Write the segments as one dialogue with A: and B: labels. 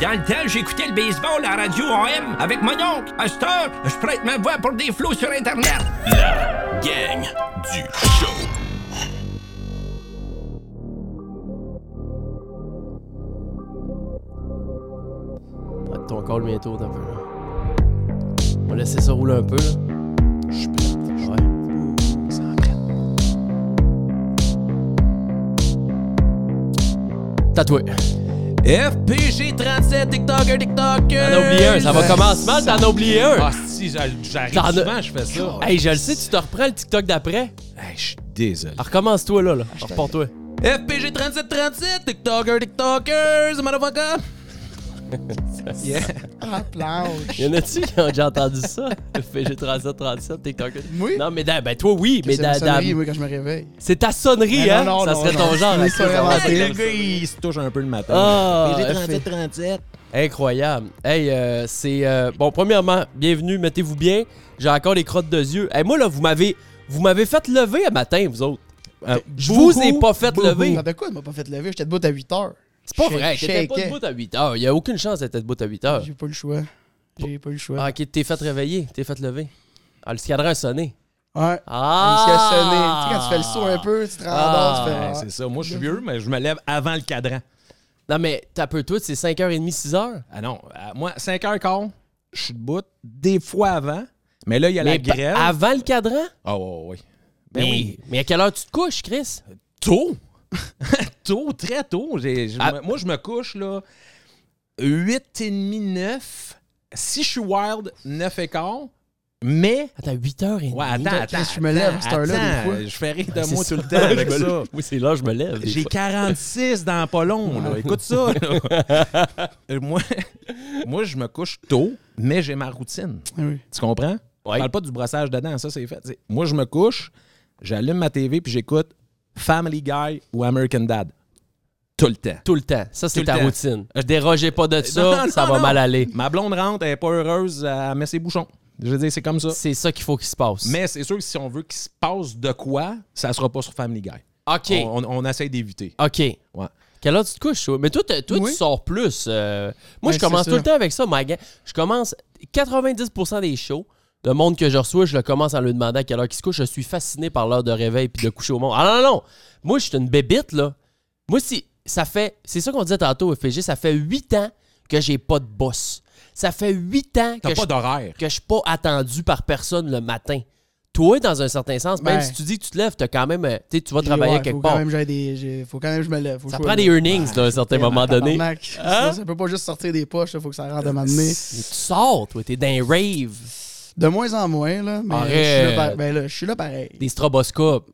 A: Dans le temps, j'écoutais le baseball à Radio AM avec mon oncle. À cette heure, je prête ma voix pour des flots sur Internet.
B: La gang du show.
C: Ah, ton call bientôt, t'as un peu. Là. On va laisser ça rouler un peu. Là. Je suis prête. Ouais. Ça Tatoué.
D: FPG 37, TikToker, TikToker.
C: T'en as oublié un, ça va commencer mal, t'en as oublié un.
D: Ah, si, j'a- j'arrive
C: T'en as-
D: souvent, je fais ça.
C: Hey, je le sais, tu te reprends le TikTok d'après.
D: Hey, Ah, je suis désolé.
C: Alors, Ah, Recommence-toi là, là.
E: Ah,
C: Repars-toi.
D: FPG 37, 37, TikToker, TikTokers, motherfucker.
E: Yeah. Ah, planche.
C: Y en a-tu qui ont déjà entendu ça? FPG 37, 37, TikTok.
E: Oui.
C: Non, mais dans- ben toi, oui, mais
E: C'est ma
C: dans- dans-
E: sonnerie, moi, quand je me réveille.
C: c'est ta sonnerie,
E: Mais
C: hein?
E: non, non,
C: ça
E: non,
C: serait
E: non.
C: ton genre.
E: Je l'ai
C: hein,
E: pas
D: Ah,
C: ça.
E: inventé.
D: le gars, il se touche un peu le matin.
C: Ah,
D: FPG
C: effet.
D: 37, 37.
C: Incroyable. Hey, euh, c'est. euh, bon, premièrement, bienvenue, mettez-vous bien. J'ai encore les crottes de yeux. Hey, moi, là, vous m'avez. Vous m'avez fait lever à matin, vous autres. Euh, je vous ai pas fait lever.
E: Mais de quoi, il m'a pas fait lever? J'étais debout à 8 heures.
C: C'est pas vrai. hein.
E: Shake-
C: T'étais pas
E: shakeais.
C: debout à 8 heures. Il y a aucune chance d'être debout à 8 heures.
E: J'ai pas le choix. J'ai pas le choix.
C: Ah, ok, t'es fait réveiller, t'es fait lever. Ah, le cadran a sonné.
E: Ouais.
C: Ah!
E: Parce que sonné. Tu sais, quand tu fais le saut hein. un peu, tu te rendors, tu fais.
D: Ouais,
E: ah.
D: c'est ça. Moi, je suis vieux, mais je me lève avant le cadran.
C: Non, mais t'as peu tout, c'est 5h30, 6h?
D: Ah non, euh, moi, 5h15, je suis debout. Des fois avant. Mais là, il y a la
C: Mais pa-
D: grève.
C: avant le cadran?
D: Ah ouais, ouais, ouais.
C: Mais,
D: Ben oui.
C: mais à quelle heure tu te couches, Chris?
D: Tôt. tôt, très tôt. J'ai- je
C: Ah.
D: me- Moi, je me couche, là, 8h30, 9. Si je suis wild, 9 et quart. Mais...
C: Attends, 8h30.
D: Ouais, attends, attends.
E: Chris, je me lève à cette heure-là, des
D: attends,
E: fois.
D: Je fais rire de
C: Ah, C'est
D: moi
C: ça.
D: tout le temps avec
C: Je me-
D: ça.
C: Oui, c'est là, je me lève. des
D: J'ai
C: fois.
D: 46 dans pas long, là. Écoute ça, là. Euh, moi, moi, je me couche tôt, mais j'ai ma routine.
E: Ah oui.
D: Tu comprends?
C: Ouais.
D: Je parle pas du brossage dedans, ça c'est fait. C'est- Moi, je me couche, j'allume ma TV puis j'écoute Family Guy ou American Dad. Tout le temps.
C: Tout le temps. Ça,
D: Tout
C: c'est
D: le
C: ta
D: temps.
C: routine. Je dérogeais pas de ça,
D: Non, non,
C: ça va
D: non.
C: mal aller.
D: Ma blonde rentre, elle est pas heureuse, elle met ses bouchons. Je veux dire, c'est comme ça.
C: C'est ça qu'il faut qu'il se passe.
D: Mais c'est sûr que si on veut qu'il se passe de quoi, ça sera pas sur Family Guy.
C: OK.
D: On, on- on essaie d'éviter.
C: OK.
D: Ouais.
C: Quelle heure tu te couches, toi? Mais toi, t'as- toi,
E: Oui.
C: tu sors plus. euh, moi,
E: Ben,
C: je commence
E: c'est
C: tout le
E: ça.
C: temps avec ça, ma gang. Je commence 90% des shows. Le monde que je reçois, je le commence en lui demandant à quelle heure qu'il se couche. Je suis fasciné par l'heure de réveil puis de coucher au monde. Ah non, non, non! Moi, je suis une bébite, là. Moi, si ça fait. C'est ça qu'on disait tantôt au FG, ça fait 8 ans que j'ai pas de boss. Ça fait 8 ans que
D: T'as
C: je
D: pas d'horaire.
C: que je suis pas attendu par personne le matin. Toi, dans un certain sens, même
E: Ben.
C: si tu dis que tu te lèves, t'as quand même, euh, tu sais, tu vas
E: J'ai-
C: travailler
E: ouais,
C: quelque
E: faut
C: part.
E: Quand même, que j'aille des, j'ai- faut quand même que je me lève. Faut que
C: Ça
E: je
C: prend
E: sois-
C: des earnings d'un certain moment donné. Hein?
E: Tabarnak. Sinon, Ça peut pas juste sortir des poches, là, faut que ça rentre à un moment donné.
C: Mais tu sors, toi, t'es dans un rave,
E: De moins en moins, là. Mais
C: Arrête.
E: je suis là, par- ben là, je suis là pareil.
C: des stroboscopes.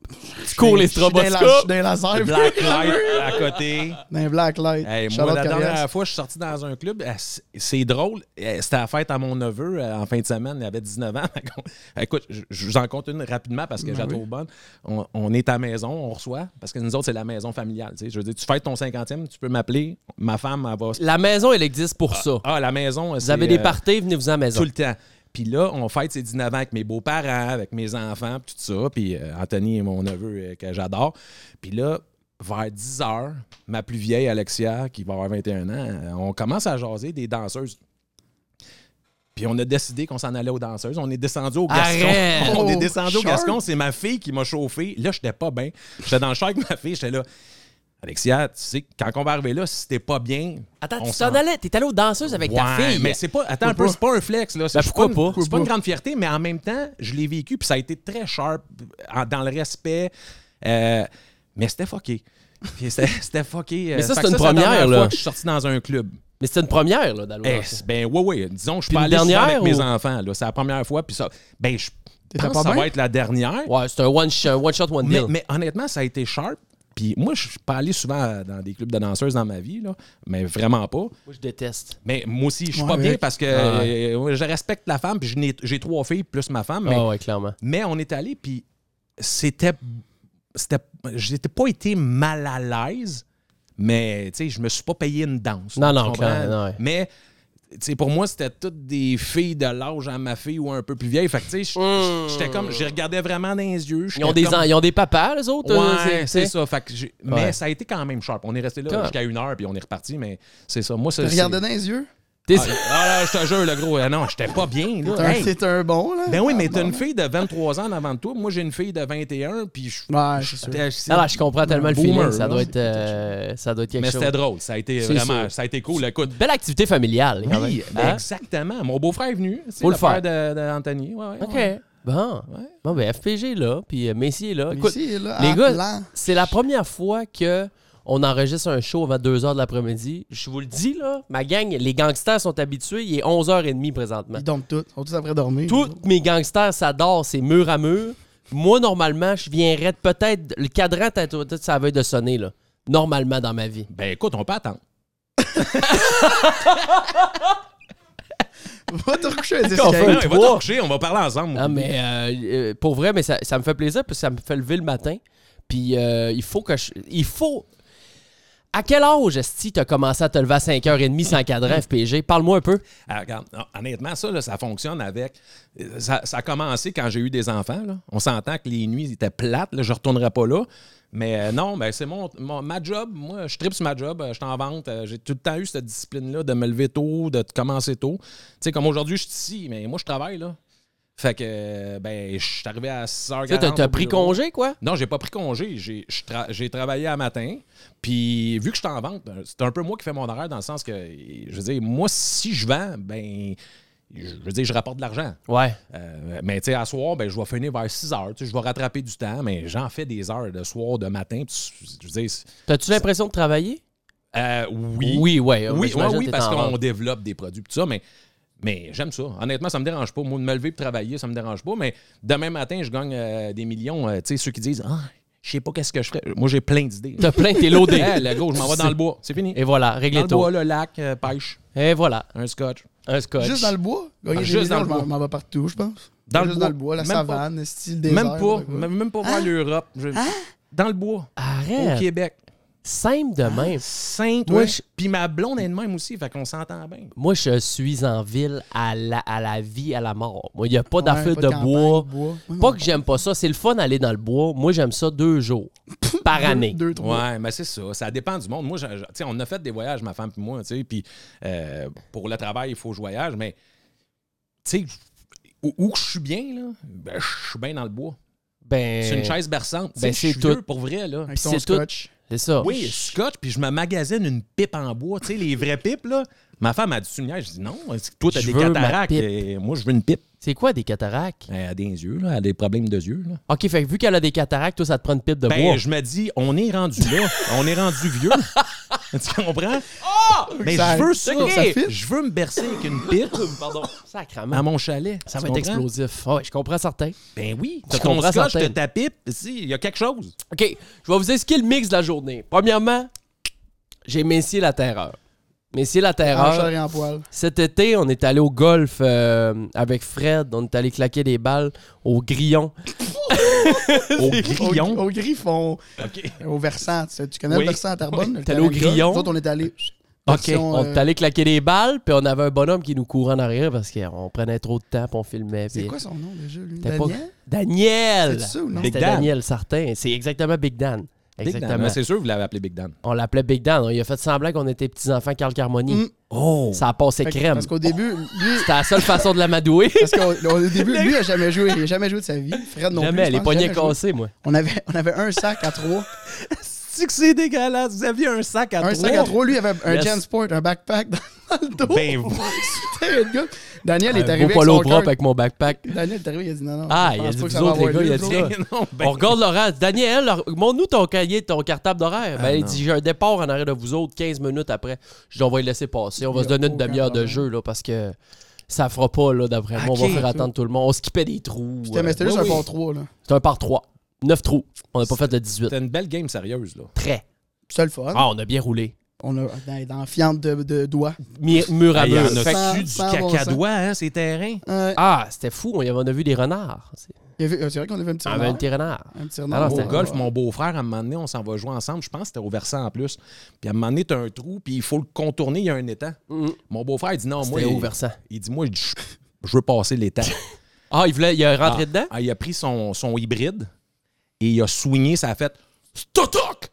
C: Tu cours les
E: Je suis dans la- Je suis
C: stroboscopes.
E: dans les lasers.
D: Black Light à côté.
E: Dans les black light.
D: Hey, moi,
E: Charlotte
D: la
E: Carrière.
D: dernière fois, je suis sorti dans un club. euh, c- C'est drôle. euh, C'était la fête à mon neveu euh, en fin de semaine. Il avait 19 ans. Écoute, je je vous en compte une rapidement
C: Ben
D: parce que je la trouve bonne. On, on est à la maison, on reçoit. Parce que nous autres, c'est la maison familiale. tu sais. Je veux dire, tu fêtes ton 50e, tu peux m'appeler. Ma femme, elle va.
C: La maison, elle existe pour ça.
D: Ah, la maison. euh,
C: Vous avez des parties, venez-vous à la
D: Tout
C: maison.
D: le temps. Puis là, on fête ses 19 ans avec mes beaux-parents, avec mes enfants, puis tout ça. Puis euh, Anthony est mon neveu euh, que j'adore. Puis là, vers 10 heures, ma plus vieille Alexia, qui va avoir 21 ans, euh, on commence à jaser des danseuses. Puis on a décidé qu'on s'en allait aux danseuses. On est descendu au Gascon.
C: Arrête!
D: On est
E: Oh,
D: descendu au
E: sharp!
D: Gascon. C'est ma fille qui m'a chauffé. Là, j'étais pas bien. J'étais dans le char avec ma fille. J'étais là. Alexia, tu sais, quand on va arriver là, si t'es pas bien.
C: Attends,
D: on
C: tu
D: s'en
C: t'en allais, t'es allé aux danseuses avec ta
D: Ouais,
C: fille.
D: Mais c'est pas. Attends un peu,
E: Pourquoi
D: c'est pas un flex, là. C'est
C: Ben,
D: je suis
C: pourquoi
D: pas une-
C: pas?
D: C'est pas une grande fierté, mais en même temps, je l'ai vécu, puis ça a été très sharp en- dans le respect. Euh, mais c'était fucké. Puis c'était- C'était fucké. euh,
C: Mais
D: fait
C: ça, c'est
D: que
C: une
D: la
C: première,
D: dernière
C: là.
D: fois que Je suis sorti dans un club.
C: Mais c'était une première, là, d'aller aux
D: Eh,
C: danseuses.
D: ben, ouais, ouais. Disons, je suis
C: Puis
D: pas
C: une
D: allé souvent
C: dernière
D: avec mes
C: ou-
D: enfants, là. C'est la première fois, puis ça. Ben, je
E: T'étais
D: pense
E: pas
D: que ça
E: bien?
D: va être la dernière.
C: Ouais, c'est un one-shot, one, shot, one
D: Mais,
C: deal.
D: mais honnêtement, ça a été sharp. Puis moi, je suis pas allé souvent dans des clubs de danseuses dans ma vie, là. Mais vraiment pas.
C: Moi, je déteste.
D: Mais moi aussi, je suis
E: Ouais,
D: pas
E: mais-
D: bien parce que
C: Ah
D: euh, je respecte la femme, puis je n'ai- j'ai trois filles plus ma femme.
C: Ah
D: Mais,
C: ouais, clairement.
D: mais on est allé, puis c'était. c'était J'étais pas été mal à l'aise, mais tu sais, je me suis pas payé une danse.
C: Non,
D: Tu
C: non,
D: comprends?
C: clairement, non, ouais.
D: Mais tu sais, pour moi, c'était toutes des filles de l'âge à ma fille ou un peu plus vieille. Fait que, tu sais, j- j- j'étais comme, j'y regardais vraiment dans les yeux.
C: Hmm. Ils ont, des,
D: J'étais
C: en- ils ont des papas, les autres.
D: comme,
C: euh,
D: Ouais, c'est
C: t'sais.
D: ça. Fait que j'ai-
C: Ouais.
D: Mais ça a été quand même sharp. On est resté
C: Quand-
D: là jusqu'à une heure, puis on est reparti, mais c'est ça. Moi, ça, c'est.
E: Regardez dans les yeux.
C: T'es-
D: Ah, ah, là, je te jure, le gros. ah non, j'étais pas bien.
E: C'est
D: Là.
E: un-
D: Hey,
E: C'est un bon, là.
D: ben oui, mais t'as une fille de 23 ans en avant de toi. Moi, j'ai une fille de 21, puis je.
E: Ouais, c'est sûr.
D: J'étais- c'est-
C: Non, non, Ah, je comprends tellement le
D: Boomer,
C: feeling. Ça
D: là.
C: doit être, euh, ça doit être quelque
D: Mais
C: chose.
D: c'était drôle. Ça a été
C: C'est
D: vraiment.
C: sûr.
D: Ça a été cool. Écoute,
C: Belle activité familiale, quand
D: oui, ben,
C: même. Hein?
D: exactement. Mon beau-frère est venu. c'est
C: Faut le
D: frère
C: faire.
D: de- d'Anthony. ouais, ouais,
C: OK.
D: ouais.
C: Bon. Bon, ben, FPG est là, puis euh, Messi est là.
E: Mais
C: Écoute,
E: ici, là,
C: les
E: à
C: gars,
E: plan.
C: c'est la première fois que on enregistre un show avant 2h de l'après-midi. Je vous le dis, là, ma gang, les gangsters sont habitués. Il est 11h30 présentement.
E: ils dorment tous. Ils sont tous après dormir.
C: Toutes mes gangsters s'adorent, c'est mur à mur. Moi, normalement, je viendrais de- peut-être... Le cadran, t'as t'as- t'as- ça veut de sonner, là. Normalement, dans ma vie.
D: Ben écoute, on peut attendre.
E: Va te recoucher à 10
C: Qu'on fait-
E: quinze.
D: Non, il va te coucher, on va parler ensemble.
C: Ah, mais euh, euh, pour vrai, mais ça, ça me fait plaisir, puis ça me fait lever le matin. Puis euh, il faut que je. Il faut. À quel âge, Esti, t'as commencé à te lever à 5h30 sans cadran FPG? Parle-moi un peu.
D: Ah, regarde, non, honnêtement, ça, là, ça fonctionne avec. euh, Ça, ça a commencé quand j'ai eu des enfants. là. On s'entend que les nuits étaient plates. là, je ne retournerai pas là. Mais euh, non, ben, c'est mon, mon- ma job. Moi, je tripe sur ma job. euh, Je t'en vante. euh, J'ai tout le temps eu cette discipline-là de me lever tôt, de t- commencer tôt. Tu sais, comme aujourd'hui, je suis ici, mais moi, je travaille. là. Fait que, euh, ben, je suis arrivé à 6h40.
C: Tu sais, t'as- t'as pris
D: au bureau.
C: congé, quoi?
D: Non, j'ai pas pris congé. J'ai je tra- j'ai travaillé à matin. Puis vu que je suis en vente, ben, c'est un peu moi qui fais mon horaire dans le sens que, je veux dire, moi, si je vends, ben, je veux dire, je rapporte de l'argent.
C: Ouais.
D: Euh, mais tu sais, à soir, ben, je vais finir vers 6 heures. Tu sais, je vais rattraper du temps, mais j'en fais des heures de soir, de matin. Puis, je veux dire, c'est-
C: T'as-tu l'impression de travailler?
D: euh, oui.
C: Oui, ouais. euh,
D: Oui,
C: j'imagine
D: ouais,
C: que
D: oui,
C: t'es
D: parce
C: en
D: qu'on
C: vente.
D: développe des produits, pis tout ça, mais, mais j'aime ça. Honnêtement, ça me dérange pas. Moi, de me lever pour travailler, ça me dérange pas. Mais demain matin, je gagne euh, des millions. Euh, tu sais, ceux qui disent, ah, je sais pas qu'est-ce que je ferais. Moi, j'ai plein d'idées.
C: T'as plein, t'es loadé.
D: Eh, le gars, je m'en vais dans le bois. C'est fini.
C: Et voilà,
D: Dans
C: réglé
D: le
C: tout.
D: bois, le lac, euh, pêche,
C: Et voilà,
D: un scotch.
C: un scotch.
E: Juste dans le bois. Gagner des
D: juste
E: millions,
D: dans le
E: je m'en-
D: bois.
E: m'en vais partout, je pense.
D: Dans le
E: juste
D: bois.
E: dans le bois, la
D: Même pas.
E: savane, le style désert.
D: Même pas,
E: euh,
D: même même pas
C: Hein?
D: voir l'Europe. Je- Dans le bois, au
C: Arrête.
D: Québec.
C: Simple de même.
D: Simple.
C: Moi,
D: ouais.
C: je-
D: Puis ma blonde est de même aussi, fait qu'on s'entend bien.
C: Moi, je suis en ville à la, à la vie, à la mort. Moi, il n'y a pas
E: Ouais,
C: d'affaire
E: pas
C: de,
E: de campagne,
C: bois.
E: bois. Ouais,
C: Pas
E: non.
C: que j'aime pas ça. C'est le fun d'aller dans le bois. Moi, j'aime ça deux jours par année.
E: Deux, trois.
D: Ouais, mais c'est ça. Ça dépend du monde. Moi, je- je- tu sais, on a fait des voyages, ma femme et moi, tu sais, puis euh, pour le travail, il faut que je voyage, mais tu sais, où, où que je suis bien, là, ben, je suis bien dans le bois.
C: Ben,
D: C'est une chaise berçante. Tu sais,
C: ben,
D: je suis
C: c'est tout. Ah
D: vieux pour vrai, là.
E: Avec ton
C: c'est tout.
E: scotch.
C: C'est ça.
D: Oui, scotch, puis je me magasine une pipe en bois. Tu sais, les vraies pipes, là. Ma femme a dit, tu me niaises? Je dis, non, c'est que toi, t'as
C: Je
D: des
C: veux ma
D: cataractes.
C: pipe.
D: et moi, je veux une pipe.
C: C'est quoi des cataractes?
D: Elle a des yeux, là. Elle a des problèmes de yeux, là.
C: OK, fait que vu qu'elle a des cataractes, toi, ça te prend une pipe de
D: Ben,
C: bois.
D: je me dis, on est rendu là. on est rendu vieux. tu comprends? Mais
E: Ça-
D: je veux ça.
E: ça fit.
D: Je veux me bercer avec une pipe
C: Pardon.
D: à
C: Sacrement.
D: mon chalet.
C: Ça
D: Tu
C: va être
D: comprends?
C: explosif. Ah ouais, je comprends certain.
D: Ben oui.
C: Tu
D: T'as ton
C: comprends,
D: scotch,
C: certain.
D: t'as ta pipe. Si, il y a quelque chose.
C: OK, je vais vous expliquer le mix de la journée. Premièrement, j'ai Messier la terreur. Messier la
E: En
C: terreur.
E: chair et en poil.
C: Cet été, on est allé au golf euh, avec Fred. On est allé claquer des balles au grillon.
D: Au
E: Au,
D: grillon.
E: au griffon.
D: OK.
E: Au versant. Tu, sais, tu connais
D: Oui.
E: le versant à Terrebonne?
C: T'es allé au Grillon.
E: Nous autres, on est allé.
C: OK.
E: version,
C: on
E: euh,
C: est allé claquer des balles, puis on avait un bonhomme qui nous courait en arrière parce qu'on prenait trop de temps, puis on filmait.
E: C'est
C: puis-
E: quoi son nom déjà, lui?
C: T'as pas-
E: Daniel?
C: Daniel!
E: C'est ça ou non?
D: Big
C: C'était
D: Dan.
C: Daniel certain. C'est exactement Big Dan.
D: Big Dan.
C: Exactement.
D: Ben, C'est sûr, vous l'avez appelé Big Dan.
C: on l'appelait Big Dan. On lui a fait semblant qu'on était petits-enfants Carl Carmoni.
E: Mm.
D: Oh!
C: Ça a passé
E: Fait que-
C: crème.
E: Parce qu'au début, lui.
C: C'était la seule façon de l'amadouer.
E: Parce qu'au au début, lui a jamais joué. Il a jamais joué de sa vie. Fred non plus.
C: Jamais,
E: je
C: les
E: pense,
C: poignets
E: jamais joué.
C: cassés, moi.
E: On avait, on avait un sac à trois.
D: C'est que c'est dégueulasse. Vous aviez un sac à
E: Un sac à trois. Lui, il avait un
C: Yes.
E: Jansport, un backpack dans, dans le dos.
D: Ben, vous-
E: C'était le gars. Daniel est
C: Un beau
E: arrivé. Avec son
C: polo propre
E: cœur.
C: avec mon backpack.
E: Daniel est arrivé, il a dit non, non.
C: Ah,
E: je
C: il a
E: pense
C: dit,
E: pas que
C: vous
E: ça va
C: autres, les
E: avoir
C: gars,
E: lieu,
C: il a
E: vous
C: dit,
E: autres.
C: là.
D: non, ben,
C: on regarde l'horaire. Daniel, leur- montre-nous ton cahier, ton cartable d'horaire. ben, il dit J'ai un départ en arrière de vous autres 15 minutes après. Je dis On va le laisser passer. On va
E: Il
C: se
E: y a
C: donner une
E: aucun
C: demi-heure de
E: problème.
C: jeu là, parce que ça fera pas, là, d'après moi. On
D: Ok.
C: va faire attendre tout le monde. On skippait des trous.
E: C'était mais
C: euh,
E: c'était
C: oui,
E: juste
C: oui.
E: un bon trois, là.
C: C'était un par 3. 9 trous. On n'a pas fait le 18.
D: C'était une belle game sérieuse, là.
C: Très.
E: C'était le fun.
C: Ah, on a bien roulé.
E: On a ben, dans, dans la fiente de, de doigts.
C: Mi- mur à
D: Il y
C: mur.
D: en
C: Fait-
E: Sans-
D: a-tu du
E: sans bon sens.
D: cacadois, hein, ces terrains?
E: Euh,
C: Ah, ben, c'était fou. On y avait- on a vu des renards. C'est-
E: Il y avait- euh, C'est vrai qu'on avait un petit
C: On avait
E: renard.
C: un petit renard.
E: Un petit Ah,
C: Alors,
E: renard.
D: Au
C: c'était-
D: golf, mon beau-frère, à un moment donné, on s'en va jouer ensemble. Je pense que c'était au versant en plus. Puis à un moment donné, t'as un trou, puis il faut le contourner, il y a un étang. Mon beau-frère, il dit non, moi.
C: C'était
D: il-
C: au versant.
D: Il dit, moi, je, je veux passer l'étang.
C: Ah, il, voulait, il est rentré
D: Ah,
C: dedans?
D: ah, il a pris son, son hybride et il a swingé, ça a fait Stotoc!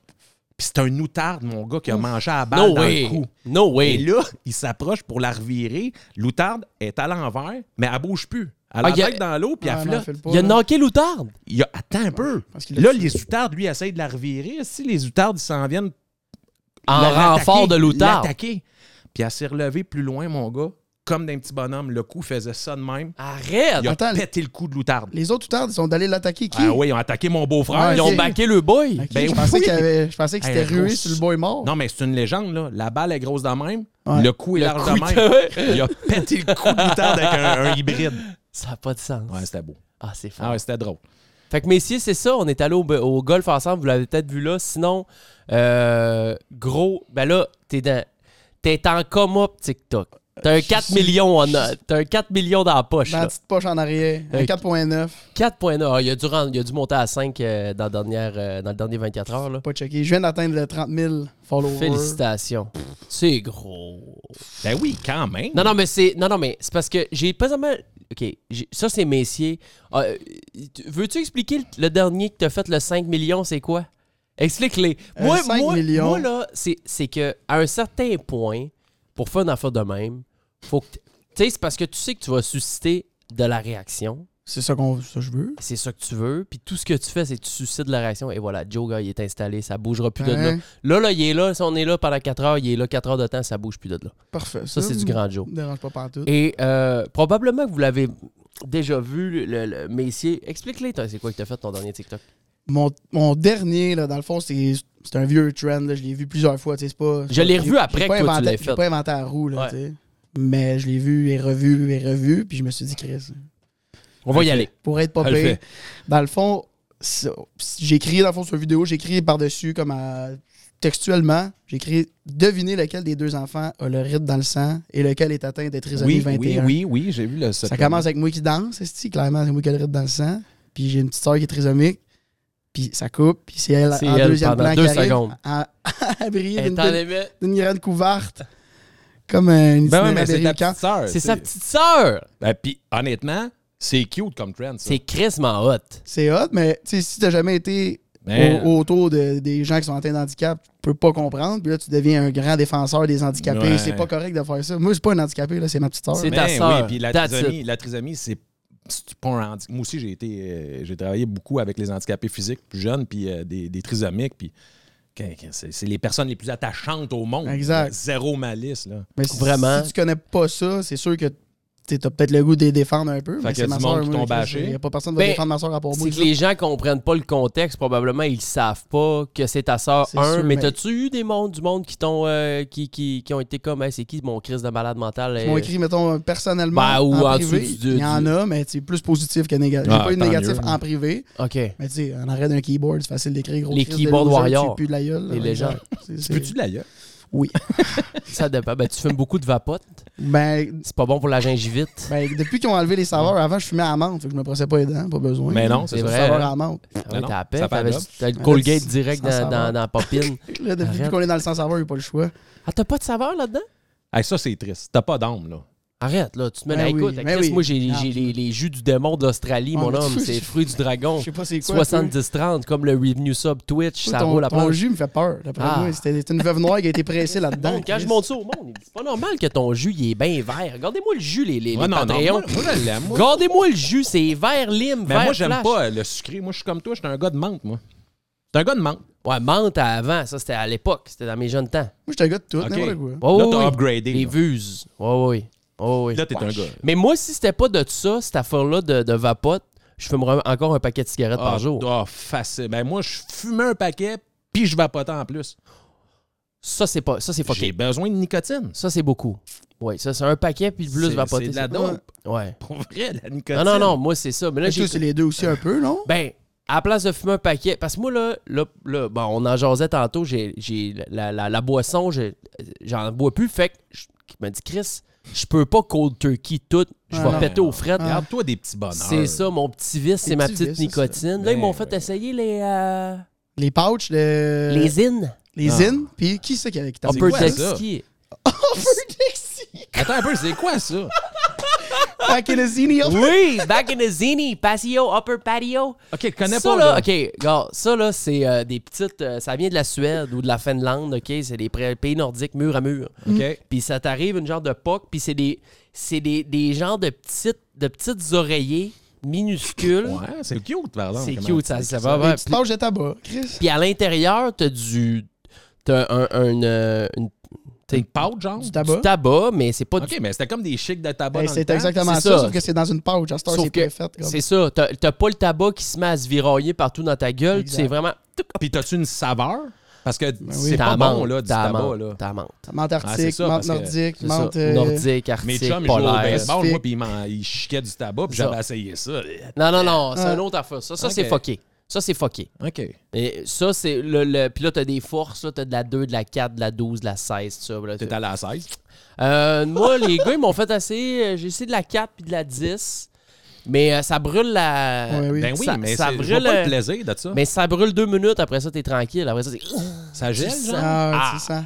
D: Puis c'est un outarde, mon gars, qui a mangé à la balle
C: No
D: dans le
C: way!
D: cou.
C: No way!
D: Et là, il s'approche pour la revirer. L'outarde est à l'envers, mais elle bouge plus. Elle
C: Ah,
D: a
C: il y a-
D: tête dans l'eau, puis
E: Ah,
D: elle
E: non,
D: flotte.
E: fais le pas,
C: Il a
E: là.
C: knocké l'outarde!
D: Il a... Attends un peu.
E: Parce qu'il l'a
D: Là,
E: tué.
D: les outardes, lui, essayent de la revirer. Si les outardes, ils s'en viennent
C: En
D: le
C: renfort
D: l'attaquer,
C: de l'outarde!
D: l'attaquer. Puis elle s'est relevée plus loin, mon gars, comme d'un petit bonhomme. Le coup faisait ça de même.
C: Arrête!
D: Il a
E: Attends.
D: pété le cou de l'outarde.
E: Les autres outardes, ils sont allés l'attaquer. Qui?
D: Ah oui, ils ont attaqué mon beau-frère.
E: Ouais,
C: Ah, Ils ont
E: ok.
C: baqué le boy!
E: Ok,
D: Ben
E: je pensais
D: oui.
E: qu'il avait- je pensais que
D: Hey,
E: c'était rué
D: grosse-
E: sur le boy mort.
D: Non, mais c'est une légende, là. La balle est grosse de même.
E: Ouais.
D: Le coup est
C: Le
D: large
C: coup
D: de même. Il a pété le coup de l'outarde avec un, un hybride.
C: Ça n'a pas de sens.
D: Ouais, c'était beau.
C: ah, c'est fort.
D: Ah ouais, c'était drôle.
C: Fait que messieurs, c'est ça, on est allé au, au golf ensemble, vous l'avez peut-être vu là. Sinon, euh, gros, ben là, t'es dans. T'es en coma pour TikTok. T'as un 4
E: sais-
C: millions en T'as un 4 millions dans la poche.
E: Dans la
C: là.
E: petite poche en arrière. Un
C: Ok.
E: 4.9.
C: 4.9. Ah, il, a dû rendre- il a dû monter à 5 euh, dans, la dernière, euh, dans le dernier 24 heures. Là.
E: Pas checké. Je viens d'atteindre le 30 000 followers.
C: Félicitations. C'est gros.
D: Ben oui, quand même.
C: Non, non, mais c'est. Non, non, mais c'est parce que j'ai pas vraiment. OK. j'ai- Ça, c'est Messier. Ah, euh, tu- Veux-tu expliquer le, le dernier que t'as fait, le 5 millions, c'est quoi? Explique-les.
E: Euh, 5
C: moi,
E: millions.
C: moi, là, c'est c'est que à un certain point, pour faire une affaire de même, faut que. t- Tu sais, c'est parce que tu sais que tu vas susciter de la réaction.
E: C'est ça qu'on ça, je veux.
C: C'est ça que tu veux. Puis tout ce que tu fais, c'est que tu suscites de la réaction. Et voilà, Joe, gars, il est installé. Ça bougera plus de là.
E: Hein?
C: Là, là, il est là. Si on est là pendant 4 heures, il est là 4 heures de temps, ça bouge plus de là.
E: Parfait.
C: Ça, c'est du grand Joe.
E: me dérange pas partout.
C: Et euh, probablement que vous l'avez déjà vu, le, le Messier. Explique-les, toi, c'est quoi que t'as fait ton dernier TikTok?
E: Mon, mon dernier, là, dans le fond, c'est c'est un vieux trend. là. Je l'ai vu plusieurs fois. tu sais, c'est pas,
C: Je l'ai revu
E: j'ai-
C: après
E: j'ai pas
C: que toi, tu
E: inventé-
C: l'aies
E: j'ai
C: fait.
E: pas inventé la roue. Là,
C: Ouais.
E: tu sais. Mais je l'ai vu et revu et revu. Puis je me suis dit, Chris,
C: On va y aller.
E: pour être pas
D: Elle le
E: pire.
D: fait.
E: Dans le fond, ça- j'ai crié dans le fond sur la vidéo, j'ai crié par-dessus comme à- textuellement, j'ai crié devinez lequel des deux enfants a le rythme dans le sang et lequel est atteint de trisomie
D: Oui,
E: 21.
D: oui, oui, oui, j'ai vu le ce-
E: Ça commence avec moi qui danse, esti, clairement, c'est moi qui ai le rythme dans le sang, puis j'ai une petite soeur qui est trisomique. Puis ça coupe, puis c'est elle
C: C'est
E: en
C: elle
E: deuxième
C: pendant
E: plan
C: deux
E: qui arrive,
C: secondes.
E: à, à briller d'une-
C: Étant donné-
E: d'une grande couverte, comme euh, une
D: Ben oui,
E: itinéraire
D: mais c'est
E: de
D: ta
E: Ricard.
D: petite sœur.
C: C'est sa petite sœur!
D: Ben, puis honnêtement, c'est cute comme trend, ça.
C: C'est crissement hot.
E: C'est hot, mais tu sais, si t'as jamais été
D: Ben.
E: au- autour de- des gens qui sont atteints d'handicap, tu peux pas comprendre. Puis là, tu deviens un grand défenseur des handicapés.
D: Ouais.
E: C'est pas correct de faire ça. Moi, c'est pas un handicapé, là, c'est ma petite soeur.
C: C'est-
D: Ben
C: ta sœur.
D: Oui, puis la
C: That's
D: trisomie, la trisomie, c'est c'est pas un handicap. Moi aussi, j'ai été, euh, j'ai travaillé beaucoup avec les handicapés physiques plus jeunes, puis euh, des, des trisomiques, puis que- que c'est c'est les personnes les plus attachantes au monde.
E: Exact.
D: Zéro malice, là.
E: Mais si,
C: Vraiment.
E: si tu connais pas ça, c'est sûr que tu as peut-être le goût de les défendre un peu.
D: Fait
E: mais
D: qu'il y
E: c'est
D: a
E: ma
D: du monde
E: soeur.
D: qui t'ont bâché.
E: Il y a pas personne qui va
C: Ben,
E: défendre ma soeur à part moi.
C: C'est que les gens comprennent pas le contexte, probablement ils savent pas que c'est ta sœur
E: C'est
C: un,
E: sûr,
C: mais
E: mais-
C: t'as-tu eu des mondes du monde qui t'ont euh, qui, qui, qui ont été comme Hey, c'est qui mon crise de malade mental? Euh,
E: Ils m'ont écrit, mettons, personnellement.
C: Ben, ou en
E: en
C: dessous
E: privé.
C: du- du-
E: Il y en a, mais c'est plus positif que négatif. J'ai
D: Ah,
E: pas eu de
D: tant
E: négatif
D: mieux.
E: en privé.
C: OK.
E: Mais tu sais, en arrêt d'un keyboard, c'est facile d'écrire gros
C: Les
E: Chris de
C: keyboard
E: loser,
C: warriors.
E: Tu pues de la gueule.
C: Les
E: Ouais,
C: légendes.
E: exact. C'est-
D: Tu
E: c'est-
D: peux-tu de la gueule?
E: Oui.
C: Ça dépend. Ben, tu fumes beaucoup de vapote.
E: Ben,
C: C'est pas bon pour la gingivite.
E: Ben, depuis qu'ils ont enlevé les saveurs, avant, je fumais à la menthe. Fait que je me pressais pas les dents, pas besoin.
D: Mais non,
C: c'est
D: c'est
C: vrai.
D: vrai.
E: Saveur à la menthe.
C: Ah
D: Non,
C: ouais,
D: non,
C: T'as la
D: ça
C: pète,
D: fait
C: t'avais-
D: l'op.
C: t'as le Colgate
E: Sans
C: direct dans,
E: saveur.
C: dans, dans la popine.
E: Là, depuis
C: Arrête.
E: qu'on est dans le sans saveur, il n'y a pas le choix.
C: Ah, t'as pas de saveur là-dedans?
D: Hey, ça, c'est triste. T'as pas d'âme, là.
C: Arrête, là, tu te mets
E: Ben
C: à
E: oui,
C: écoute.
E: ben
C: Chris,
E: oui.
C: moi, j'ai
E: Ah.
C: j'ai les, les jus du démon d'Australie,
E: Ah,
C: mon
E: mais
C: homme.
E: tu-
C: C'est fruit du dragon.
E: Je sais pas c'est quoi.
C: 70-30, comme le revenue sub Twitch,
E: toi.
C: ça
E: Toi, ton,
C: roule à
E: ton
C: planche.
E: jus me fait peur, d'après
C: Ah.
E: moi. C'était c'était une veuve noire qui a été pressée là-dedans.
C: Donc, quand je
E: Chris.
C: monte ça au monde, il dit, c'est pas normal que ton jus, il est bien vert. Regardez-moi le jus, les, les,
D: Ouais, non,
C: les
D: non,
C: Patreons.
D: moi- moi, je l'aime, moi.
C: Regardez-moi le jus, c'est vert lime,
D: Mais
C: vert
D: moi, j'aime
C: flash.
D: pas euh, le sucré. Moi, je suis comme toi, je suis un gars de menthe, moi. C'est un gars de menthe.
C: Ouais, menthe à avant, ça, c'était à l'époque. C'était dans mes jeunes temps.
E: Moi, je te goûte tout,
D: Ok.
E: n'importe quoi.
C: Ouais,
D: Là,
C: ouais,
D: t'as
C: ouais.
D: upgradé,
C: Les
D: là.
C: vues. Ouais, ouais. Ouais, ouais.
D: Là, t'es un gars.
C: Mais moi, si c'était pas de ça, cette affaire-là de, de vapote, je fumerais encore un paquet de cigarettes par jour.
D: Ah, facile. Ben, moi, je fumais un paquet, puis je vapotais en plus.
C: Ça, c'est pas. Ça, c'est fucké.
D: J'ai besoin de nicotine.
C: Ça, c'est beaucoup. Oui, ça, c'est un paquet, puis plus
D: C'est-
C: vapoter.
D: C'est de
C: ça.
D: la dope.
C: Ouais.
D: Pour vrai, la nicotine.
C: Non, non, non, moi, c'est ça. Mais là,
E: Fait que
C: j'ai.
E: toi, c'est les deux aussi un peu, non?
C: Ben, à la place de fumer un paquet, parce que moi, là, là, là, bon, on en jasait tantôt, j'ai, j'ai la, la- la boisson, j'ai- j'en bois plus, fait que je- qui m'a dit Chris, je peux pas cold turkey tout, je
E: Ah
C: vais
E: non.
C: péter aux frettes.
E: Ah.
D: Regarde-toi des petits bonheurs.
C: C'est ça, mon petit vice, c'est
E: Des
C: ma
E: petits
C: petite
E: vices, c'est ça.
C: nicotine. Là, ils
D: Ben
C: m'ont fait
D: ouais.
C: essayer les. euh,
E: Les pouches, le-
C: les in.
E: les
D: Ah.
E: in. Puis qui c'est qui avait qui t'a
C: Upper
D: quoi,
C: deck
D: ça?
C: ski.
D: Attends un peu, c'est quoi ça?
E: Back in the zini, hop.
C: Oui, back in the zini, patio, upper patio.
D: Ok, connais
C: ça,
D: pas.
C: là,
D: là.
C: OK, regarde, ça, là, c'est euh, des petites... euh, ça vient de la Suède ou de la Finlande, OK? C'est des pré- pays nordiques, mur à mur.
D: Ok.
C: Puis ça t'arrive une genre de poc, puis c'est des, c'est des, des genres de petites, de petites oreillers minuscules.
D: Ouais, c'est cute, par exemple.
C: Mm. c'est
D: comment-
C: cute, ça, ça va.
E: Les
C: ouais.
E: petites pouches de tabac. Chris.
C: Puis à l'intérieur, t'as du... T'as un... un, euh, une- t'as
D: Une pâte, genre?
E: Du
C: du
E: tabac.
C: tabac, mais c'est pas
D: Ok, mais c'était comme des chics de tabac.
E: Ben,
D: dans le
E: c'est
D: temps.
E: exactement ça,
C: C'est ça.
E: sauf que c'est dans une pouch. À cette heure,
C: Sauf
E: c'est
C: que
E: préfait. comme.
C: C'est ça. T'as t'as pas le tabac qui se met à se virailler partout dans ta gueule.
E: Exact.
C: C'est vraiment.
D: Puis t'as-tu une saveur? Parce que
C: Ben
E: oui.
D: c'est pas
C: T'as
D: bon,
C: menthe,
D: là, du
C: t'as
D: tabac,
C: menthe,
D: là.
C: t'as menthe.
E: Menthe
D: Ah, c'est
E: arctique,
D: ça,
E: menthe
D: parce que-
E: nordique,
C: C'est ça.
E: menthe. euh,
C: Nordique,
D: Mes
C: arctique,
D: chums, ils jouaient au
C: polaire.
D: baseball, moi,
E: Pacifique.
D: puis ils m'en- ils chiquaient du tabac, puis
C: Ça.
D: j'avais essayé ça.
C: Non, non, non, c'est
E: Ah.
C: un autre affaire. Ça, ça
D: Ok.
C: c'est fucké. Ça, c'est fucké.
D: OK.
C: Et ça, c'est. Le, le... Puis là, t'as des forces. là. T'as de la 2, de la 4, de la 12, de la 16, tout ça. là.
D: T'es allé à la 16.
C: Euh, moi, les gars, ils m'ont fait assez. euh, J'ai essayé de la 4 puis de la 10. Mais euh, ça brûle la.
E: Ouais, oui.
D: Ben oui,
C: Ça-
D: mais
C: ça
D: c'est- je
C: brûle,
D: vois pas
C: euh,
D: le plaisir de ça.
C: Mais ça brûle deux minutes. Après ça, t'es tranquille. Après ça, c'est.
D: ça gèle,
C: tu
D: genre?
E: Ah, tu sens.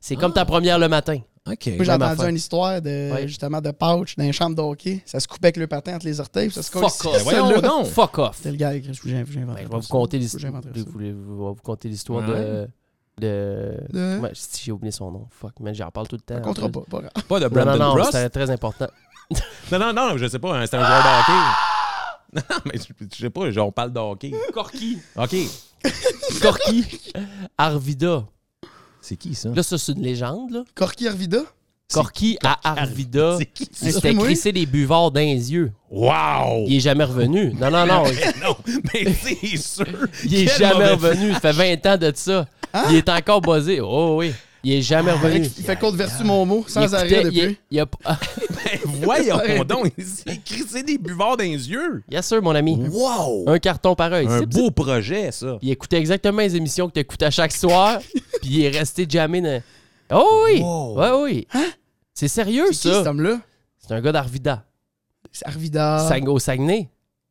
C: C'est comme
D: Ah.
C: ta première le matin.
D: OK.
E: Moi, j'ai entendu
C: même affaire.
E: une histoire de,
C: Ouais.
E: justement, de pouch dans une chambre d'hockey. Ça se coupait avec le patin entre les orteils. puis Ça se collait
C: Fuck
E: ici.
C: off.
D: Ben voyons
E: Celle-là.
D: donc.
C: Fuck off.
E: C'était le gars que je vous j'ai- j'ai inventé.
C: Ben, je vais vous
E: ça.
C: conter
E: J'ai
C: l'histoire.
E: inventé
C: Je vais
E: ça.
C: vous conter l'histoire
D: Ouais.
C: de. de...
E: De-
C: Ouais, si j'ai oublié son nom, fuck, man, j'en parle tout le temps.
E: On comptera pas. pas grave.
D: Pas de
C: Non, non,
D: Brandon
C: non,
D: Ross.
C: c'était très important.
D: Non, non, non, je sais pas, hein, c'était un joueur de hockey. Non, mais je, je sais pas, genre, on parle de hockey.
C: Ah! Corky.
D: OK.
C: Corky. Arvida.
D: C'est qui, ça?
C: Là, ça, c'est une légende, là.
E: Corky Arvida.
C: Corky à Arvida.
D: C'est qui, ça?
C: Il s'était
E: Excuse-moi.
C: crissé des buvards dans les yeux.
D: Wow!
C: Il est jamais revenu. Non, non, non.
D: Non, mais c'est sûr.
C: Il est
D: Quel
C: jamais
D: mauvais-
C: revenu. Ça fait 20 ans de ça. Il est encore buzzé. Oh oui. Il est jamais revenu.
E: Hein? Ah, Il fait contre vertu mon mot
C: Il
E: sans
C: écoutait-
E: arrêt
C: il-
E: depuis.
C: il a Ah, pas-
D: Ben, voyons donc, il s'est crissé des buvards dans les yeux.
C: Yes, sir, mon ami.
D: Wow!
C: Un carton pareil.
D: Un
C: C'est-
D: beau projet, ça.
C: Il écoutait exactement les émissions que t'écoutes à chaque soir, puis il est resté jamais dans... Oh oui!
D: Wow.
C: Ouais, oui! C'est sérieux,
E: C'est qui cet
C: ça!
E: homme-là?
C: C'est un gars d'Arvida,
E: C'est Arvida.
C: Sang- au Saguenay.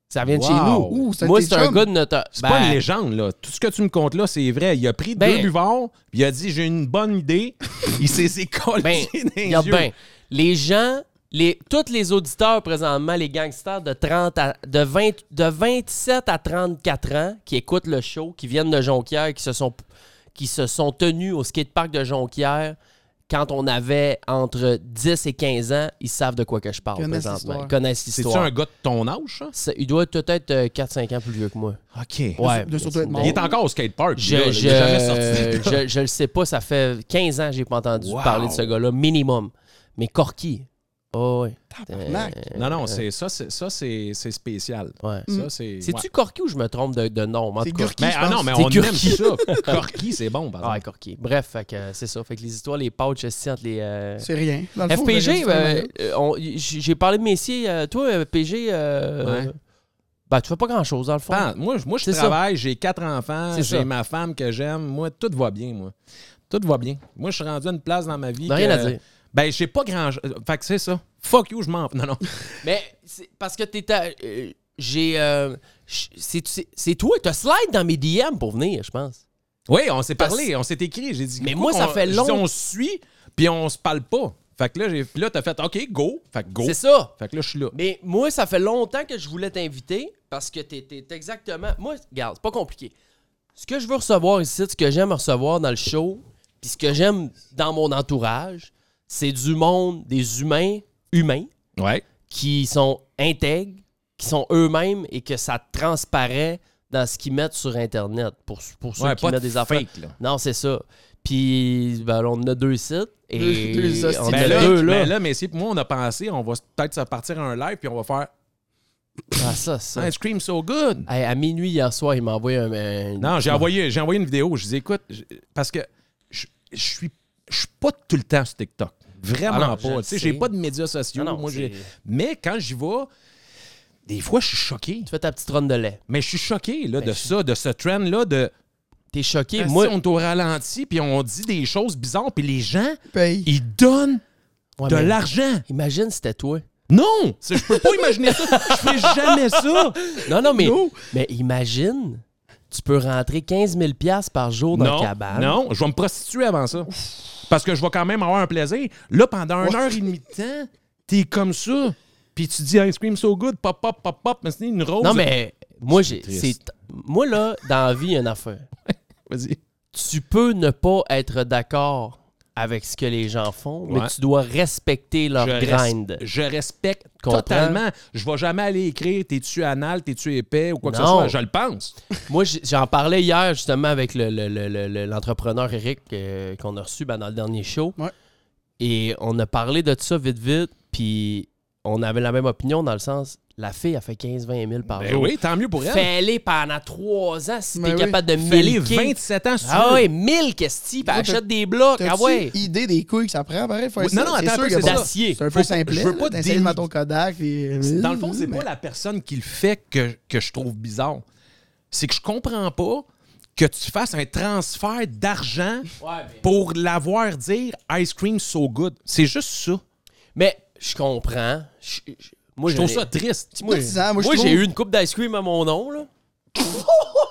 C: Ça vient de
D: Wow.
C: chez nous.
E: Ah. Ouh, c'est un de
C: Moi,
E: tes
C: c'est un
E: chums.
C: gars de notre...
D: C'est
C: Ben,
D: pas une légende, là. Tout ce que tu me comptes là, c'est vrai. Il a pris
C: Ben.
D: deux buvards, puis il a dit J'ai une bonne idée. Il s'est collé
C: ben,
D: dans les
C: regarde
D: yeux.
C: bien. Les gens, les, tous les auditeurs présentement, les gangsters de, 30 à- de, 20, de 27 à 34 ans qui écoutent le show, qui viennent de Jonquière, qui se sont, qui se sont tenus au skatepark de Jonquière quand on avait entre 10 et 15 ans, ils savent de quoi que je parle
E: Connaissent
C: présentement.
E: l'histoire.
C: Ils connaissent
D: C'est-tu
C: l'histoire.
D: un gars de ton âge, ça?
C: Ça- il doit peut-être 4-5 ans plus vieux que moi.
D: OK.
C: Ouais.
E: de surtout être mort.
D: Il est encore au skatepark.
C: Je,
D: là,
C: je,
D: il est jamais sorti. de là.
C: je- je le sais pas, ça fait 15 ans que j'ai pas entendu
D: Wow.
C: parler de ce gars-là, minimum. Mais Corky. Oh, ouais. Euh,
E: Tabarnak.
D: Non, non, c'est ça, c'est ça, c'est c'est spécial.
C: Ouais.
D: Ça, c'est.
C: C'est-tu
D: ouais.
C: Corky ou je me trompe de, de nom? En
E: C'est
C: tout cas.
E: Gurki,
D: Mais,
E: je
D: ah non,
E: pense.
D: mais
C: C'est
D: on aime
C: Gurki.
D: ça. Corky, c'est bon, par
C: Ah, ouais,
D: exemple.
C: Corky. Bref, fait que, euh, c'est ça. Fait que les histoires, les pouches, esti, entre les. euh,
E: C'est rien. Dans le fond,
C: FPG,
E: j'aurais dû faire
C: euh, euh, on- y- j- j'ai parlé de Messier. euh, toi, euh, PG, euh,
D: Ouais.
C: ben, tu fais pas grand-chose, dans le fond.
D: Pense- moi, je- moi, je
C: C'est ça.
D: travaille, j'ai quatre enfants,
C: C'est ça.
D: j'ai ma femme que j'aime. Moi, tout va bien, moi. Tout va bien. Moi, je suis rendu à une place dans ma vie.
C: T'as
D: que-
C: rien à dire.
D: Ben, j'ai pas grand. Fait que c'est ça. Fuck you, je m'en. Non, non.
C: Mais c'est parce que t'es. à- euh, j'ai. euh, j- c'est- c'est c'est toi, t'as slide dans mes DM pour venir, je pense.
D: Oui, on s'est
C: Parce-
D: parlé, on s'est écrit. J'ai dit.
C: Mais
D: écoute,
C: moi, ça
D: on-
C: fait
D: j'ai dit,
C: long-
D: On se suit, puis on se parle pas. Fait que là, j'ai. Puis là, t'as fait OK, go. Fait que go.
C: C'est ça.
D: Fait que là, je suis là.
C: Mais moi, ça fait longtemps que je voulais t'inviter parce que t'es t'es exactement. Moi, regarde, c'est pas compliqué. Ce que je veux recevoir ici, ce que j'aime recevoir dans le show, puis ce que j'aime dans mon entourage, c'est du monde, des humains, humains,
D: Ouais.
C: qui sont intègres, qui sont eux-mêmes et que ça transparaît dans ce qu'ils mettent sur Internet pour, pour ceux
D: Ouais,
C: qui
D: pas de
C: mettent des affaires.
D: fake, là.
C: Non, c'est ça. Puis, ben, là, on a deux sites. Et
E: Deux- deux hosties
C: on
E: de
C: a
D: Mais Ben là,
C: deux, là.
D: mais là, messieurs, pour moi, on a pensé, on va peut-être se partir un live, puis on va faire
C: Ah, ça, ça.
D: Ice Cream So Good.
C: Hey, à minuit hier soir, il m'a envoyé un. un-
D: Non, j'ai envoyé, j'ai envoyé une vidéo. Je dis, écoute, je- parce que je je suis, je suis pas tout le temps sur TikTok. Vraiment
C: Ah non, je
D: pas.
C: le
D: Tu sais,
C: sais.
D: j'ai pas de médias sociaux.
C: Ah non,
D: moi,
C: c'est-
D: j'ai- Mais quand j'y vais, des fois, je suis choqué.
C: Tu fais ta petite ronde de lait.
D: Mais je suis choqué là,
C: Ben,
D: de
C: je-
D: ça, de ce trend-là, de
C: T'es choqué.
D: Ah,
C: Moi,
D: ben, si, on est au ralenti, puis on dit des choses bizarres, puis les gens,
E: paye.
D: ils donnent
C: Ouais,
D: de
C: mais
D: l'argent.
C: Imagine c'était toi.
D: Non! C'est- Je peux pas imaginer ça. Je fais jamais ça.
C: Non, non, mais,
D: Non.
C: mais imagine, tu peux rentrer 15 000 piastres par jour dans
D: non,
C: le cabane.
D: non, je vais me prostituer avant ça. Parce que je vais quand même avoir un plaisir. Là, pendant une heure et demie de temps, t'es comme ça. Puis tu dis Ice cream so good, pop, pop, pop, pop, mais c'est une rose.
C: Non, mais moi, j'ai,
D: triste.
C: c'est, moi là, dans la vie, il y a une affaire.
D: Vas-y.
C: Tu peux ne pas être d'accord avec ce que les gens font, mais
D: Ouais.
C: tu dois respecter leur
D: res-
C: grind.
D: je respecte
C: Comprends.
D: totalement. Je vais jamais aller écrire t'es-tu anal, t'es-tu épais ou quoi que ce
C: Non.
D: soit. Je le pense.
C: Moi, j'- j'en parlais hier justement avec le- le- le- le- le- l'entrepreneur Eric euh, qu'on a reçu ben, dans le dernier show.
E: Ouais.
C: Et on a parlé de ça vite, vite. Puis on avait la même opinion dans le sens la fille a fait 15-20 000 par
D: Ben
C: jour.
D: oui, tant mieux pour elle.
C: Fais-les pendant 3 ans si t'es
E: Ben oui.
C: capable de
D: Fais-les
C: milquer.
D: 27 ans si tu
C: Ah
D: veux.
C: ouais, 1000 questions, puis achète des blocs. Ah
E: T'as-tu
C: ouais.
E: idée des couilles que ça prend, pareil? Faire
D: Oui,
E: ça?
D: non, non,
E: C'est
D: attends un
E: sûr
D: peu,
E: que
D: c'est
E: bon,
D: ça.
C: D'acier.
E: C'est un peu simple.
D: je veux pas
E: t'essayes
D: déni-
E: le ton Kodak. Puis... euh,
D: Dans le fond, c'est
E: Mais-
D: pas la personne qui le fait que, que je trouve bizarre. C'est que je comprends pas que tu fasses un transfert d'argent pour l'avoir dire Ice cream so good. C'est juste ça.
C: Mais je comprends. Je- je- moi,
D: Je trouve
C: j'en ai-
D: ça triste.
C: Moi,
E: Pertinent, moi, je
C: moi, j'ai
E: trouve.
C: eu une coupe d'ice cream à mon nom, là.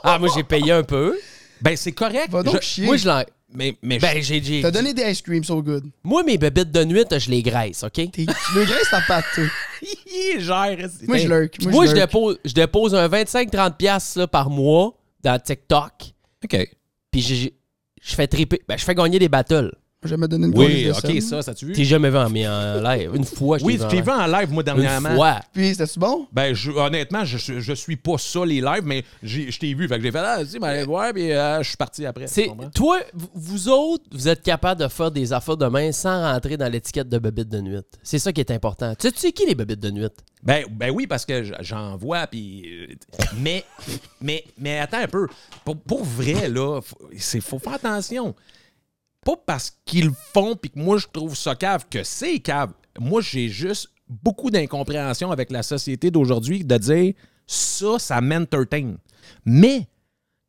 C: ah, moi, j'ai payé un peu.
D: Ben, c'est correct.
E: Va donc
D: Je-
E: chier.
C: Moi, je l'ai.
D: mais mais je-
C: Ben, j'ai. j'ai-
E: T'as donné des ice cream so good.
C: Moi, mes bébêtes de nuit, je les graisse, OK?
E: T'es- Tu le graisses ta patte, toi.
D: gère. c'est-
E: Moi, je lurk.
C: Puis moi, je
E: lurk.
C: dépose, je dépose un 25-30$ piastres, là, par mois dans TikTok.
D: OK.
C: Puis j'ai- je fais triper. Ben, je fais gagner des battles.
E: Je vais me donner une colise
D: Oui,
E: de
D: OK,
E: somme.
D: ça, ça tu vu?
C: T'es jamais vu en, mis en live. Une fois, je
D: Oui,
C: t'ai vu en
D: je t'ai
C: live.
D: vu en live, moi, dernièrement.
C: Une fois.
E: Puis, c'était-tu bon?
D: Ben, je- honnêtement, je, suis- je suis pas ça, les lives, mais j'ai- je t'ai vu. Fait que j'ai fait, ah, si, ben, ouais, puis euh, je suis parti après. tu
C: C'est-
D: comprends?
C: toi, v- vous autres, vous êtes capables de faire des affaires de main sans rentrer dans l'étiquette de bébête de nuit. C'est ça qui est important. Tu sais, tu sais qui les bébêtes de nuit?
D: Ben, ben oui, parce que j- j'en vois, puis... euh, Mais, mais, mais attends un peu. Pour, pour vrai, là, faut, c'est- faut faire attention. Pas parce qu'ils le font, puis que moi, je trouve ça cave, que c'est cave. Moi, j'ai juste beaucoup d'incompréhension avec la société d'aujourd'hui de dire, ça, ça m'entertain. Mais,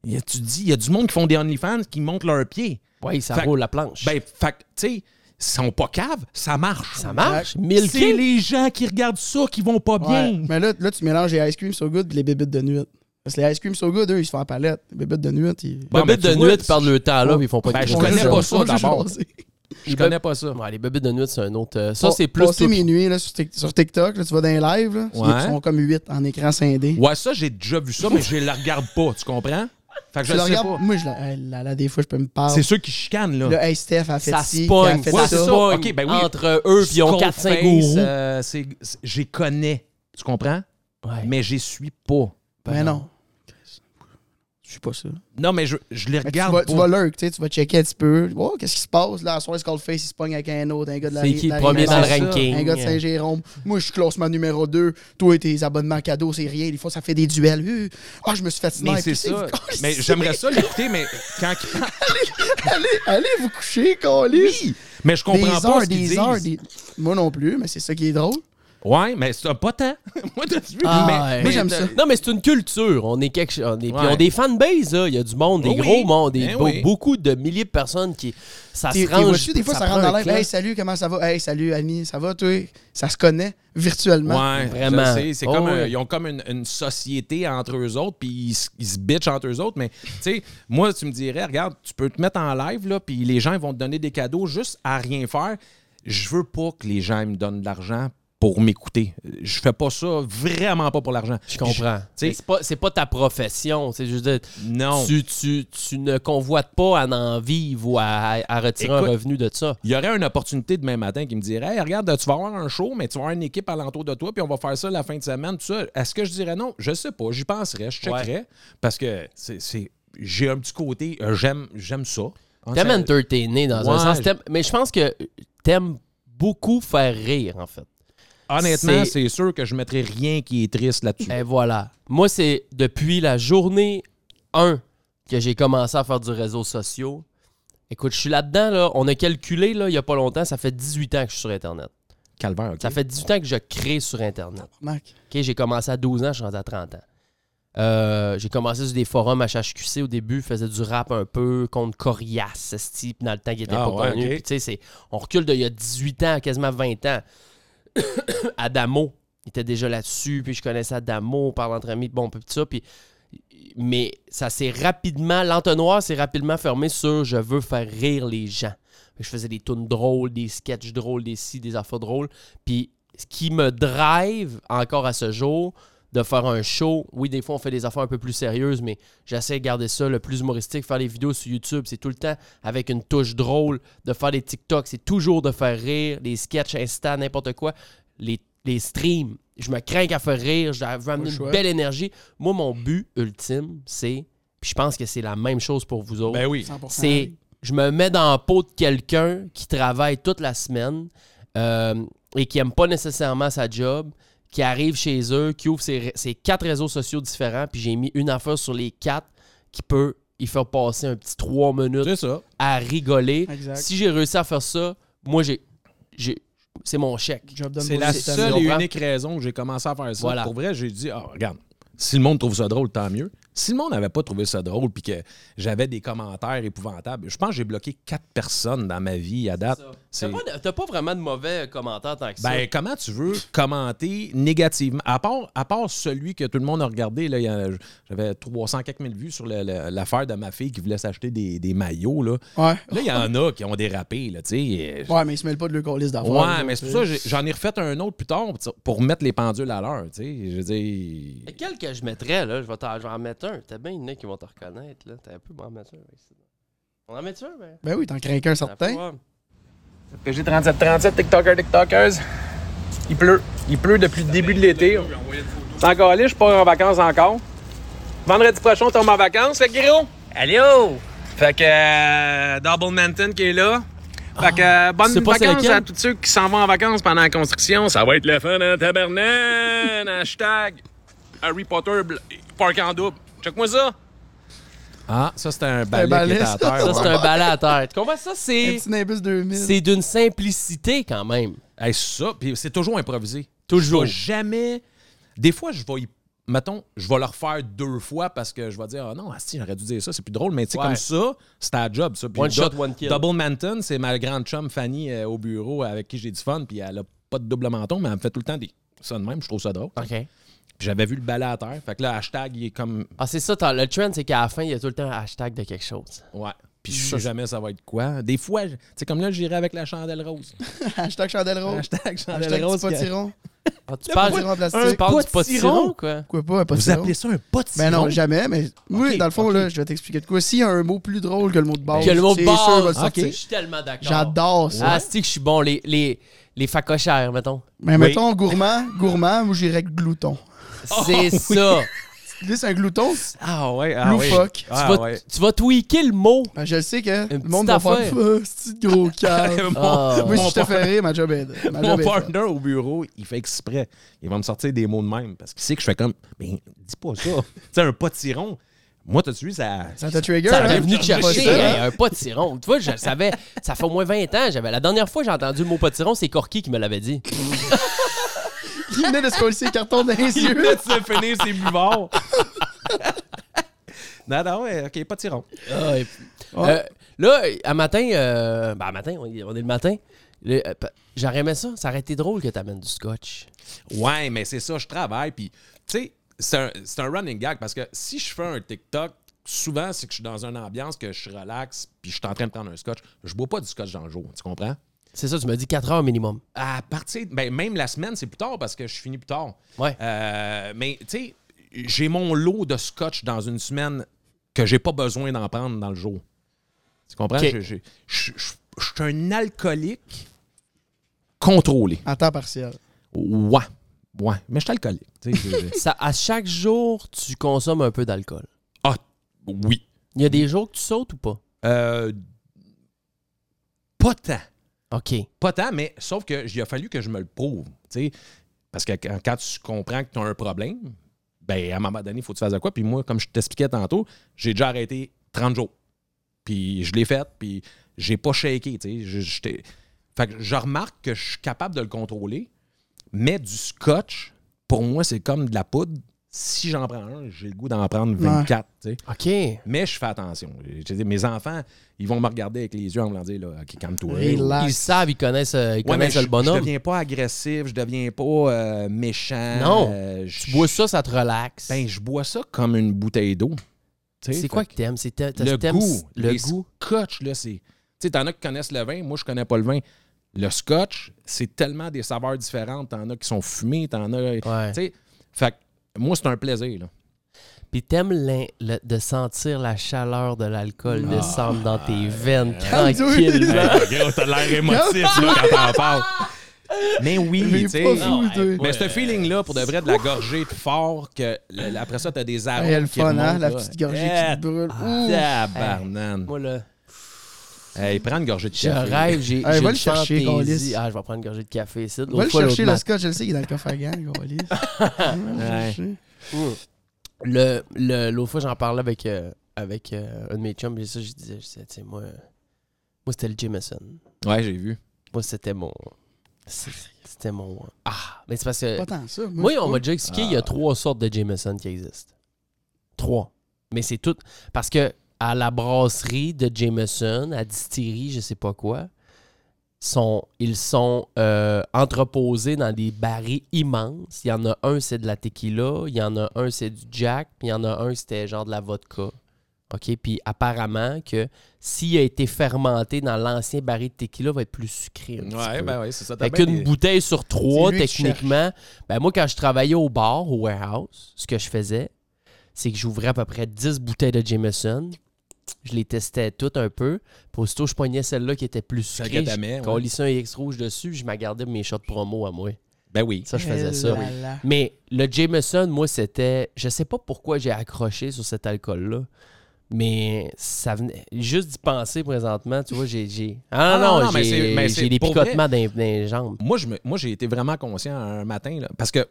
D: il y a- tu dis, il y a du monde qui font des OnlyFans qui montent leurs pieds.
C: Oui, ça
D: Fait-
C: roule la planche.
D: Ben, fait que, tu sais, ils sont pas caves, ça marche.
C: ça marche.
D: C'est
C: 1000
D: les gens qui regardent ça qui vont pas bien.
E: Ouais. Mais là, là, tu mélanges les ice cream so good et les bébites de nuit. Parce que les ice cream so good, eux, ils se font en palette. Les bébites de nuit, ils.
D: Bon,
C: bébêtes
D: ben,
C: de
D: tu vois,
C: nuit perdent le temps là,
E: Ouais.
C: puis ils font pas
D: Ben,
C: de
D: je
E: On
C: gros
D: connais
E: juge-
C: jeux.
D: pas ça
E: on juge
D: d'abord.
E: jaser.
D: Je connais pas ça.
C: Ouais, les bébêtes de nuit, c'est un autre. euh, ça, c'est plus.
E: Passer
C: toi-
E: minuit là, sur Tik- sur TikTok, là, tu vas dans les lives. Là,
D: Ouais.
E: Ils sont comme 8 en écran scindé.
D: Ouais, ça, j'ai déjà vu ça, mais je la regarde pas, tu comprends? Fait que je le
E: Tu le
D: sais
E: regardes-
D: pas.
E: Moi, je la, hey, là, là, des fois, je peux me parler.
D: C'est ceux qui chicanent, là.
E: Là, hey, Steph a fait
C: Ça
E: ci, puis
C: se
E: elle a
C: pogne.
E: fait
C: Ça
E: ça.
C: se pogne.
D: Ok, ben oui.
C: Entre eux, puis ils ont 4-5
D: Skullface,
C: gourous.
D: euh, c'est- c'est- J'y connais, tu comprends?
C: Ouais.
D: Mais j'y suis pas.
E: Mais non. Je suis pas sûr.
D: Non, mais je, je les
E: Mais tu
D: regarde
E: vas, tu
D: pas.
E: vas lurk, tu sais, tu vas checker un petit peu. Oh, qu'est-ce qui se passe? Là, à soir, Skullface, il se pogne avec un autre, un gars de la
C: C'est
E: rive-
C: qui
E: de la
C: le premier
E: rive
C: dans le
E: nord.
C: ranking?
E: Un gars de Saint-Jérôme. Moi, je suis classement numéro 2. Toi, tes abonnements cadeaux, c'est rien. Des fois, ça fait des duels. Euh, Ah, je me suis fait
D: mais
E: sniper.
D: c'est ça.
E: Qu'est-ce que
D: Mais
E: c'est?
D: j'aimerais ça l'écouter, mais quand ils parlent-
E: Allez, allez vous coucher, Colis.
D: Oui! Mais je
E: Des
D: comprends pas
E: heures,
D: ce qu'ils
E: des
D: disent.
E: heures. des- Moi non plus, mais c'est ça qui est drôle.
D: Ouais, mais c'est pas tant. Moi, t'as-tu vu?
C: Ah,
D: Mais-
C: ouais.
D: mais
E: Moi, j'aime
D: t'as-
E: ça.
C: Non, mais c'est une culture. On est quelque chose. Puis
D: Ouais.
C: on a des fanbases, là. Il y a du monde, des
D: Oui.
C: gros mondes, des
D: Ben
C: beau-
D: oui.
C: beaucoup de milliers de personnes qui. Ça
E: T'es
C: se
E: t'es
C: range.
E: vois-tu, des fois, ça, rentre
C: prend
E: dans
C: un
E: l'air.
C: clan.
E: Hey, salut, comment ça va? Hey, salut, ami, ça va, toi? Ça se connaît virtuellement.
D: Ouais,
C: Vraiment.
D: je sais, C'est
C: Oh,
D: comme, euh,
C: ouais.
D: ils ont comme une, une société entre eux autres, puis ils, se- ils se bitchent entre eux autres. Mais tu sais, moi, tu me dirais, regarde, tu peux te mettre en live, là, puis les gens ils vont te donner des cadeaux juste à rien faire. Je veux pas que les gens ils me donnent de l'argent pour m'écouter. Je fais pas ça vraiment pas pour l'argent.
C: Je comprends.
D: sais-
C: Mais C'est pas, c'est pas ta profession. C'est juste dire,
D: Non.
C: tu, tu, tu ne convoites pas à en vivre ou à, à retirer un
D: Écoute-
C: revenu de ça.
D: Il y aurait une opportunité demain matin qui me dirait Hey, regarde, tu vas avoir un show, mais tu vas avoir une équipe alentour de toi, puis on va faire ça la fin de semaine, tout ça. Est-ce que je dirais non Je sais pas. J'y penserais, je checkerais. Parce que c'est, c'est- j'ai un petit côté, euh, j'aime, j'aime ça. Hein,
C: T'aimes
D: ça-
C: entertainer dans un
D: Ouais,
C: sens.
D: je-
C: t'aimes- Mais je pense que t'aimes beaucoup faire rire, en fait.
D: Honnêtement,
C: c'est-
D: c'est... sûr que je mettrais rien qui est triste là-dessus.
C: Et voilà. Moi, c'est depuis la journée 1 que j'ai commencé à faire du réseau sociaux. Écoute, je suis là-dedans, là. On a calculé, là, il n'y a pas longtemps, ça fait 18 ans que je suis sur Internet.
D: Calvaire, ok.
C: Ça fait 18 ans que je crée sur Internet.
E: Marc,
C: OK, j'ai commencé à 12 ans, je suis rendu à 30 ans. Euh, j'ai commencé sur des forums HHQC au début, faisais du rap un peu contre Corias, ce type, dans le temps qu'il était
D: Ah
C: pas
D: ouais,
C: connu.
D: ok.
C: Puis, tu sais, c'est- on recule d'il y a 18 ans, quasiment 20 ans. Adamo, il était déjà là-dessus, puis je connaissais Adamo par entre amis, bon, puis tout ça. Puis, mais ça s'est rapidement, l'entonnoir s'est rapidement fermé sur je veux faire rire les gens. Fait que Je faisais des tunes drôles, des sketchs drôles, des ci, des affaires drôles. Puis ce qui me drive encore à ce jour, de faire un show. Oui, des fois, on fait des affaires un peu plus sérieuses, mais j'essaie de garder ça le plus humoristique. Faire les vidéos sur YouTube, c'est tout le temps avec une touche drôle. De faire des TikTok, c'est toujours de faire rire. Les sketchs Insta, n'importe quoi. Les, les streams, je me crains qu'à faire rire. Je veux amener une
E: choix.
C: belle énergie. Moi, mon but ultime, c'est... Puis je pense que c'est la même chose pour vous autres.
D: Ben oui.
E: 100%.
C: C'est je me mets dans la peau de quelqu'un qui travaille toute la semaine euh, et qui aime pas nécessairement sa job, qui arrive chez eux, qui ouvre ses, ré- ses quatre réseaux sociaux différents, puis j'ai mis une affaire sur les quatre qui peut y faire passer un petit trois minutes
D: C'est ça.
C: à rigoler.
E: Exact.
C: Si j'ai réussi à faire ça, moi j'ai. j'ai- C'est mon chèque.
E: Job done
D: C'est
E: pour
D: la
E: le système.
D: seule et
C: comprends?
D: unique raison que j'ai commencé à faire ça.
C: Voilà.
D: Pour vrai, j'ai dit, ah, regarde, si le monde trouve ça drôle, tant mieux. Si le monde n'avait pas trouvé ça drôle puis que j'avais des commentaires épouvantables, je pense que j'ai bloqué quatre personnes dans ma vie à date.
C: T'as pas, de- t'as pas vraiment de mauvais commentaires tant que ça.
D: Ben, comment tu veux commenter négativement? À part, à part celui que tout le monde a regardé, là, il y en a- j'avais 300 quelques mille vues sur le- le- l'affaire de ma fille qui voulait s'acheter des, des maillots. Là,
E: Ouais.
D: Là, il y en a qui ont dérapé. Là, tu sais.
E: Ouais, mais ils se mêlent pas de leur liste d'affaires.
D: ouais,
E: eux
D: mais
E: autres,
D: c'est
E: tu
D: pour ça
E: sais.
D: j'ai- j'en ai refait un autre plus tard tu sais, pour mettre les pendules à l'heure. tu sais. Je veux dire.
C: Quel que je mettrais, là, je vais, t'en- je vais en mettre un. T'as bien une qui vont te reconnaître, là. T'as un peu, on en mettre un. ici. On en met un, ben?
E: Ben oui, t'en crains qu'un certain.
C: Ouais.
F: que j'ai 37 37 TikTokers, TikTokers. Il pleut. Il pleut depuis le début de l'été. Encore là, je pars en vacances encore. Vendredi prochain, on tombe en vacances, fait que gros. Allô! Fait que euh, Double Mountain qui est là. Fait que euh, bonnes
C: tu sais pas c'est
F: vacances
C: lequel?
F: à tous ceux qui s'en vont en vacances pendant la construction. Ça va être le fun en tabernan. Hashtag Harry Potter bl- Park en double. Check-moi ça.
D: Ah, ça, c'était un balai,
E: balai,
D: qui était à
E: ça.
D: terre.
C: Ça,
D: ouais.
C: c'est un balai à terre. Tu comprends? Ça,
E: Un
C: c'est.
E: petit Nimbus 2000.
C: C'est d'une simplicité quand même.
D: Hey, ça, puis c'est toujours improvisé.
C: Toujours.
D: Je vais jamais. Des fois, je vais y. Mettons, je vais le refaire deux fois parce que je vais dire, ah non, asti, j'aurais dû dire ça, c'est plus drôle, mais tu sais,
C: Ouais.
D: comme ça, c'est ta job, ça. Puis
C: One
D: dou-
C: shot, one kill.
D: Double Mountain, c'est ma grande chum Fanny euh, au bureau avec qui j'ai du fun, puis elle a pas de double menton, mais elle me fait tout le temps des. Ça de même, je trouve ça drôle.
C: OK.
D: Puis j'avais vu le balai à terre, fait que là, hashtag, il est comme.
C: Ah, c'est ça, t'as- le trend, c'est qu'à la fin, il y a tout le temps un hashtag de quelque chose.
D: Ouais. Puis je sais jamais ça va être quoi. Des fois, je- tu sais, comme là, j'irai avec la chandelle rose.
E: Hashtag chandelle rose.
D: hashtag
E: Hashtag
D: chandelle
E: petit
D: rose. qui-
E: potiron.
C: Ah, tu
D: Le
C: parles,
E: potiron en plastique.
C: tu parles du
D: potiron?
C: potiron, quoi.
E: Pourquoi pas un
D: Vous
E: potiron?
D: appelez ça un potiron?
E: Ben non, jamais, mais oui,
D: Ok,
E: dans le fond,
D: ok.
E: là, je vais t'expliquer de quoi. S'il y a un mot plus drôle que le mot de base,
C: Que le mot
E: Oh, c'est
C: barre.
E: sûr, il va le
C: Ah,
E: sortir.
C: Je suis tellement d'accord.
E: J'adore ça.
C: Ah, c'est que je suis bon. Les, les, les facochères, mettons.
E: Mais mettons, gourmand, gourmand, moi j'irais avec glouton. Oh,
C: c'est ça.
E: Tu dis, c'est un glouton?
D: Ah ouais, ah ouais.
E: Loufoque.
D: Ah
C: tu, vas,
D: ouais.
C: tu vas tweaker le mot.
E: Ben, je le sais que
C: Une
E: le monde va
C: petite
E: faire
C: affaire.
E: Ah, c'est de gros cave.
C: Ah.
E: Moi, si je te fais rire, ma job est. ma
D: Mon
E: job est faite.
D: partner au bureau, il fait exprès. Il va me sortir des mots de même parce qu'il sait que je fais comme, ben, dis pas ça. tu sais, un potiron. Moi, t'as-tu vu, ça.
E: Ça te trigger.
C: Ça
E: hein?
C: m'est venu te
E: C'est pas
C: chercher
E: ça,
C: hey,
E: hein?
C: un potiron. Tu vois, je le savais, ça fait au moins 20 ans. J'avais, la dernière fois que j'ai entendu le mot potiron, c'est Corky qui me l'avait dit.
E: Il venait de se coller ses cartons dans les yeux.
D: se finir, c'est buvard. non, non, ouais, ok, potiron.
C: Ah, et- Euh, là, à matin, euh, ben, à matin, on est, on est le matin. Le- euh, pa- J'aurais aimé ça. Ça aurait été drôle que t'amènes du scotch.
D: Ouais, mais c'est ça, je travaille. Puis, tu sais, c'est un, c'est un running gag parce que si je fais un TikTok, souvent, c'est que je suis dans une ambiance que je suis relax, puis je suis en train de prendre un scotch. Je bois pas du scotch dans le jour, tu comprends?
C: C'est ça, tu m'as dit 4 heures minimum.
D: À partir. Ben, même la semaine, c'est plus tard parce que je finis plus tard.
C: Ouais.
D: Euh, mais, tu sais, j'ai mon lot de scotch dans une semaine que j'ai pas besoin d'en prendre dans le jour. Tu comprends?
C: Ok.
D: Je- je- je- je je suis un alcoolique contrôlé.
E: En temps partiel.
D: Ouais. Ouais. Mais je suis alcoolique. tu sais, je- je-
C: Ça, à chaque jour, tu consommes un peu d'alcool.
D: ah, oui.
C: Il y a des jours que tu sautes ou pas?
D: Euh, pas tant.
C: OK.
D: Pas tant, mais sauf que il a fallu que je me le prouve. tu sais. Parce que quand, quand tu comprends que tu as un problème, ben à un moment donné, il faut que tu fasses de quoi. Puis moi, comme je t'expliquais tantôt, j'ai déjà arrêté 30 jours. Puis je l'ai fait, puis j'ai pas shaké. tu sais. Je, j'étais- fait que je remarque que je suis capable de le contrôler, mais du scotch, pour moi, c'est comme de la poudre. si j'en prends un, j'ai le goût d'en prendre 24. tu sais.
C: OK.
D: Mais je fais attention. Je dis, mes enfants, ils vont me regarder avec les yeux en me disant là, OK, calme-toi.
E: Relax.
C: Ils savent, ils connaissent, euh, ils
D: Ouais, mais
C: connaissent
D: je,
C: le bonhomme.
D: je deviens pas agressif, je deviens pas euh, méchant.
C: Non.
D: euh, je,
C: Tu bois ça, ça te relaxe.
D: Ben, je bois ça comme une bouteille d'eau. Tu sais,
C: c'est
D: fait
C: quoi que t'aimes? C'est t'a- t'as-
D: le
C: t'aimes
D: goût,
C: Le
D: les
C: goût.
D: Scotch, là, c'est. Tu sais, t'en as qui connaissent le vin, moi, je connais pas le vin. Le scotch, c'est tellement des saveurs différentes. T'en as qui sont fumés, t'en as.
C: Ouais.
D: Tu sais, fait que moi, c'est un plaisir, là.
C: Puis t'aimes l'in- le- de sentir la chaleur de l'alcool descendre dans tes veines tranquillement.
B: Gros, t'as l'air émotif là, quand t'en parles.
D: Mais oui,
E: Mais
D: tu sais.
E: pas fou,
C: non,
E: toi.
C: hey,
D: Mais ce feeling-là, pour de vrai, de la gorgée de fort, que le- après ça, t'as des arômes.
E: Hey, le
D: qui
E: fun, hein,
D: remontent,
E: la
D: là.
E: petite gorgée
D: Eh,
E: qui te brûle. Ouh.
D: Tabarnane.
C: Moi, là,
D: Hey, prends une gorgée de
C: je
D: café.
C: rêve, j'ai
E: va
C: j'ai
E: le
C: une
E: chercher,
C: fantaisie.
E: câlisse.
C: Ah, je vais prendre une gorgée de café ici.
E: Va
C: L'autre
E: le
C: fois,
E: chercher,
C: l'autre
E: le scotch, je le sais qu'il est dans le coffre à gants, gros lit.
C: Le, le- l'autre fois, j'en parlais avec, euh, avec euh, un de mes chums, et ça, je disais, je disais, tu sais, moi, euh, moi c'était le Jameson.
D: Ouais, j'ai vu.
C: Moi, c'était mon. c'est- C'était mon. Ah, mais c'est parce que.
E: Pas tant ça.
C: Moi,
E: je
C: on
E: trouve.
C: m'a déjà expliqué,
D: Ah.
C: il y a trois sortes de Jameson qui existent. Trois. Mais c'est tout. Parce que à la brasserie de Jameson, à distillerie, je sais pas quoi, sont, ils sont euh, entreposés dans des barils immenses. Il y en a un, c'est de la tequila. Il y en a un, c'est du Jack. Puis il y en a un, c'était genre de la vodka. OK? Puis apparemment que s'il a été fermenté dans l'ancien baril de tequila, il va être plus sucré. un petit
D: Ouais,
C: peu.
D: ben ouais, c'est ça. t'as
C: Fait
D: bien
C: qu'une
D: des-
C: bouteille sur trois,
E: C'est lui que je
C: techniquement. Ben moi, quand je travaillais au bar, au warehouse, ce que je faisais, c'est que j'ouvrais à peu près 10 bouteilles de Jameson. Je les testais toutes un peu. Puis aussitôt, je pognais celle-là qui était plus
D: Celle
C: sucrée.
D: que t'aimais,
C: Quand on
D: ouais.
C: lissait un X rouge dessus, je m'agardais mes shots promo à moi.
D: Ben oui.
C: Ça, je faisais ça.
E: Eh là là.
C: Mais le Jameson, moi, c'était. Je sais pas pourquoi j'ai accroché sur cet alcool-là. Mais ça venait. Juste d'y penser présentement, tu vois, j'ai. j'ai- Ah
D: Ah,
C: non,
D: non, mais c'est-
C: j'ai
D: mais c'est
C: j'ai des
D: pour vrai.
C: picotements dans, les- dans les jambes.
D: Moi, je me- moi, j'ai été vraiment conscient un matin, là, parce que, tu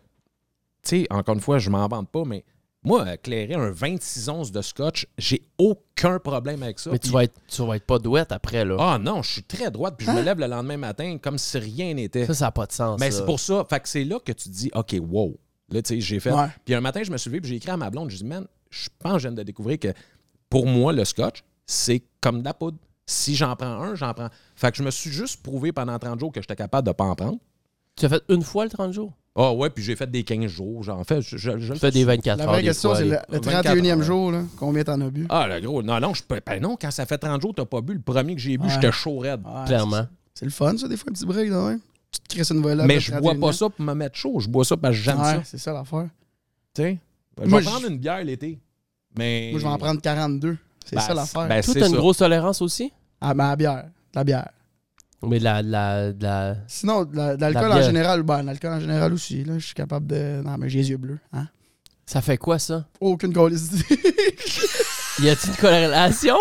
D: sais, encore une fois, je m'en vante pas, mais moi, éclairer un 26 onces de scotch, j'ai aucun problème avec ça.
C: Mais tu
D: Puis-
C: vas, être, tu vas être pas douette après, là.
D: Ah non, je suis très droite, puis je
E: Hein?
D: me lève le lendemain matin comme si rien n'était.
C: Ça, ça n'a pas de sens.
D: Mais
C: ça.
D: c'est pour ça. Fait que c'est là que tu te dis, OK, wow. Là, tu sais, j'ai fait.
E: Ouais.
D: Puis un matin, je me suis levé, puis j'ai écrit à ma blonde, je dis, man, je pense que je viens de découvrir que pour moi, le scotch, c'est comme de la poudre. Si j'en prends un, j'en prends. Fait que je me suis juste prouvé pendant 30 jours que j'étais capable de pas en prendre.
C: Tu as fait une fois le 30 jours?
D: Ah ouais, puis j'ai fait des 15 jours, j'en fais. Je, je- je-
C: Tu fais des 24
E: La
C: heures.
E: vraie
C: des
E: question,
C: fois,
E: c'est
C: les-
E: le, le
D: 24
E: 31e
D: heures.
E: jour, là, combien t'en as bu?
D: Ah, le gros, non, non, je peux. Ben non, quand ça fait 30 jours, t'as pas bu. Le premier que j'ai bu, j'étais chaud raide.
E: Ouais, Ah,
C: Ah, Clairement.
E: c'est- C'est le fun, ça, des fois, un petit break, là, ouais. Tu te crisses une volée.
D: Mais je bois pas ça pour me mettre chaud. Je bois ça parce que j'aime ça.
E: Ouais, c'est ça l'affaire.
D: Tu sais, je
E: Moi,
D: vais
E: je-
D: prendre une bière l'été. Mais.
E: Moi, je vais en prendre 42. C'est
D: Ben,
E: ça l'affaire.
D: ben,
C: Toi,
D: c'est
C: t'as une
D: ça.
C: grosse tolérance aussi?
E: Ah, ben, la bière. La bière.
C: Mais de la, de la, de la-
E: Sinon, de la- de
C: La
E: l'alcool en
C: bière.
E: général, ben, l'alcool en général aussi, là, je suis capable de. Non, mais j'ai les yeux bleus, hein.
C: Ça fait quoi, ça?
E: Aucune gaulliste.
C: Y a-t-il une corrélation?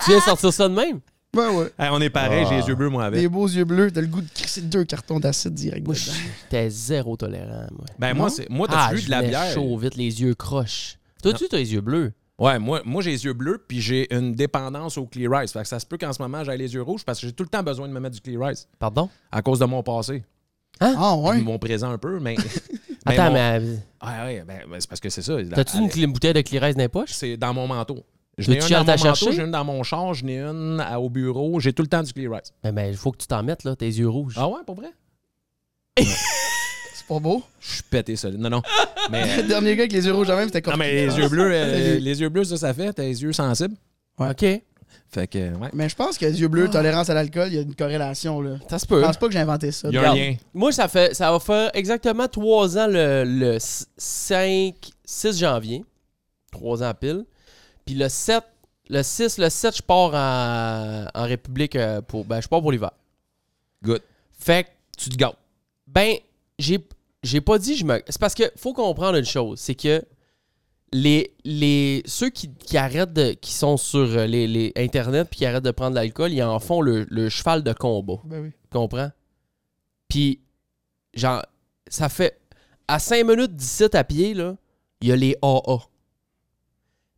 C: tu viens de sortir ça de même?
E: ben ouais.
D: Hey, on est pareil, j'ai les
C: Ah.
D: yeux bleus, moi, avec.
E: Des beaux yeux bleus, t'as le goût de crisser deux cartons d'acide direct.
C: Moi,
E: dedans.
C: j'étais zéro tolérant, moi.
D: Ben, moi, c'est, moi t'as
C: ah,
D: vu
C: je
D: de la
C: venais
D: bière?
C: chaud vite, les yeux croches. Toi, tu as les yeux bleus.
D: Ouais, moi, moi, j'ai les yeux bleus, puis j'ai une dépendance au Clear Eyes. Fait que ça se peut qu'en ce moment, j'ai les yeux rouges parce que j'ai tout le temps besoin de me mettre du Clear Eyes
C: Pardon?
D: à cause de mon passé.
E: Ah,
D: Puis
E: ouais.
D: Mon présent un peu, mais.
C: Attends,
D: mon-
C: mais
D: Ah, ouais, ben, ben, c'est parce que c'est ça.
C: euh, t'as-tu
D: Allez,
C: une clé- une bouteille de Clérès dans les poches?
D: C'est dans mon manteau. Je
C: Veux-tu
D: n'ai une
C: aller
D: dans
C: la
D: mon manteau,
C: chercher?
D: j'ai une dans mon char, je n'ai une à- au bureau, j'ai tout le temps du Clear Eyes.
C: Ben, ben, il faut que tu t'en mettes, là, tes yeux rouges.
D: Ah ouais, pour vrai?
E: C'est pas beau.
D: Je suis pété solide. Non, non.
E: Le
D: mais.
E: dernier gars avec les yeux rouges à même, c'était comme.
D: Non, mais les yeux bleus, euh, les yeux bleus, ça, ça fait. T'as les yeux sensibles.
C: OK.
D: Fait que, ouais.
E: Mais je pense que les yeux
C: Ah.
E: bleus, tolérance à l'alcool, il y a une corrélation, là.
C: Ça se
E: Je
C: peut.
E: pense pas que j'ai inventé ça.
D: Il y a un
C: Regarde.
D: lien.
C: Moi, ça fait ça va faire exactement trois ans le, le 5, 6 janvier. Trois ans pile. Puis le 7, le 6, le 7, je pars en, en République euh, pour. Ben, je pars pour l'hiver.
D: Good.
C: Fait que,
D: Tu te gâtes.
C: ben, j'ai, j'ai pas dit je me. C'est parce que faut comprendre une chose, c'est que les, les ceux qui, qui arrêtent de, qui sont sur euh, les, les internet puis qui arrêtent de prendre de l'alcool, ils en font le- le cheval de combat.
E: Ben oui.
C: Tu comprends? Puis, genre, ça fait. À 5 minutes 17 à pied, là, il y a les AA.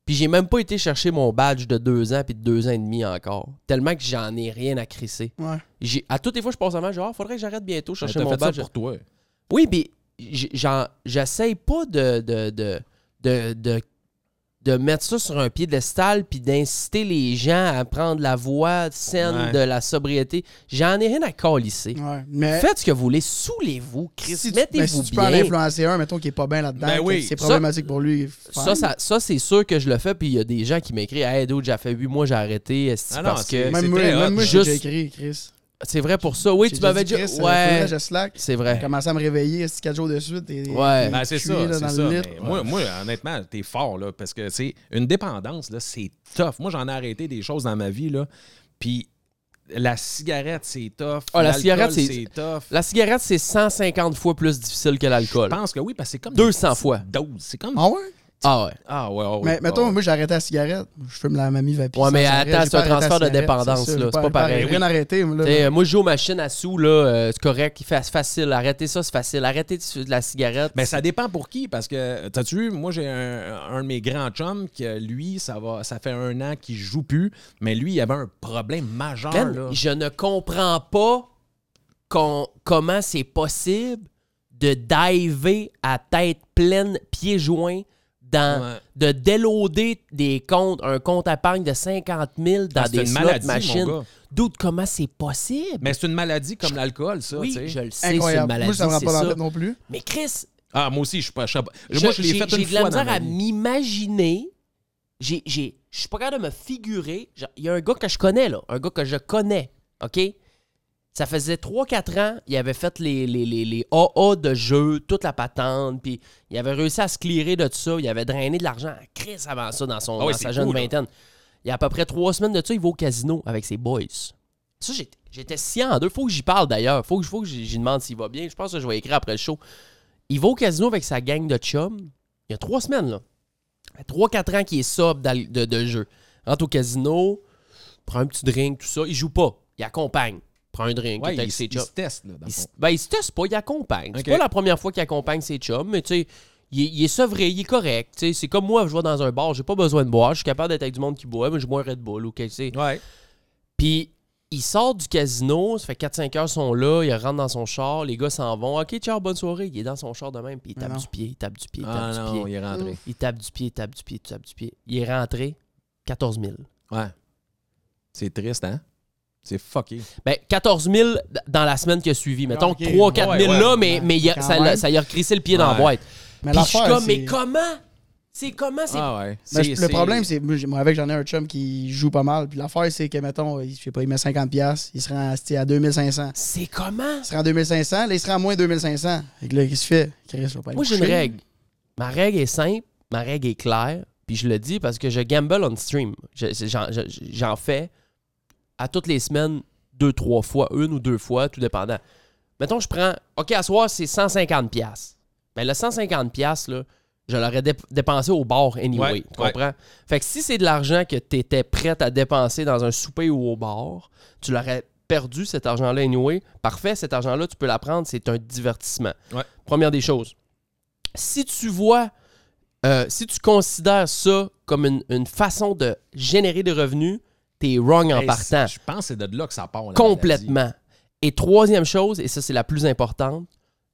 C: Puis j'ai même pas été chercher mon badge de 2 ans puis de 2 ans et demi encore. Tellement que j'en ai rien à crisser.
E: Ouais.
C: J'ai- À toutes les fois, je pense à moi, genre, Ah, faudrait que j'arrête bientôt de chercher
D: T'as
C: mon
D: fait ça
C: badge.
D: pour toi.
C: Oui, mais j- j'en- j'essaye pas de de, de, de, de de mettre ça sur un piédestal puis d'inciter les gens à prendre la voie saine
D: Ouais.
C: de la sobriété. J'en ai rien à calisser.
E: Ouais, mais
C: Faites ce que vous voulez, saoulez-vous, Chris,
E: Eh. si tu, mais si
C: mettez-vous
E: tu peux
C: bien.
E: en influencer un, mettons, qui est pas bien là-dedans,
D: Ben
E: que
D: oui,
E: c'est
C: ça-
E: problématique pour lui.
C: Ça,
E: fine.
C: ça, ça, c'est sûr que je le fais, puis il y a des gens qui m'écrivent Hey, dude, j'ai fait 8 mois, j'ai arrêté, esti,
D: Ah non,
C: parce que.
D: c'est-
E: Même moi,
D: très hot.
E: même moi j'ai
C: Juste-
E: déjà écrit, Chris.
C: C'est vrai pour ça. Oui,
E: J'ai
C: tu m'avais
E: dit,
C: dit.
E: Chris, euh,
C: Ouais,
E: faudrait que je slack.
C: c'est vrai.
E: J'ai commencé à me réveiller, c'est quatre jours de suite. Et,
C: Ouais.
E: et
D: Ben, c'est
E: je suis, là,
D: ça, c'est
E: dans le
D: ça.
E: lit.
D: Mais Moi, moi, honnêtement, t'es fort, là, parce que, tu sais, une dépendance, là, c'est tough. Moi, j'en ai arrêté des choses dans ma vie, là, puis la cigarette, c'est tough.
C: Ah, la
D: L'alcool,
C: cigarette, c'est-
D: tough.
C: La cigarette, c'est 150 fois plus difficile que l'alcool.
D: Je pense que oui, parce que c'est comme...
C: 200
D: des petites
C: fois.
D: doses. C'est comme...
E: Ah ouais?
C: Ah ouais.
D: Ah ouais, ouais, ouais.
E: mais mettons,
D: Ah ouais.
E: moi, j'ai arrêté la cigarette. Je fume la mamie vapi.
C: Ouais, mais
E: sans
C: attends,
E: cigarette. J'ai
C: c'est un
E: pas arrêté la
C: transfert de
E: cigarette,
C: dépendance,
E: ça,
C: là.
E: j'ai
C: C'est pas pareil.
E: j'ai rien arrêté, moi, là.
C: T'sais, euh, moi, je joue aux machines à sous, là, euh, c'est correct, il fait facile. Arrêtez ça, c'est facile. Arrêtez de de la cigarette.
D: Mais ça dépend pour qui, parce que, t'as-tu vu, moi, j'ai un, un de mes grands chums que, lui, ça, va, ça fait un an qu'il joue plus, mais lui, il avait un problème majeur,
C: Man,
D: Ah, là.
C: je ne comprends pas qu'on- comment c'est possible de diver à tête pleine, pieds joints, dans,
D: Ouais.
C: de déloader des comptes, un compte à pagne de 50 000 dans
D: Ah, c'est
C: des
D: une
C: slots
D: maladie, mon
C: machines.
D: gars.
C: D'où comment c'est possible?
D: Mais c'est une maladie comme l'alcool, ça,
C: oui,
D: tu sais.
C: je le sais, c'est une
E: Incroyable.
C: maladie,
E: Moi, ça me rend
C: c'est
E: pas dans
C: ça.
E: la tête non plus.
C: Mais Chris,
D: Ah, moi aussi, je suis pas... Je, suis pas- moi, je l'ai
C: j'ai-
D: fait une
C: J'ai de la
D: fois dans
C: misère
D: ma
C: à
D: vie.
C: m'imaginer. J'ai, j'ai, je suis pas capable de me figurer. Genre, Il y a un gars que je connais, là. Un gars que je connais, OK? Ça faisait 3-4 ans, il avait fait les, les, les, les AA de jeu, toute la patente, puis il avait réussi à se clearer de tout ça. Il avait drainé de l'argent à Chris avant ça dans, son,
D: Ah oui,
C: dans sa
D: c'est
C: jeune
D: cool, là.
C: vingtaine. Il y a à peu près 3 semaines de ça, il va au casino avec ses boys. Ça, j'étais- j'étais sciant en deux. Faut que j'y parle d'ailleurs. Faut que, faut que j'y j'y demande s'il va bien. Je pense que je vais écrire après le show. Il va au casino avec sa gang de chums. Il y a trois semaines, là. Ça fait Trois, quatre ans qu'il est sobre d'al- de, de jeu. Rentre au casino, prend un petit drink, tout ça. Il joue pas. Il accompagne. Prend un drink,
D: Ouais,
C: il est avec
D: il,
C: ses
D: il
C: chums.
D: se teste, là, dans
C: Il,
D: le
C: s-
D: fond.
C: ben, il se teste pas, il accompagne.
D: Ok.
C: C'est pas la première fois qu'il accompagne ses chums, mais tu sais, il, est- il est sevré, il est correct. Tu sais, C'est comme moi, je vais dans un bar, j'ai pas besoin de boire, je suis capable d'être avec du monde qui boit, mais je bois un Red Bull ou quelque chose.
D: Ouais.
C: Puis il sort du casino, ça fait 4-5 heures, ils sont là, il rentre dans son char, les gars s'en vont. Ok, ciao, bonne soirée. Il est dans son char de même, puis il
E: Mais
C: tape
E: non.
C: du pied, il tape du pied, il tape
D: Ah
C: du
D: non,
C: pied.
D: il est rentré.
C: Il tape du pied, il tape du pied, il tape du pied. Il est rentré 14 000.
D: Ouais. C'est triste, hein? C'est fucké.
C: Ben, 14 000 d- dans la semaine qui a suivi. Mettons
E: ok.
C: 3-4 000
D: Ouais,
C: là,
E: ouais.
C: mais, mais il a-
E: Quand
C: ça, l'a-
E: même.
C: ça y a recrissé le pied dans la
D: Ouais.
C: boîte.
E: Mais
C: Puis je suis
E: l'affaire,
C: comme, mais
E: c'est-
C: comment? C'est comment? C'est
D: Ah ouais.
E: Mais
D: C'est-
E: je-
D: c'est-
E: le problème, c'est moi, j'ai- moi, avec j'en ai un chum qui joue pas mal. Puis l'affaire, c'est que, mettons, il, je sais pas, il met 50$, piastres, il se rend à, c'est à 2500.
C: c'est comment?
E: Il se rend à 2500, là, il se rend à moins 2500. Fait que là, qu'est-ce qu'il fait? Chris, je vais pas aller
C: Moi, j'ai une
E: coucher.
C: règle. Ma règle est simple, ma règle est claire, puis je le dis parce que je gamble on stream. Je- c'est- J'en je- j'en fais à toutes les semaines, deux, trois fois, une ou deux fois, tout dépendant. Mettons, je prends, OK, à soir, c'est 150$. piastres. Mais le 150$, là, je l'aurais dép- dépensé au bar anyway.
D: Ouais,
C: tu comprends? Fait que si c'est de l'argent que tu étais prête à dépenser dans un souper ou au bar, tu l'aurais perdu cet argent-là anyway. Parfait, cet argent-là, tu peux l'apprendre, c'est un divertissement.
D: Ouais.
C: Première des choses si tu vois, euh, si tu considères ça comme une, une façon de générer des revenus, t'es wrong en
D: Hey,
C: partant.
D: Je pense que c'est de là que ça part. la maladie.
C: Complètement. Et troisième chose, et ça c'est la plus importante,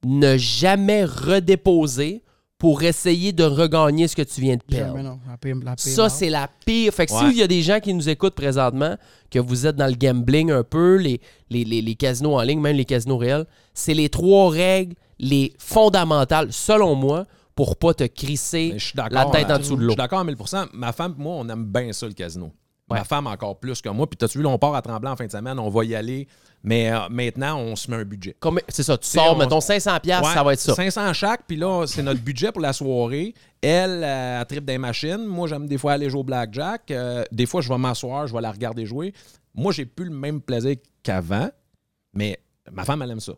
C: ne jamais redéposer pour essayer de regagner ce que tu viens de perdre.
E: Jamais, non. La pire- la pire
C: Ça,
E: mort.
C: c'est la pire. Fait que
D: Ouais.
C: s'il y a des gens qui nous écoutent présentement, que vous êtes dans le gambling un peu, les, les, les- les casinos en ligne, même les casinos réels, c'est les trois règles, les fondamentales, selon moi, pour pas te crisser
D: Mais Je suis d'accord.
C: la tête
D: hein.
C: en dessous de
D: Je
C: l'eau.
D: suis d'accord à 1000 Ma femme et moi, on aime bien ça, le casino.
C: Ouais.
D: Ma femme encore plus que moi. Puis t'as-tu vu, là, on part à Tremblant en fin de semaine, on va y aller. Mais euh, maintenant, on se met un budget.
C: Comme- C'est ça, tu
D: sais,
C: sors,
D: on-
C: mettons, 500$, piastres,
D: Ouais,
C: ça va être ça.
D: 500 chaque, puis là, c'est notre budget pour la soirée. Elle, euh, elle tripe des machines. Moi, j'aime des fois aller jouer au blackjack. Euh, des fois, je vais m'asseoir, je vais la regarder jouer. Moi, j'ai plus le même plaisir qu'avant, mais ma femme, elle aime ça.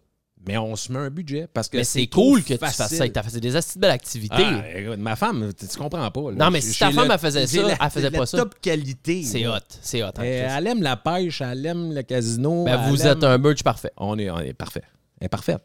D: Mais on se met un budget parce que
C: Mais c'est
D: trop
C: cool que tu
D: facile.
C: fasses ça. T'as fait des astuces de belle activité.
D: Ah, écoute, ma femme, tu tu comprends pas. là.
C: Non, mais
D: J'ai-
C: si ta
D: j'ai
C: femme,
D: le-
C: elle faisait
D: j'ai
C: ça,
D: la-
C: elle faisait
D: la
C: pas ça.
D: top qualité.
C: c'est
D: là.
C: hot, c'est hot. hein,
D: Euh,
C: Chris.
D: elle aime la pêche, elle aime le casino.
C: Ben,
D: elle
C: vous
D: aime-
C: êtes un merch parfait.
D: On est, on est parfait. Elle est parfaite.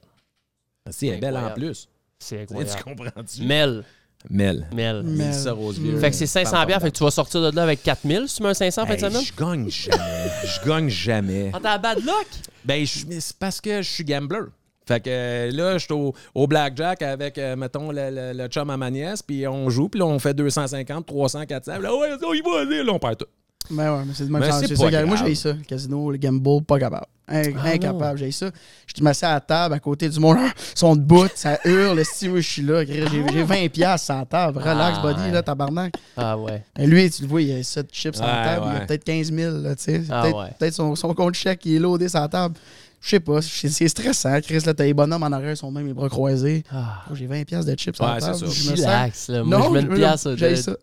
D: Si, elle est belle en plus.
C: C'est
D: Tu
C: incroyable.
D: comprends-tu?
C: Mel,
D: Mel.
E: Mel.
C: Mel.
D: Mélissa Rosevieux.
C: Fait que c'est 500$, piastres, fait que tu vas sortir de là avec 4000$, si tu mets un 500$ en fin de
D: Hey,
C: semaine.
D: je gagne jamais. Je gagne jamais.
C: Ah, t'as la bad luck?
D: Ben, je- mais c'est parce que je suis gambler. Fait que euh, là, je suis au, au blackjack avec, euh, mettons, le, le- le chum à ma nièce, puis on joue, puis là, on fait 250, 300, 400. Puis Là, ouais, on y va, allez, là, on perd tout.
E: Mais ouais, mais c'est de même
D: Mais
E: chose.
D: c'est
E: C'est
D: pas
E: ça, gars. Moi,
D: grave.
E: j'ai ça. Le casino, le gamble, pas capable. In-
C: Ah,
E: incapable, j'ai ça. Je me m'assieds à la table à côté du monde. Ils sont debout, ça hurle. Si moi, je suis là, j'ai j'ai 20$ piastres sur la table. Relax,
C: Ah,
E: buddy,
C: ouais.
E: là, tabarnak.
C: Ah ouais.
E: Et Ben, Lui, tu le vois, il a 7 chips sur la
D: Ouais,
E: table. Il a
D: ouais.
E: peut-être 15 000, là, tu sais.
C: Ah,
E: peut-être
C: ouais.
E: peut-être son, son compte chèque, il est loadé sur la table. Je sais pas, c'est c'est stressant. Chris, là, t'as les bonhommes en arrière, ils sont même les bras croisés.
C: Ah.
E: Oh, j'ai 20$ piastres de chips sur la
D: Ouais,
E: table.
D: c'est ça.
E: Je me sens...
C: Chillax, là. Moi, je mets une pièce.
E: j'ai
C: de-
E: ça.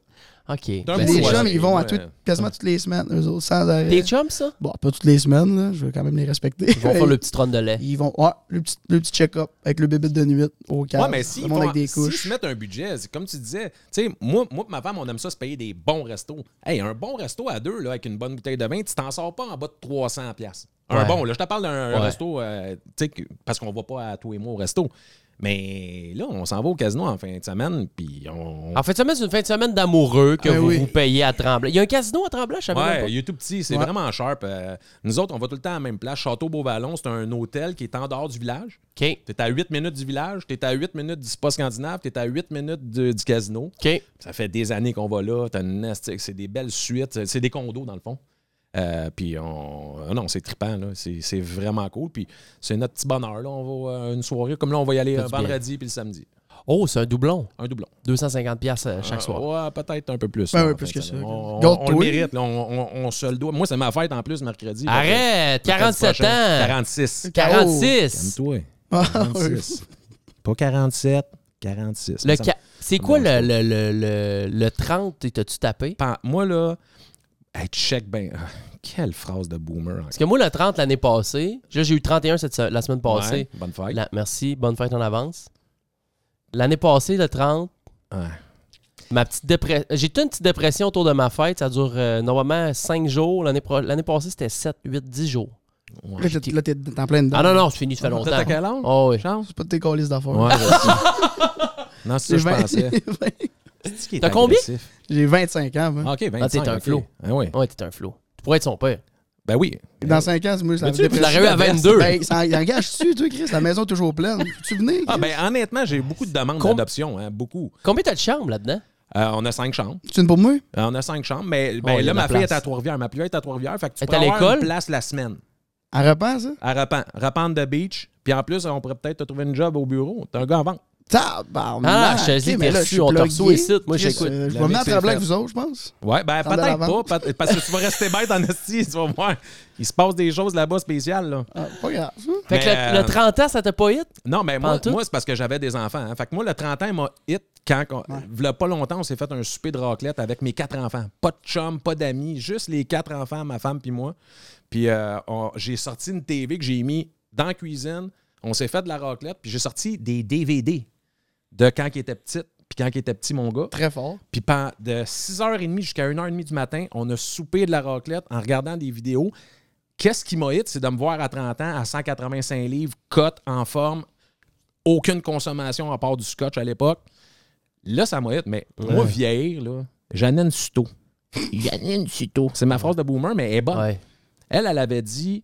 C: OK. Ben,
D: D'un
E: Mais
D: coup,
E: les
D: ouais,
E: chums,
D: c'est-
E: ils vont à
D: ouais.
E: tout, quasiment toutes les semaines, eux autres, sans arrêt.
C: T'es chum, ça?
E: Bon, pas toutes les semaines, là. Je veux quand même les respecter.
C: Ils vont faire le petit run de lait.
E: Ils vont- ouais, le petit, le petit check-up avec le bébé de nuit au calme.
D: Ouais, mais s'ils
E: le monde
D: font-
E: avec des
D: s'ils
E: couches.
D: se mettent un budget, c'est comme tu disais, tu sais, moi, moi pis ma femme, on aime ça se payer des bons restos. Hey, un bon resto à deux, là, avec une bonne bouteille de vin, tu t'en sors pas en bas de 300$. piastres. Un
C: Ouais.
D: bon, là, je te parle d'un
C: Ouais.
D: resto, euh, tu sais, que- parce qu'on va pas à tous les mois au resto. Mais là, on s'en va au casino en fin de semaine, puis on.
C: En fin de semaine, c'est une fin de semaine d'amoureux que
E: Ah
C: vous
E: oui.
C: vous payez à Tremblay. Il y a un casino à Tremblay, je savais même pas.
D: Ouais, il est tout petit, c'est
E: Ouais.
D: vraiment sharp. Euh, nous autres, on va tout le temps à la même place. Château-Beauvallon, c'est un hôtel qui est en dehors du village.
C: OK.
D: T'es à 8 minutes du village, t'es à 8 minutes du spa scandinave, t'es à 8 minutes de- du casino.
C: OK.
D: Ça fait des années qu'on va là. T'as une nastique, c'est des belles suites. C'est- C'est des condos, dans le fond. Euh, puis on. ah Non, c'est trippant, là. C'est c'est vraiment cool. Puis c'est notre petit bonheur, là. On va euh, une soirée. Comme là, on va y aller
C: Fait
D: euh,
C: du bien.
D: vendredi puis le samedi.
C: Oh, c'est un doublon.
D: Un doublon.
C: 250$ piastres, euh, chaque
D: Euh,
C: soir.
D: ouais, peut-être un peu plus.
E: Ben
D: là,
E: ouais,
D: en
E: plus
D: fin de
E: que ça.
D: semaine. On, on-
E: Garde-toi.
D: on le mérite, là. On, on- on se le doit. Moi, c'est ma fête en plus, mercredi.
C: Arrête!
D: Fait que, mercredi
C: 47 ans!
D: prochain, 46.
C: 46!
D: Calme-toi.
E: Ah, ouais.
D: 46. Pas 47, 46.
C: Le
D: Ça me-
C: ca- C'est quoi le, le, le, le, le 30? T'as-tu tapé?
D: Pan- Moi, là, hey, check bien. Ah, Quelle phrase de boomer. encore.
C: Parce que moi, le 30 l'année passée, là, j'ai eu 31 cette, se- la semaine passée.
D: Ouais, bonne fête.
C: La- merci, bonne fête en avance. L'année passée, le 30,
D: Ouais.
C: ma petite dépression. J'ai eu une petite dépression autour de ma fête. Ça dure euh, normalement 5 jours. L'année pro- l'année passée, c'était 7, 8, 10 jours.
E: Là, t'es- là, t'es t'es en pleine dedans.
C: Ah non, non, c'est fini, ça fait
D: T'as
C: longtemps.
D: ta quel âge?
C: Oh oui.
D: Chance?
E: C'est pas de tes calices d'affaires.
D: Ouais, je- Non, c'est
E: J'ai
D: ça
C: Ben,
D: que je pensais.
E: 20
D: C'est-tu qui est
C: T'as combien?
D: agressif?
E: J'ai 25 ans, moi.
D: Ah, OK, 25.
C: Ah, t'es un
D: ok.
C: flou.
D: Ah, oui.
C: Ouais, t'es un flou. Tu pourrais être son père.
D: Ben oui.
E: Dans 5 ans, c'est moi, ça
D: Mais tu-
E: dépression.
C: tu l'aurais eu à 22.
E: Ben, ça engage-tu, toi, Chris? La maison est toujours pleine. Tu venais?
D: Ah, ben honnêtement, j'ai eu beaucoup de demandes
C: Com-
D: d'adoption. hein, beaucoup.
C: Combien t'as de chambres là-dedans?
D: Euh, on a cinq chambres.
E: Tu une pour moi?
D: Euh, on a cinq chambres, mais ben,
C: Oh, il y a
D: là,
C: de la
D: ma fille
C: place.
D: est à Trois-Rivières. Ma plus vieille est à Trois-Rivières. Fait que tu
C: Elle
D: peux
C: est à
D: avoir une
C: l'école?
D: place la semaine
E: En repas, ça?
D: à Rapan. Rapan de Beach. Puis en plus, on pourrait peut-être te trouver une job au bureau. T'es un gars en vente.
E: Tabarnak!
C: Ah, je te dis,
E: Ok,
C: t'es
E: mais là,
C: reçu,
E: je suis
C: on te
E: plugué.
C: reçoit ici, moi,
E: Chris,
C: j'écoute.
E: euh, Je
D: La
E: vais venir
D: vie,
E: à
D: c'est
E: Tremblant
D: fait.
E: avec vous autres, je pense.
D: Ouais, ben
E: Prendre de
D: peut-être
E: l'avance.
D: pas, pat- parce que tu vas rester bête en esti, tu vas voir. Il se passe des choses là-bas spéciales, là.
E: Ah, Pas grave.
C: Fait que
D: Mais,
C: le,
D: euh,
C: le 30 ans, ça t'a pas hit?
D: Non, mais moi,
C: Pantoute?
D: moi, c'est parce que j'avais des enfants. hein. Fait que moi, le 30 ans, il m'a hit quand, qu'on- v'là pas longtemps, on s'est fait un souper de raclette avec mes quatre enfants. Pas de chum, pas d'amis, juste les quatre enfants, ma femme puis moi. Puis euh, on- j'ai sorti une TV que j'ai mis dans la cuisine. On s'est fait de la raclette, puis j'ai sorti des DVD de quand il était petit, puis quand il était petit, mon gars.
E: Très fort.
D: Puis pen- de 6h30 jusqu'à 1h30 du matin, on a soupé de la raclette en regardant des vidéos. Qu'est-ce qui m'a hit, c'est de me voir à 30 ans, à 185 livres, cote, en forme, aucune consommation à part du scotch à l'époque. Là, ça m'a hit, mais moi, vieillir, là, Janine Suto. Janine Suto. C'est ma phrase de boomer, mais elle est bonne.
C: Ouais.
D: Elle, elle avait dit,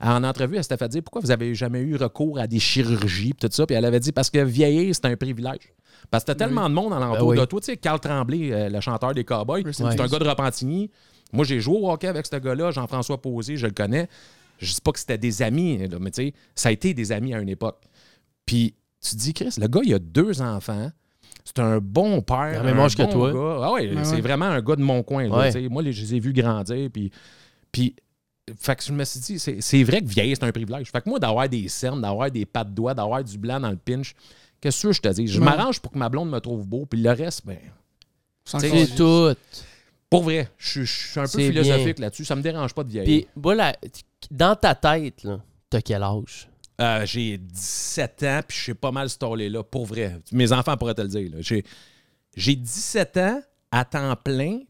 D: en entrevue, elle s'était fait dire pourquoi vous avez jamais eu recours à des chirurgies pis tout ça. Puis elle avait dit parce que vieillir, c'est un privilège. Parce que t'as tellement de monde alentour
C: Ben oui.
D: de toi. Tu sais, Carl Tremblay, euh, le chanteur des Cowboys, c'est
C: in
D: un
C: peace.
D: gars de Repentigny. Moi, j'ai joué au hockey avec ce gars-là, Jean-François Posé, je le connais. Je dis pas que c'était des amis, là, mais tu sais, ça a été des amis à une époque. Puis tu te dis, Chris, le gars, il a deux enfants. C'est un bon père.
C: a le même
D: un
C: âge que
D: bon
C: toi.
D: gars. Ah ouais,
E: Ouais,
D: c'est
E: Ben ouais.
D: vraiment un gars de mon coin. là,
C: Ouais.
D: tu sais. Moi, les- je les ai vus grandir. Puis, puis fait que je me suis dit, c'est c'est vrai que vieillir, c'est un privilège. Fait que moi, d'avoir des cernes, d'avoir des pattes de doigts, d'avoir du blanc dans le pinch, qu'est-ce que je te dis? Je
E: Ouais.
D: m'arrange pour que ma blonde me trouve beau, puis le reste, ben,
E: Sans
D: C'est
E: calice.
C: C'est tout.
D: pour vrai, je, suis- je suis un peu
C: C'est
D: philosophique là-dessus. Ça me dérange pas de vieillir.
C: Puis, voilà, dans ta tête, là, t'as quel âge?
D: Euh, J'ai 17 ans, puis je suis pas mal stallé là, pour vrai. Mes enfants pourraient te le dire. là. J'ai j'ai 17 ans à temps plein,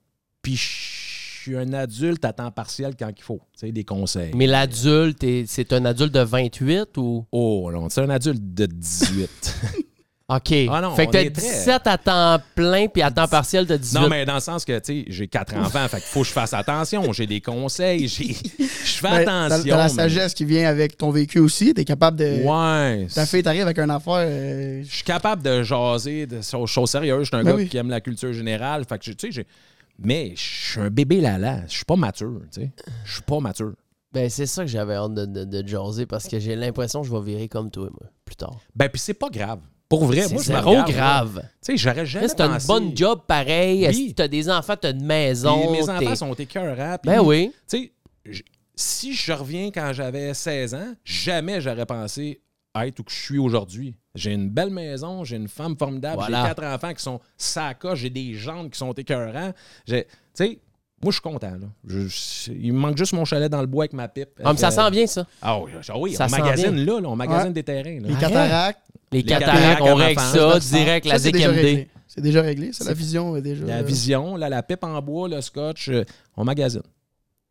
D: puis je suis un adulte à temps partiel quand il faut. Tu sais, des conseils.
C: Mais l'adulte, t'es- c'est un adulte de 28 ou.
D: Oh non, c'est un adulte de 18.
C: OK.
D: Ah non,
C: fait que
D: on
C: t'as
D: est très-
C: 17 à temps plein, puis à temps partiel, t'as 18.
D: Non, mais dans le sens que, tu sais, j'ai quatre enfants, fait qu'il faut que je fasse attention. J'ai des conseils, j'ai- je fais
E: Ben, dans-
D: attention.
E: Dans, la
D: mais-
E: sagesse qui vient avec ton vécu aussi, t'es capable de.
D: Ouais.
E: Ta fille t'arrive avec un affaire. euh,
D: Je suis capable de jaser de so- choses sérieuses. Je suis un
E: Ben
D: gars
E: oui.
D: qui aime la culture générale. Fait que, tu sais, j'ai- Mais je suis un bébé lala. Je suis pas mature, tu sais. Je suis pas mature.
C: Ben, c'est ça que j'avais hâte de, de, de jaser parce que j'ai l'impression que je vais virer comme toi, moi, plus tard.
D: Ben, puis c'est pas grave. Pour vrai,
C: C'est
D: Eh, moi, je me
C: zéro
D: regarde, là.
C: grave.
D: Tu sais, j'aurais jamais
C: Chris, t'as une
D: pensé-
C: bonne job pareil.
D: Oui.
C: Si t'as des enfants, t'as une
D: Puis
C: maison.
D: mes
C: t'es-
D: enfants sont écœurants. puis-
C: Ben oui.
D: Tu sais, j- si je reviens quand j'avais 16 ans, jamais j'aurais pensé être où que je suis aujourd'hui. J'ai une belle maison, j'ai une femme formidable,
C: Voilà.
D: j'ai quatre enfants qui sont sacoches, j'ai des jambes qui sont écœurants. J'ai- Tu sais, moi, je suis content. là. Je- je- il me manque juste mon chalet dans le bois avec ma pipe.
C: Ah, mais ça
D: Euh,
C: sent bien, ça.
D: Ah oui, ah oui,
C: Ça
D: on
C: sent
D: magasine
C: bien.
D: là, là, on magasine des terrains. là.
E: les cataractes.
C: Les
D: cataractes
C: cataractes, on
D: en
C: règle
D: enfance,
C: ça
D: là,
C: direct,
E: ça,
C: la
E: c'est déjà
C: DKMD.
E: réglé. C'est déjà réglé. C'est la vision euh, déjà.
D: La vision, là, la pipe en bois, le scotch, euh, on magasine.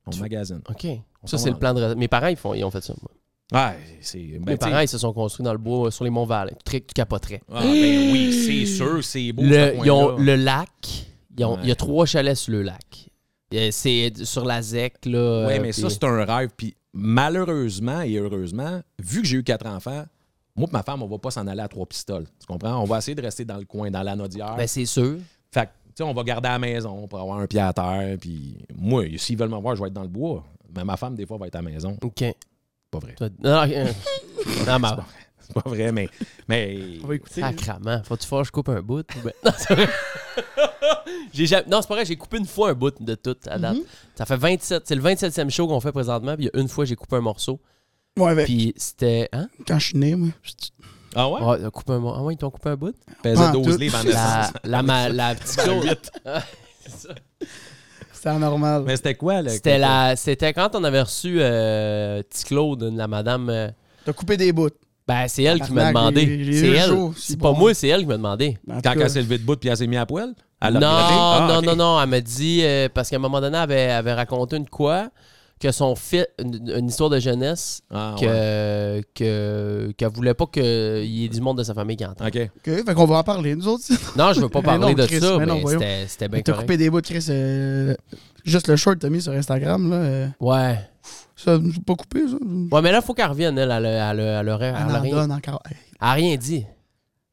D: On magasine.
C: OK.
D: On
C: Ça, c'est le
D: commande.
C: plan de. Mes parents, ils, font, ils ont fait ça. moi.
D: Ouais, c'est. ben,
C: Mes
D: tu sais,
C: parents, ils se sont construits dans le bois, euh, sur les monts Valais. Tu tu capoterais.
D: Ah, ben oui, c'est sûr, c'est beau.
C: Le,
D: ce
C: ils ont
D: coin-là.
C: le lac. Ils ont- Il y a
D: Ouais.
C: trois chalets sur le lac. Euh, C'est sur la ZEC, là.
D: Oui,
C: euh,
D: mais ça,
C: puis-
D: c'est un rêve. Puis malheureusement et heureusement, vu que j'ai eu quatre enfants, moi et ma femme, on va pas s'en aller à trois pistoles. Tu comprends? On va essayer de rester dans le coin, dans la nodière.
C: Ben, c'est sûr.
D: Fait que, tu sais, on va garder à la maison pour avoir un pied à terre. Puis moi, s'ils veulent me voir, je vais être dans le bois. Mais ma femme, des fois, va être à la maison.
C: OK.
D: Pas vrai.
C: Toi- Non, non, euh, non, mais-
D: C'est pas vrai, mais. mais...
E: On va écouter.
C: Ah, Sacrement. Faut-tu faire que je coupe un bout? Ben- Non, c'est vrai. J'ai jamais- Non, c'est pas vrai, j'ai coupé une fois un bout de tout à date. Ça fait 27. C'est le 27e show qu'on fait présentement, puis il y a une fois, j'ai coupé un morceau.
E: Moi, avec.
C: Puis c'était. Hein?
E: ben, Quand je suis né, moi.
D: Ah ouais?
C: Ah, ils ont coupé un mo- Ah ouais, ils t'ont coupé un bout?
D: Pesait
E: Ah,
D: 12
E: tout.
D: livres en
C: La,
D: essence.
C: la, ma- la petite chose.
E: C'était anormal.
D: Mais c'était quoi, là?
C: C'était la. C'était quand on avait reçu euh, Petit Claude, la madame. euh,
E: T'as coupé des bouts.
C: Ben, c'est elle qui m'a
E: Tabarnak, j'ai-
C: demandé.
E: j'ai
C: C'est
E: eu
C: elle.
E: chaud, si
C: C'est pas
E: bon.
C: moi, c'est elle qui m'a demandé.
E: En tout
D: Quand
E: cas,
D: elle s'est levée de bout puis elle s'est mise à poil? Elle
C: Non,
D: l'a regretté? Ah,
C: non,
D: ok.
C: non, non. Elle m'a dit, euh, parce qu'à un moment donné, elle avait, elle avait raconté une quoi, que son fils, une, une histoire de jeunesse,
D: Ah,
C: que,
D: ouais.
C: que, qu'elle voulait pas qu'il y ait du monde de sa famille qui entende.
D: OK.
E: OK, fait qu'on va en parler, nous autres.
C: Non, je veux pas
E: Mais
C: parler
E: non,
C: de
E: Chris,
C: ça,
E: mais
C: mais,
E: non, voyons.
C: c'était, c'était bien
E: Mais T'as
C: Ben correct.
E: coupé des bouts, Chris. euh, Juste le short que t'as mis sur Instagram, là. euh,
C: Ouais.
E: Ça, j'ai pas coupé, ça.
C: Ouais, mais là, faut qu'elle revienne, elle. Elle, elle, elle, elle aurait- elle
E: Elle
C: a
E: en
C: rien,
E: donne encore. Hey,
C: elle a rien dit.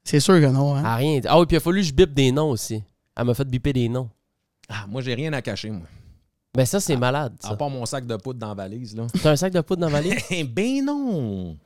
E: C'est sûr que non,
C: Elle
E: hein.
C: a rien dit. Ah oui, puis il a fallu que je bip des noms aussi. Elle m'a fait biper des noms.
D: Ah, moi, j'ai rien à cacher, moi.
C: Mais ça, c'est malade,
D: À
C: ça.
D: part mon sac de poudre dans la valise, là.
C: T'as un sac de poudre dans la valise?
D: Eh ben non!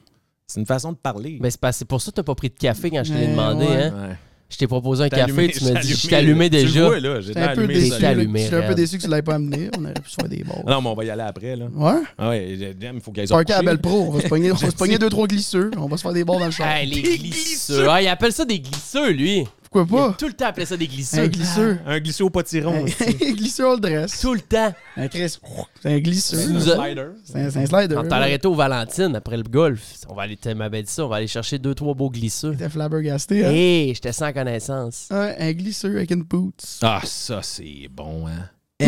D: C'est une façon de parler.
C: Mais c'est, pas- c'est pour ça que t'as pas pris de café quand je te l'ai
E: Mais
C: demandé,
E: ouais.
C: hein?
D: Ouais.
C: Je t'ai proposé un
D: T'as allumé-
C: café, tu m'as dit, je
D: allumé,
C: t'ai allumé
D: là. Tu le
C: déjà.
D: vois, là, j'étais
E: J'étais un peu
D: allumé.
E: déçu.
D: ça.
C: J'étais
E: là.
C: allumé, Ah.
E: J'étais un peu
C: raide.
E: déçu que tu l'aies pas amené. On aurait pu se faire des bons.
D: Non, mais on va y aller après, là.
E: Ouais.
D: Ah ouais, Jam, il faut qu'elles
E: Parker à
D: aient
E: Belle Pro. On va se pogner, on va se pogner deux, trois glisseux. On va se faire des bons dans le char.
C: Hey, les glisseux. Ah, il appelle ça des glisseux, lui.
E: Pourquoi
C: Il a
E: pas?
C: tout le temps appelé ça Ah, des glisseux.
E: Un glisseux.
D: Un glissé au potiron.
E: glisseux all dress.
C: Tout le temps.
E: Un Chris. C'est un
C: Tu
E: glisseux.
C: nous as-
D: Slider.
E: C'est un, c'est un slider.
C: Quand t'as arrêté au Valentine après le golf, on va aller, tu m'avais dit ça, on va aller chercher deux, trois beaux glisseux.
E: T'es flabbergasté. Hein?
C: Hé, j'étais sans connaissance.
E: Ouais, un glisseux avec une boots.
D: Ah, ça, c'est bon, hein.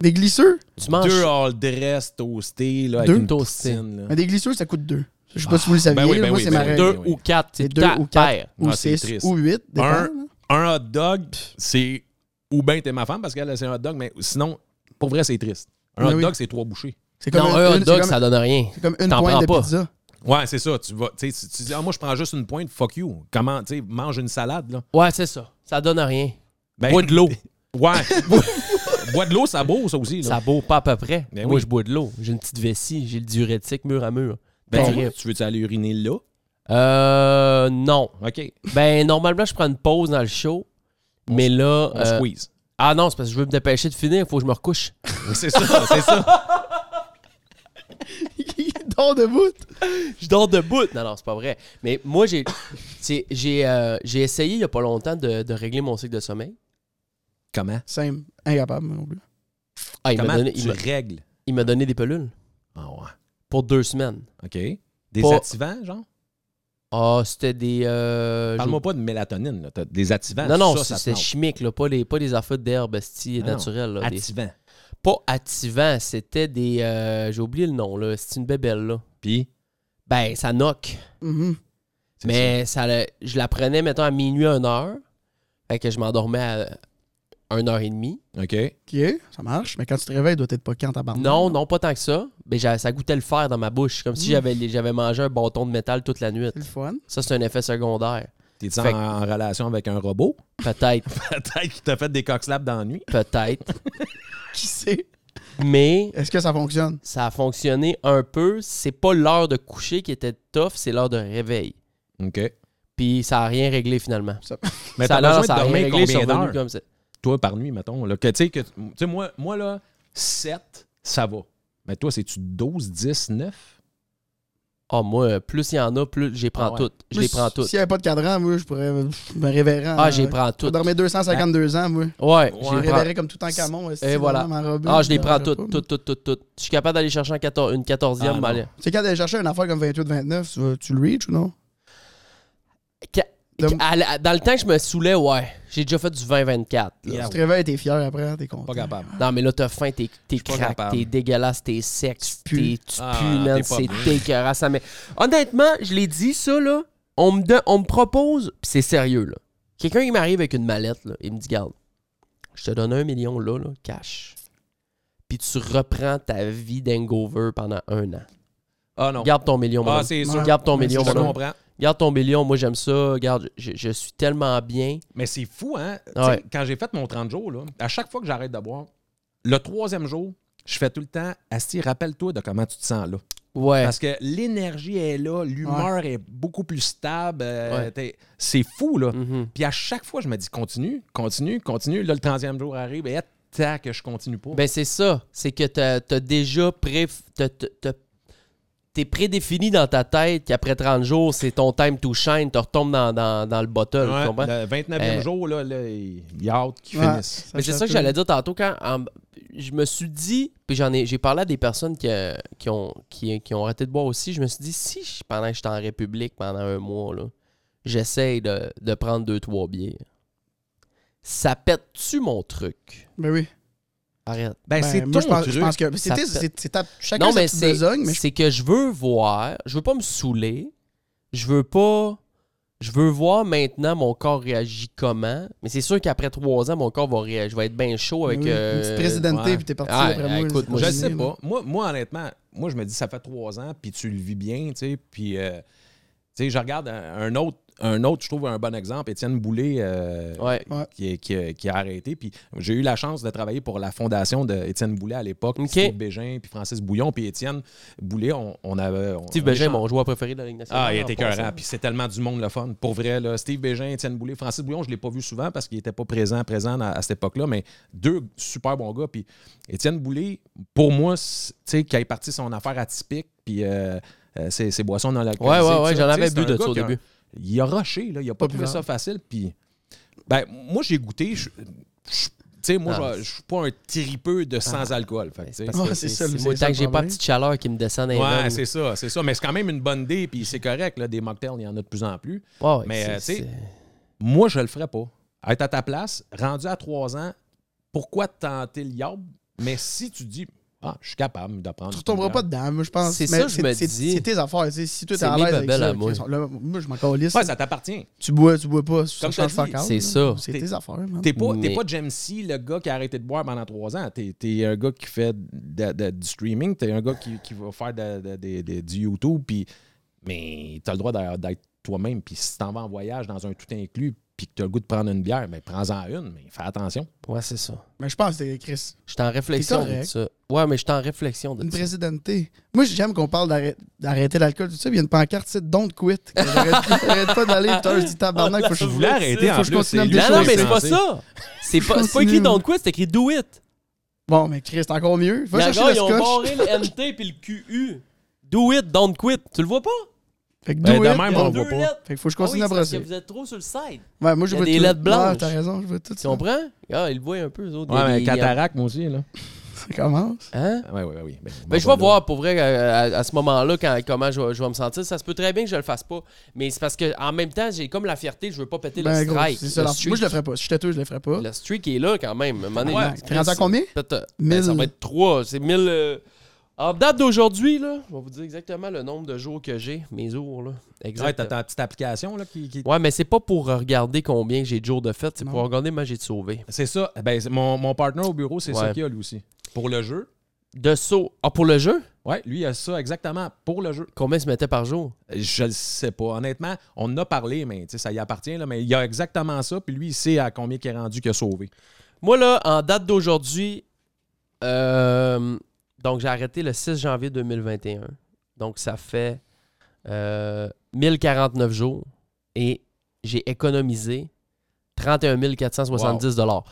E: Des glisseux?
C: Tu manges.
D: Deux all dress toastés, là,
E: Deux
D: avec une
C: toastés.
D: poutine, là.
E: Mais des glisseux, ça coûte deux. Je sais
C: Ah.
E: pas si vous le saviez.
D: ben oui, ben
E: là, moi,
D: oui,
E: c'est
D: ben
E: ma
D: oui.
E: règle.
C: deux
D: oui.
C: ou quatre.
E: C'est
C: C'est
E: deux ou quatre.
C: paire.
E: Ou
D: Ah, c'est
E: six
D: triste.
E: ou huit. dépend,
D: Un-
E: là.
D: Un hot dog, c'est ou bien t'es ma femme, parce qu'elle, elle, c'est un hot dog, mais sinon, pour vrai, c'est triste. Un
E: Ben
D: hot
E: oui.
D: dog, c'est trois bouchées.
E: C'est
C: Non, un hot
E: une- c'est
C: dog,
E: comme-
C: ça donne rien.
E: C'est comme une
C: T'en
E: pointe de
C: prends pas.
E: pizza.
D: Ouais, c'est ça. Tu vas, tu sais, tu- tu dis, ah, moi, je prends juste une pointe, fuck you. Comment, tu sais, mange une salade, là.
C: Ouais, c'est ça. Ça donne rien.
D: Ben,
C: Bois de l'eau.
D: Ouais. Bois de l'eau, ça beau, ça aussi. Là.
C: Ça vaut pas à peu près.
D: Ben
C: Moi,
D: oui.
C: je bois de l'eau. J'ai une petite vessie. J'ai le diurétique mur à mur.
D: Ben, tu-
C: Terrible.
D: tu veux-tu aller uriner là?
C: Euh. Non.
D: OK.
C: Ben, normalement, je prends une pause dans le show. Mais là.
D: On
C: euh,
D: squeeze.
C: Ah non, c'est parce que je veux me dépêcher de finir. Faut que je me recouche.
D: C'est ça, c'est ça.
E: Il dort debout.
C: Je dors debout. Non, non, c'est pas vrai. Mais moi, j'ai. c'est- J'ai euh, j'ai essayé il y a pas longtemps de, de régler mon cycle de sommeil.
D: Comment?
E: Same. Incapable, moi non plus.
C: Ah, il m'a
D: Comment
C: donné, il
D: tu
C: m'a-
D: règles?
C: il m'a donné des pelules
D: Ah ouais.
C: pour deux semaines.
D: OK. Des
C: Pas-
D: activants, genre?
C: Ah, c'était des. euh,
D: Parle-moi pas de mélatonine, là. T'as des activants.
C: Non, non,
D: ça, ça
C: c'est
D: te Ah,
C: chimique, là, pas, les, pas des affaires d'herbe
D: Non, non.
C: naturelle.
D: manque. Activants.
C: Pas attivant, c'était des. euh, J'ai oublié le nom, là. C'est une bébelle, là.
D: Puis,
C: Ben, ça knock.
E: Mhm.
C: Mais ça, le- je la prenais, mettons, à minuit, 1 heure. Fait que je m'endormais à 1 heure et demie.
D: OK.
E: OK, ça marche. Mais quand tu te réveilles, il doit être pas quand ta barbe.
C: Non, non, pas tant que ça. Mais j'a- ça goûtait le fer dans ma bouche, comme si j'avais j'avais mangé un bâton de métal toute la nuit.
E: C'est le fun.
C: Ça, c'est un effet secondaire.
D: T'es
C: Fait
D: en,
C: que-
D: en relation avec un robot?
C: Peut-être,
D: Peut-être qu'il t'a fait des coxlaps dans la nuit.
C: peut-être.
E: Qui sait?
C: Mais
E: Est-ce que ça fonctionne?
C: ça a fonctionné un peu. C'est pas l'heure de coucher qui était tough, c'est l'heure de réveil.
D: OK.
C: Puis ça a rien réglé finalement.
D: Mais t'as
C: ça a l'air,
D: besoin
C: ça a
D: de
C: rien
D: dormir
C: réglé, ils sont
D: combien
C: revenus
D: d'heures?
C: comme ça.
D: Toi, par nuit, mettons. Là, que, tu sais que, tu sais, moi, moi, là, 7, ça va. Mais toi, c'est-tu 12, 10, 9?
C: Ah, moi, plus il y en a, plus j'y prends
D: Ah ouais.
C: toutes. Je les prends toutes.
E: S'il n'y avait pas de cadran, moi, je pourrais euh, me révérer. en-
C: Ah, j'y prends
E: Je
C: toutes.
E: dormais 252 ans, moi.
C: Ouais,
E: Je
C: je
E: me
C: les prends.
E: révérerais comme tout en camon.
C: Et voilà. Ah, je les prends toutes,
E: tout.
C: toutes, toutes, toutes, toutes. Je suis capable d'aller chercher en quator- une
D: Ah,
C: quatorzième.
D: non.
C: mais allez.
E: Tu sais, quand t'allais chercher un affaire comme 28-29, tu, vas- tu le reach ou non?
C: Qu-
E: De-
C: à la- dans le temps que je me saoulais, ouais, j'ai déjà fait du 20-24. là.
E: Tu te réveilles, t'es fier après, hein, t'es content.
D: Pas capable.
C: Non, mais là, t'as faim, t'es, t'es
D: pas
C: crack,
D: capable.
C: t'es dégueulasse, t'es sexe,
E: Tu
C: tu
E: pues.
C: t'es, tu
D: Ah,
C: pues, man,
D: t'es pas
C: c'est
D: bien.
C: dégueulasse. ça met- Honnêtement, je l'ai dit, ça, là, on me, don- on me propose, pis c'est sérieux, là. Quelqu'un, il m'arrive avec une mallette, là, il me dit, garde, je te donne un million, là, là, cash. Puis tu reprends ta vie d'hangover pendant un an.
D: Ah non.
C: Garde ton million, mon
D: Ah,
C: homme.
D: c'est
E: Ouais.
D: sûr.
C: Garde ton
E: Ouais,
C: million,
E: c'est
D: Je
E: sûr.
C: mon homme.
D: comprends.
C: Garde ton million, moi j'aime ça. Garde, je, je suis tellement bien.
D: Mais c'est fou, hein? Tu sais,
C: Ouais.
D: Quand j'ai fait mon 30 jours, là, à chaque fois que j'arrête de boire, le troisième jour, je fais tout le temps, Asti, rappelle-toi de comment tu te sens là.
C: Ouais.
D: Parce que l'énergie est là, l'humeur est beaucoup plus stable. euh,
C: Ouais.
D: t'es- C'est fou, là.
C: Mhm.
D: Puis à chaque fois, je me dis, continue, continue, continue. Là, le 30e jour arrive et attends que je continue pas.
C: Ben c'est ça, c'est que t'as t'as déjà pré... t'as- t'as- t'as- T'es prédéfini dans ta tête qu'après 30 jours, c'est ton time to shine, tu retombes dans, dans- dans le bottle, tu
D: Ouais,
C: comprends?
D: le 29e
C: Euh,
D: jour, là, là, il il a hâte qu'il
E: Ouais,
D: finisse.
C: Mais c'est ça que
E: fait.
C: j'allais dire tantôt quand en- je me suis dit, puis j'en ai j'ai parlé à des personnes qui, euh, qui ont, qui, qui ont arrêté de boire aussi, je me suis dit si je- pendant que j'étais en République pendant un mois là, j'essaye de, de prendre deux trois bières. Ça pète-tu mon truc
E: Ben oui.
C: Arrête.
D: Ben,
E: Ben,
D: c'est
E: moi,
D: ton
E: je pense,
D: truc.
E: je pense que c'est-
C: Ça
E: c'est-
C: fait-
E: c'est c'est ta chacun
C: Non
E: sa
C: mais
E: petite
C: c'est
E: besogne, mais je-
C: c'est que je veux voir, je veux pas me saouler, je veux pas je veux voir maintenant mon corps réagit comment, mais c'est sûr qu'après trois ans, mon corps va réagir. Je vais être bien chaud avec.
E: ben oui,
C: euh,
E: une petite présidentée
D: ouais.
E: puis t'es parti
C: Ah,
E: après moi.
C: écoute,
E: c'est
C: moi,
D: Je
E: pas
D: le sais
E: gêné, là.
D: pas. Moi, moi, honnêtement, moi, je me dis, ça fait trois ans, puis tu le vis bien, tu sais. Puis, euh, tu sais, je regarde un, un autre, un autre, je trouve un bon exemple, Étienne Boulay, euh,
C: Ouais.
E: Ouais.
D: qui, est- qui a- qui a arrêté. Puis, j'ai eu la chance de travailler pour la fondation d'Étienne Boulay à l'époque,
C: Ok.
D: Steve Bégin, puis Francis Bouillon, puis Étienne Boulay, on, on avait. on-
C: Steve
D: on
C: Bégin,
D: échange-
C: mon joueur préféré de la Ligue nationale.
D: Ah, il était
C: en passant.
D: écœurant. Puis c'est tellement du monde le fun. Pour vrai, là, Steve Bégin, Étienne Boulay, Francis Bouillon, je ne l'ai pas vu souvent parce qu'il n'était pas présent, présent à, à cette époque-là, mais deux super bons gars. Puis Étienne Boulay, pour moi, c'est- tu sais, qui a parti son affaire atypique, puis euh, euh, ses, ses boissons non
C: Ouais,
D: alcoolisées.
C: ouais, ouais,
D: tout ça,
C: j'en
D: tu sais,
C: avais
D: c'est
C: bu
D: un
C: de
D: gars
C: ça au
D: qui a un-
C: début. hein.
D: il a rushé, là, il n'a pas trouvé ça facile. Puis, ben, moi, j'ai goûté. je- je- Tu sais, moi,
C: Ah.
D: je je suis pas un tripeux de sans-alcool. fait que, tu sais.
E: Ouais, c'est ça, le-
C: Moi,
E: ça le
C: tant que j'ai pas
E: problème.
C: de petite chaleur qui me descend dans les
D: Ouais,
C: veines.
D: c'est ça, c'est ça. Mais c'est quand même une bonne idée, puis c'est correct, là, des mocktails, il y en a de plus en plus.
C: Ouais, ouais,
D: Mais,
C: c'est-
D: euh, tu sais,
C: c'est-
D: Moi, je le ferais pas. Être à ta place, rendu à 3 ans, pourquoi tenter le yob? Mais si tu dis, ah, je suis capable d'apprendre.
E: Tu retomberas pas dedans, moi, je pense.
C: C'est
E: Mais
C: ça, je me
E: c'est-
C: dis.
E: C'est tes affaires. tu sais, Si tu es
C: C'est
E: à
C: mes
E: l'aise avec
C: babelles
E: ça,
C: à moi.
E: ok, là, moi, je m'en calisse.
D: Ouais, ça t'appartient.
E: Tu bois, tu bois pas. ça
D: Comme
E: change
D: t'as
E: pas
D: dit,
E: encore,
C: c'est
E: là.
C: ça.
E: C'est
D: T'es-
E: tes affaires, man.
D: T'es pas, t'es
C: Mais-
D: pas James C, le gars qui a arrêté de boire pendant 3 ans. T'es es un gars qui fait de- de- du streaming, t'es un gars qui, qui va faire de- de- de- de- du YouTube, puis. Mais t'as le droit d'a- d'être toi-même, puis si t'en vas en voyage dans un tout inclus, puis que t'as le goût de prendre une bière, mais prends-en une, mais fais attention.
C: Ouais, c'est ça.
E: Mais je pense que t'es Chris.
C: Je suis en réflexion de
E: correct.
C: ça. Ouais, mais je suis en réflexion de
E: Une
C: ça.
E: présidentée. Moi, j'aime qu'on parle d'arrêt- d'arrêter l'alcool, tout ça. puis Il y a une pancarte, c'est Don't quit. Que J'arrête j'arrête pas d'aller. Putain, je dis
C: Oh,
E: tabarnak, faut que je
D: Je voulais arrêter
E: Faut
D: en
E: que je
D: plus,
E: continue à me
D: c'est-
C: Non,
E: déchauffer.
C: non, mais c'est pas
D: Censé.
C: ça. C'est pas, c'est pas écrit
E: Continue.
C: Don't Quit, c'est écrit Do It.
E: Bon, mais Chris, c'est encore mieux. Va
C: Les
E: chercher
C: gars,
E: le
C: ils ont
E: scotch.
C: barré le MT puis le QU. Do It, Don't Quit. Tu le vois pas?
E: Fait que
D: Ben,
E: do
D: de
E: it.
D: même,
C: Ils
D: on
C: ont
D: le
C: deux
D: voit pas.
C: lettres.
E: Fait que faut que je
C: Ah oui,
E: continue à
C: c'est parce que
E: brosser.
C: vous êtes trop sur le side.
E: Ouais, moi,
C: Il y
E: je
C: a
E: veux
C: des
E: tout.
C: lettres blanches.
E: Ouais, T'as raison, je veux tout
C: Tu
E: ça.
C: comprends? Ah, ils le voient un peu, eux autres. Il y a
D: Ouais, mais
C: des- il y a-
D: cataracte, moi aussi, là.
E: Ça commence.
C: Hein?
D: Ouais, ouais, ouais, oui. Ben,
C: Ben, je
D: va
C: vais
D: là.
C: voir pour vrai euh, à, à ce moment-là quand, comment je, vais- je vais me sentir. Ça se peut très bien que je le fasse pas. Mais c'est parce que en même temps, j'ai comme la fierté, je veux pas péter
E: Ben,
C: le
E: gros,
C: strike.
E: c'est ça.
C: le
E: l'affaire. Moi, je le
C: streak.
E: ferais pas. Si j'étais toi, je le ferais pas.
C: Le streak est là quand même. À un moment donné,
E: Ouais.
C: Chris,
E: T'es rendu à combien?
C: peut-être- ben,
E: Mille.
C: ça va être 3. C'est 1000. euh, En date d'aujourd'hui, là, on va vous dire exactement le nombre de jours que j'ai, mes jours, là.
D: Ouais, t'as
C: Exactement.
D: ta petite application là, qui, qui-
C: Ouais, mais c'est pas pour regarder combien j'ai de jours de fête, c'est
E: Non.
C: pour regarder moi j'ai de sauvé.
D: C'est ça. Ben, c'est- mon, mon partenaire au bureau, c'est ça
C: Ouais.
D: qu'il a lui aussi. Pour le jeu.
C: De saut. Ah, pour le jeu?
D: Ouais, lui, il a ça exactement pour le jeu.
C: Combien se mettait par jour?
D: Je le sais pas. Honnêtement, on en a parlé, mais tu sais, ça y appartient. Là, mais il a exactement ça. Puis lui, il sait à combien il est rendu qu'il a sauvé.
C: Moi, là, en date d'aujourd'hui, euh, donc j'ai arrêté le 6 janvier 2021. Donc, ça fait euh, 1049 jours et j'ai économisé 31 470 dollars.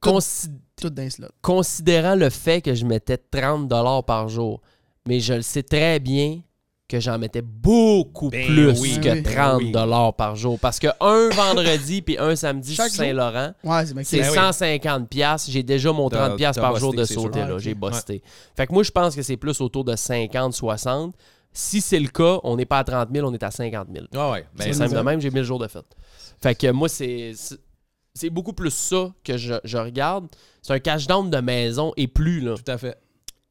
C: Consi-
E: Tout d'un slot.
C: considérant le fait que je mettais 30 dollars par jour, mais je le sais très bien que j'en mettais beaucoup
D: Ben
C: plus
D: oui,
C: que
E: ben
C: 30
D: oui.
C: dollars par jour parce que un vendredi puis un samedi sur
E: Chaque jour.
C: Saint-Laurent,
E: Ouais, c'est bien
C: c'est
D: Ben oui.
C: 150 pièces, j'ai déjà mon
D: T'as-
C: 30 pièces
D: t'as
C: par
D: busté,
C: jour de
D: c'est sûr.
C: sauter
E: Ah,
C: là,
E: ok.
C: j'ai busté. Fait que moi je pense que c'est plus autour de 50 60. Si c'est le cas, on n'est pas à 30 000, on est à 50 000.
D: Ah ouais.
C: C'est
D: Ben,
C: simple de
E: exact.
C: même, j'ai 1000 jours de fête. Fait que moi, c'est. c'est- C'est beaucoup plus ça que je, je regarde. C'est un cash down de maison et plus, là.
D: tout à fait.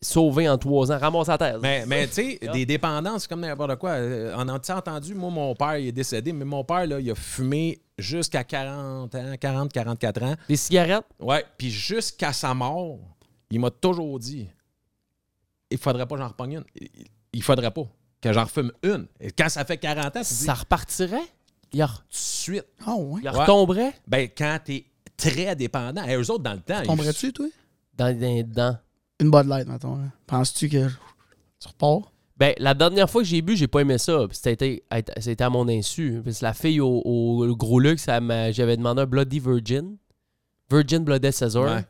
C: Sauvé en trois ans. Ramasse la thèse.
D: Mais, mais tu sais, des dépendances, c'est comme n'importe quoi. Euh, On a tu sais, entendu, moi, mon père, il est décédé, mais mon père, là, il a fumé jusqu'à 40 ans, 40, 44 ans.
C: Des cigarettes?
D: Ouais, puis jusqu'à sa mort, il m'a toujours dit il faudrait pas que j'en repogne une. Il- il- Il faudrait pas que j'en refume une. Et quand ça fait 40 ans, tu te dis
C: Ça repartirait? Il, re-
D: tout de suite.
E: Ah ouais.
C: il
D: Ouais.
C: retomberait?
D: Ben, quand t'es très dépendant, et eux autres, dans le temps, ils-
E: Tomberais-tu, toi?
C: Dans, dans, dans.
E: Une Bud Light, mettons. là. Penses-tu que tu repars?
C: Ben, la dernière fois que j'ai bu, j'ai pas aimé ça. Puis C'était à- c'était à mon insu. Parce que la fille au, au gros luxe, elle m'a- j'avais demandé un Bloody Virgin. Virgin Bloody Caesar.
D: Ouais.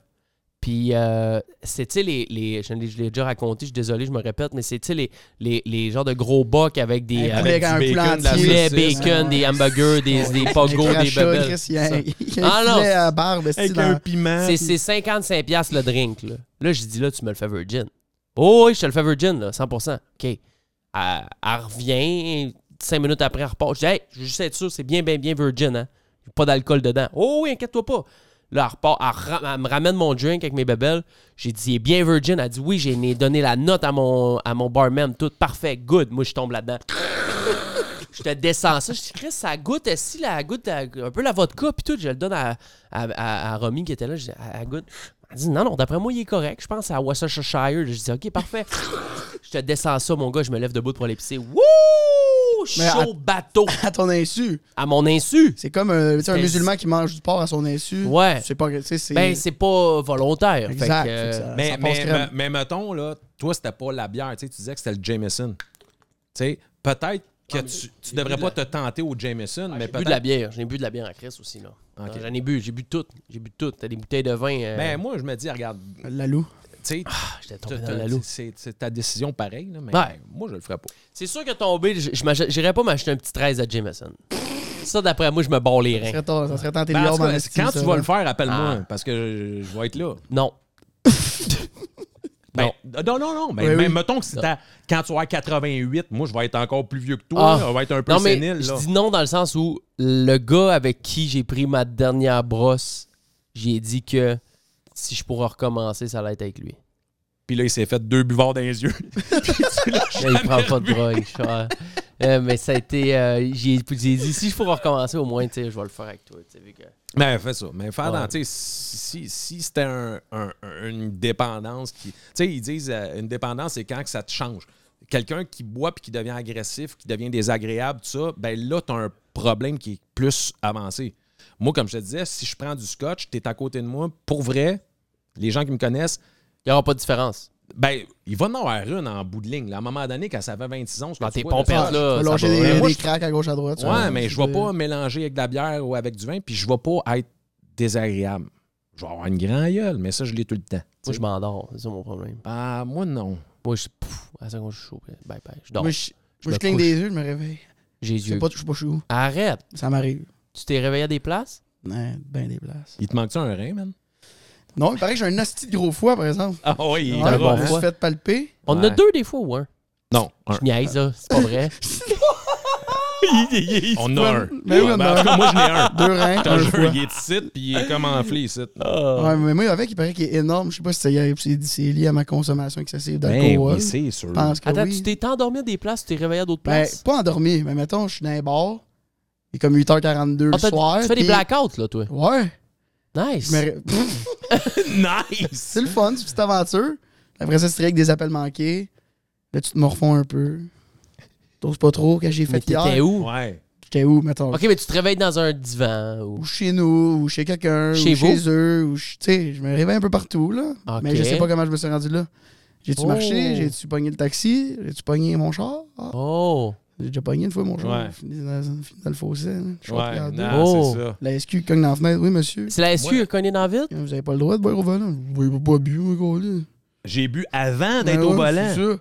C: Puis, euh, c'est, tu sais, les, les- je l'ai je l'ai déjà raconté, je suis désolé, je me répète, mais c'est, tu sais, les, les, les genres de gros bocs avec des euh,
E: Avec un
D: bacon,
E: poulet
D: de la
E: entier.
C: poulets,
D: saucisse,
C: bacon, des hamburgers, des, des pogos,
E: crachats,
C: des bubbles.
E: Chris, il y a, il y a
C: Ah,
E: un
C: non.
E: filet à barbe. esti,
D: Avec
E: dans-
D: un piment.
C: C'est, c'est 55$ piastres le drink, là. Là, je dis, là, tu me le fais virgin. Oh oui, je te le fais virgin, là, 100%. OK. Elle, elle revient, 5 minutes après, elle repart. Je dis, hey, je veux juste être sûr, c'est bien, bien, bien virgin, hein. Pas d'alcool dedans. Oh oui, inquiète-toi pas. Là, elle repart, elle, ra- elle me ramène mon drink avec mes bébelles. J'ai dit, il est bien virgin. Elle dit, oui, j'ai donné la note à mon, à mon barman, tout parfait, good. Moi, je tombe là-dedans. Je te descends ça. Je dis, Chris, ça goûte si la goûte à- un peu la vodka, puis tout. Je le donne à, à, à- à Romy qui était là. Je dis, à, goûte. Elle dit, non, non, d'après moi, il est correct. Je pense à Worcestershire. Je dis, OK, parfait. Je te descends ça, mon gars. Je me lève debout pour aller pisser. Wouh!
E: Mais à-
C: Chaud bateau.
E: À ton insu.
C: À mon insu.
E: C'est comme un, tu sais, un
C: Ben,
E: musulman qui mange du porc à son insu.
C: Ouais.
E: C'est pas. tu sais, c'est-
C: Ben, c'est pas volontaire. Fait
E: Exact.
C: que,
E: Fait que
C: euh,
E: ça-
D: Mais,
E: ça
D: mais,
E: passe crème.
D: mais- mais mettons, là, toi, c'était pas la bière. Tu sais, tu disais que c'était le Jameson. Tu sais, peut-être
C: Ah,
D: que tu, tu devrais
C: bu
D: pas
C: de Ah,
D: te tenter au Jameson, mais
C: J'ai bu de la
D: peut-être.
C: bière. J'ai bu de la bière à Chris aussi, là.
D: Ok.
C: J'en ai bu. J'ai bu tout. J'ai bu tout. T'as des bouteilles de vin. euh,
D: Ben, moi, je me dis, regarde,
E: La loue.
D: tu sais,
C: ah, J'étais
D: t'as-
C: tombé dans la
D: t'as-
C: loupe.
D: c'est c'est ta décision pareille, là, mais
C: Ouais.
D: moi, je le ferais pas.
C: C'est sûr que tomber, je- je m'ach- j'irais pas m'acheter un petit 13 à Jameson. Ça, d'après moi, je me barre les
E: Ça
C: reins.
E: serait, tort- ça serait tenté
D: Ben,
E: de
D: en tout
E: l'or
D: cas,
E: dans
D: quand
E: l'esti, ça,
D: tu vas
E: là.
D: le faire, appelle-moi,
C: Ah.
D: parce que je, je vais être là.
C: Non.
D: Ben,
C: Non.
D: non, non, non. Mais
E: Oui,
D: mais
E: oui.
D: mettons que c'est à- quand tu vas avoir 88, moi, je vais être encore plus vieux que toi.
C: Ah.
D: là, on va être un peu
C: Non, mais
D: sénile.
C: je
D: là.
C: dis non dans le sens où le gars avec qui j'ai pris ma dernière brosse, j'ai dit que si je pourrais recommencer, ça allait être avec lui.
D: Puis là, il s'est fait deux buvards dans les yeux.
C: Là, il prend pas de drogue. je crois. Euh, mais ça a été. euh, j'ai j'ai dit si je pourrais recommencer, au moins, tu sais, je vais le faire avec toi. tu sais, vu que-
D: Mais Ben, fais ça. Mais faire dans,
C: Ouais.
D: tu sais, si, si, si c'était un- un- un- une dépendance qui. Tu sais, ils disent euh, une dépendance, c'est quand que ça te change. Quelqu'un qui boit puis qui devient agressif, qui devient désagréable, tout ça, ben là, t'as un problème qui est plus avancé. Moi, comme je te disais, si je prends du scotch, t'es à côté de moi, pour vrai, les gens qui me connaissent,
C: Il n'y aura pas de différence.
D: ben, il va en avoir une en bout de ligne. là. À un moment donné, quand ça fait 26 ans,
C: Dans tes
E: Ah,
C: pompettes,
E: tu vas
C: là. ça
E: lâcher
C: va.
E: des,
D: moi,
E: des
D: je-
E: cracks à gauche à droite. ça,
D: Ouais, mais je ne vais pas mélanger avec de la bière ou avec du vin, puis je ne vais pas être désagréable. Je vais avoir une grande gueule, mais ça, je l'ai tout le temps.
C: Moi, je m'endors. C'est ça mon problème.
D: Ah, moi, non.
C: Moi, je. Pouf, à la seconde, je suis chaud. Bye bye. Je dors.
E: Moi, je, moi,
C: me
E: je cligne
C: couche.
E: des yeux, je me réveille.
C: J'ai
E: Je sais
C: yeux.
E: pas, je suis pas chez où.
C: Arrête.
E: Ça m'arrive.
C: Tu t'es réveillé à des places?
E: Ouais, ben des places.
D: Il te manque-tu un rein, man?
E: Non, il paraît que j'ai un hostie de gros foie, par exemple.
D: Ah oui, il
E: Ouais,
D: est
C: un bon
E: je me
C: foie.
E: suis fait palper.
C: On en a
D: Ouais.
C: deux des fois ou un?
D: Non, un.
C: Je niaise, là. C'est pas vrai. Il- il- il-
D: On en a un.
E: Mais oui,
D: Ouais,
E: on
D: ben,
E: a
D: en
E: un.
D: tout cas, moi, j'en ai un.
E: Deux reins,
D: Quand
E: un
D: je
E: foie.
D: veux, il est ici, puis il est comme enflé ici.
E: Ouais, mais moi, avec, il paraît qu'il est énorme. Je sais pas si c'est- c'est c'est lié à ma consommation excessive
D: Ben
E: d'alcool.
D: oui, c'est sûr.
E: je pense que
C: Attends,
E: oui.
C: tu t'es endormi à des places, tu t'es réveillé à d'autres
E: Ben,
C: places?
E: pas endormi, mais mettons, je suis dans un bar. Il est comme 8h42
C: Ah,
E: le
C: t'as-
E: soir.
C: tu fais des
E: puis-
C: blackouts, là, toi.
E: Ouais.
C: Nice.
E: je me- Pff,
D: Nice!
E: c'est le fun, c'est une petite aventure. Après ça, c'est avec des appels manqués. Là, tu te morfonds un peu. T'oses pas trop quand j'ai
C: Mais
E: fait
C: t'étais
E: hier.
C: où?
D: Ouais.
E: J'étais où, mettons?
C: Ok, mais tu te réveilles dans un divan. Ou...
E: Ou chez nous, ou chez quelqu'un,
C: Chez
E: ou
C: vous?
E: chez eux. Ou ch- tu sais, je me réveille un peu partout, là.
C: Ok.
E: Mais je sais pas comment je me suis rendu là. J'ai-tu
C: Oh.
E: marché? J'ai-tu pogné le taxi? J'ai-tu pogné mon char? Ah,
C: Oh.
E: J'ai déjà pogné une fois mon char.
D: Ouais.
E: J'ai Fini dans, fini dans le fossé. hein. Je suis pas
D: Ouais,
E: regardé.
D: non,
C: Oh.
D: c'est ça.
E: La SQ cogne dans la fenêtre. Oui, monsieur.
C: C'est la SQ qui a cogné dans le vide?
E: Vous avez pas le droit de boire au volant. Vous n'avez pas bu, moi, gros. là.
D: J'ai bu avant d'être
E: Ben
D: au
E: ouais,
D: volant.
E: c'est ça.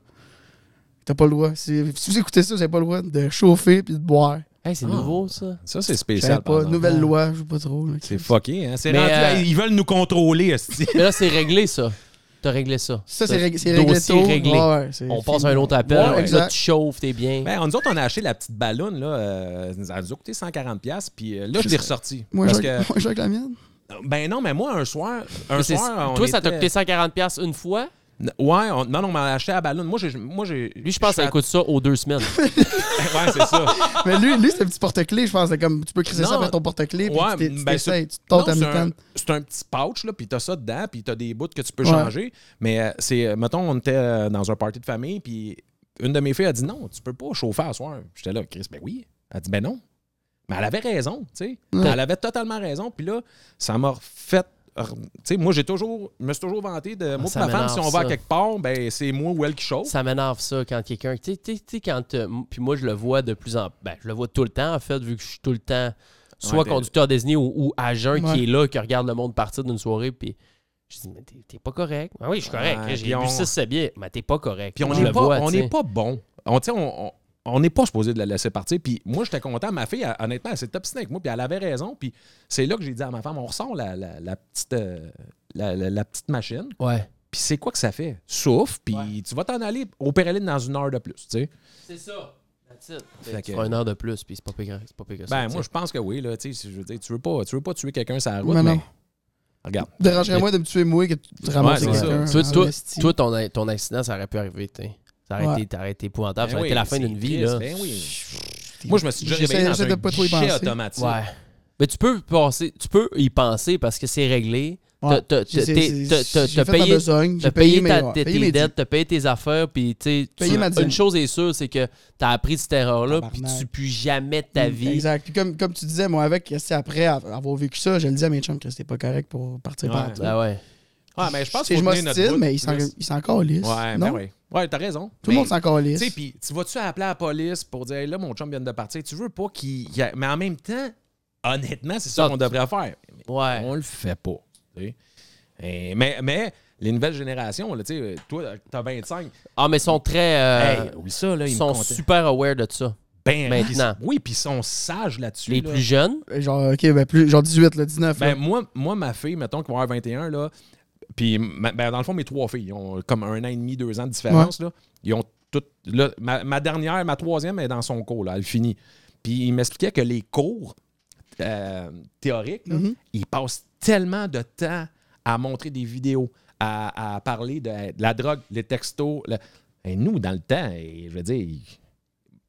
E: T'as pas le droit. C'est- Si vous écoutez ça, vous avez pas le droit de chauffer puis de boire.
C: Hey, c'est
D: Ah.
C: nouveau, ça.
D: Ça, c'est
E: Je
D: spécial. par
E: savais pas.
D: exemple.
E: Nouvelle loi, je sais pas trop. là.
D: C'est fucké, hein? C'est
C: Mais,
D: rendu à-
C: euh,
D: Ils veulent nous contrôler, esti.
C: Mais là, c'est réglé, ça. T'as réglé ça.
E: Ça, c'est réglé. C'est réglé.
C: Dossier
E: tôt.
C: réglé.
E: Ouais, ouais, c'est
C: On
E: fini.
C: passe à un autre appel.
E: Ouais,
C: là,
E: exact.
C: tu chauffes, t'es bien.
D: Ben, nous autres, on a acheté la petite ballonne, là. euh, elle nous a coûté 140$, puis euh, là, je l'ai ressortie.
E: Moi,
D: parce
E: j'ai
D: que,
E: moi, j'ai avec la mienne.
D: ben non, mais moi, un soir, un
C: Mais c'est-
D: soir, on
C: toi, ça t'a
D: était-
C: coûté 140$ une fois.
D: N- Ouais, on- non, non, on m'a acheté la ballonne. Moi, j'ai... Moi, j'ai
C: Lui, je pense que
D: à-
C: ça coûte ça aux deux semaines.
D: Ouais, c'est ça.
E: Mais lui, lui c'est un petit porte-clés, je pense. C'est comme, tu peux crisser ça
D: Non.
E: avec ton porte-clés. Puis
D: Ouais,
E: tu t'es- tu
D: ben,
E: t'essayes.
D: c'est-
E: Tu tentes
D: Non,
E: à
D: c'est
E: mi-temps.
D: un- C'est un petit pouch, là, puis t'as ça dedans, puis t'as des bouts que tu peux
E: Ouais.
D: changer. Mais euh, c'est, euh, mettons, on était euh, dans un party de famille, puis une de mes filles a dit non, tu peux pas chauffer à soir. J'étais là, Chris, ben oui. Elle dit, ben non. Mais elle avait raison, tu sais. Elle avait totalement raison. Puis là, ça m'a refait. re- Tu sais, moi, j'ai toujours. Je me suis toujours vanté de. Moi,
C: Ah, ça
D: pour ma femme,
C: m'énerve,
D: si on va à
C: ça.
D: quelque part, ben c'est moi ou elle qui chauffe.
C: Ça m'énerve ça quand quelqu'un. Tu sais- tu sais, tu sais, quand. euh, m- puis moi, je le vois de plus en. Ben, je le vois tout le temps, en fait, vu que je suis tout le temps soit
D: Ouais, t'es-
C: conducteur désigné ou, ou agent
E: Ouais.
C: qui est là, qui regarde le monde partir d'une soirée. Puis je dis, mais t'es- t'es pas correct. Ah oui, je suis correct.
D: Ouais,
C: J'ai
D: puis on-
C: bu 6 billets. Mais t'es pas correct.
D: Puis on
C: Je
D: n'est
C: le
D: pas,
C: vois,
D: on
C: tu sais.
D: est pas bon. On tu sais, on- on- on n'est pas supposé de la laisser partir. Puis moi, j'étais content. Ma fille, elle- honnêtement, elle s'est obstinée avec moi. Puis elle avait raison. Puis c'est là que j'ai dit à ma femme, on ressort la, la- la petite, euh, la, la- la petite machine.
C: Ouais.
D: Puis c'est quoi que ça fait? Souffle, puis tu vas t'en aller au Péraline dans une heure de plus. tu sais.
C: C'est ça.
D: Fait
C: Tu
D: que-
C: feras une heure de plus, puis c'est pas pire, c'est pas pire que ça.
D: Ben,
C: tu
D: moi,
C: sais.
D: je pense que oui. Là, tu sais, je veux dire, tu veux pas, tu veux pas tuer quelqu'un sur la route,
E: Mais
D: mais,
E: non.
D: regarde.
E: Dérangerait-moi de me tuer moi que tu te ramasses
D: c'est
E: avec
D: ça.
E: quelqu'un.
C: Toi,
E: en
C: toi-
E: esti.
C: toi, ton, ton accident, ça aurait pu arriver, tu sais. Ça aurait,
E: Ouais.
C: été, ça aurait été épouvantable. ça
D: Ben oui,
C: aurait été la fin
D: c'est
C: d'une vie,
D: triste,
C: là.
D: ben oui. Moi, je me suis déjà
E: J'essaie-
D: réveillé
E: j'essaie
D: dans
E: de
D: un
E: pas trop y
D: guichet
E: penser.
D: automatique.
C: Ouais. Mais tu peux penser, tu peux y penser parce que c'est réglé. T'as-
E: Ouais.
C: t'as-
E: J'ai-
C: t'as-
E: j'ai-
C: t'es- t'as- t'as-
E: J'ai
C: T'as
E: fait ma
C: payé
E: besogne.
C: t'as
E: J'ai
C: payé
E: payé mes
C: ta-
E: ouais,
C: tes
E: payé
C: tes
E: mes
C: dettes, t'as payé tes affaires, puis tu sais,
E: Payé
C: tu-
E: ma dîme.
C: une chose est sûre, c'est que t'as appris de cette erreur-là, puis
E: Tabarnak. Mm,
C: tu puis jamais de ta vie.
E: Exact. Puis comme, comme tu disais, moi, avec, si après avoir vécu ça, je le disais à mes chums que c'était pas correct pour partir
D: Ouais.
E: par là.
C: Ah ouais.
D: Ouais, mais je pense
E: Tu sais,
D: qu'il
E: je
D: faut tenir notre
E: m'ostine,
D: bout.
E: mais ils s'en- ils s'en calissent.
D: Ouais, ben
E: non?
D: oui. Ouais, t'as raison.
E: Tout le monde
D: Mais-
E: s'en calisse.
D: Tu sais, puis tu vas-tu appeler la police pour dire, Hey, là, mon chum vient de partir. Tu veux pas qu'il. qu'il y a- Mais en même temps, honnêtement, c'est ça
C: Ça,
D: qu'on
C: tu-
D: devrait faire. Mais
C: Ouais.
D: On le fait pas. tu sais. Et- mais, mais les nouvelles générations, là, tu sais, toi, t'as 25.
C: Ah, mais ils sont très. euh,
D: hey, oublie ça, là.
C: ils
D: me
C: sont
D: contaient.
C: super aware de ça.
D: Ben,
C: maintenant.
D: ils- oui, puis ils sont sages là-dessus.
C: Les
D: là.
C: plus jeunes.
E: Genre, OK, ben plus, genre 18, là, 19.
D: Ben,
E: là.
D: moi, moi, ma fille, mettons, qui va avoir 21, là, puis ma- ben, dans le fond, mes trois filles, ils ont comme un an et demi, deux ans de différence, là. Ils ont toutes. là, ma, ma dernière, ma troisième, elle est dans son cours, là, elle finit. Puis il m'expliquait que les cours euh, théoriques, là,
E: Mhm.
D: ils passent tellement de temps à montrer des vidéos, à, à parler de, de la drogue, les textos. le- Et nous, dans le temps, et, je veux dire.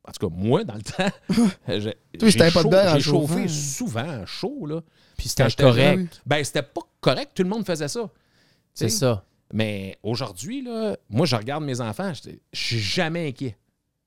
D: En tout cas, moi, dans le temps, je- j'ai
E: j'étais pas
D: chaud-
E: dedans en
D: j'ai
E: chauffant.
D: chauffé souvent chaud, là.
C: Puis
D: Quand
C: c'était
D: j'étais jeune,
C: correct.
D: Ben, c'était pas correct, tout le monde faisait ça.
C: C'est
D: T'sais.
C: ça.
D: Mais aujourd'hui, là, moi, je regarde mes enfants, je je suis jamais inquiet.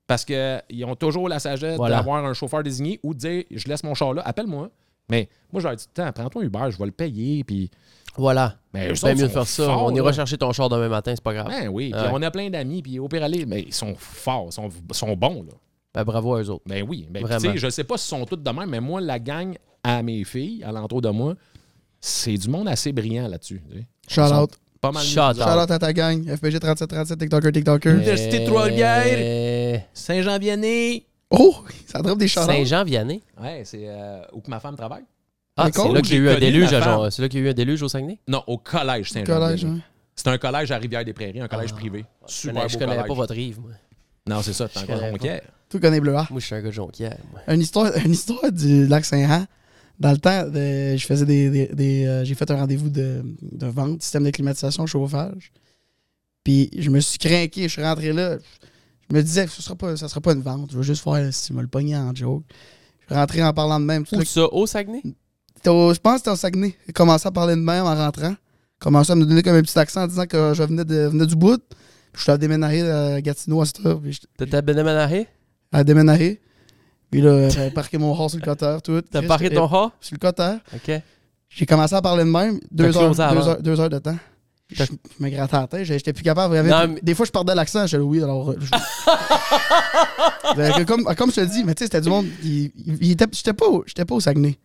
D: Parce qu'ils ont toujours la sagesse
C: Voilà.
D: d'avoir un chauffeur désigné ou de dire je laisse mon char là, appelle-moi. Mais moi, je leur dis tout le temps, prends-toi un Uber, je vais le payer. Puis,
C: Voilà.
D: mais eux
C: C'est
D: autres
C: mieux de
D: sont
C: faire ça.
D: forts,
C: On ira
D: là.
C: chercher ton char demain matin, c'est pas grave.
D: Ben oui, puis
C: Ouais.
D: on a plein d'amis, puis au pire aller, mais ils sont forts, ils sont, sont bons. Là.
C: Ben, bravo à eux autres.
D: Ben oui, ben,
C: Vraiment.
D: tu sais, je sais pas si sont toutes de même, mais moi, la gang à mes filles, alentour de moi, c'est du monde assez brillant là-dessus. tu sais.
E: Shout
D: Ils sont
E: out.
D: Pas mal
C: Shout out.
E: Shout out à ta gang. FPG 3737, TikToker, TikToker.
D: Université de
C: Euh,
D: Trois-Rivières. Saint-Jean-Vianney.
E: Oh, ça drop des shout outs.
C: Saint-Jean-Vianney.
D: Ouais, c'est euh, où que ma femme travaille?
C: Ah,
E: École,
C: c'est là qu'il y a
D: j'ai
C: eu un
D: connu
C: déluge,
D: ma
C: à genre.
D: femme.
C: C'est là qu'il y a eu un déluge au Saguenay?
D: Non, au collège Saint-Jean.
E: Collège,
D: vianney
E: hein.
D: Ah. C'est un collège à Rivière-des-Prairies, un collège privé. Super
C: je connais,
D: beau
C: je connais
D: collège.
C: pas votre rive, moi.
D: Non, c'est ça, t'es encore
C: connais
D: ronquet.
E: Tout connaît Bleu ah. Arc.
C: Moi, je suis un gars de Jonquière. moi.
E: Une histoire, une histoire du lac Saint-Han. Dans le temps, de- je faisais des, des- des, euh, j'ai fait un rendez-vous de, de vente, système de climatisation, chauffage. Puis je me suis craqué, je suis rentré là. Je me disais, ce sera pas, ça sera pas une vente. Je veux juste faire, si tu me le pogné en joke. Je suis rentré en parlant de même. tout
C: Où
E: le-
C: ça? Au Saguenay?
E: C'était au- Je pense que c'était au Saguenay. J'ai commencé à parler de même en rentrant. Commencé à me donner comme un petit accent en disant que je venais, de, venais du bout. Puis je suis allé déménager à Gatineau à cette heure. Puis je-
C: T'as déménagé?
E: à déménager. Puis là, j'avais parqué mon hors sur le coteur, tout.
C: T'as paré ton ha?
E: Sur le coteur.
C: OK.
E: J'ai commencé à parler de même. Deux heures,
C: closé avant.
E: deux, heures, deux heures de temps. Je,
C: T'as-
E: je me grattais la tête. J'étais plus capable. vraiment.
C: Non, mais-
E: Des fois, je perdais l'accent. Je oui, alors. euh, je- Fait que comme, comme je te dis, mais tu sais, c'était du monde. qui- il- il était- J'étais pas, au- j'étais pas au Saguenay.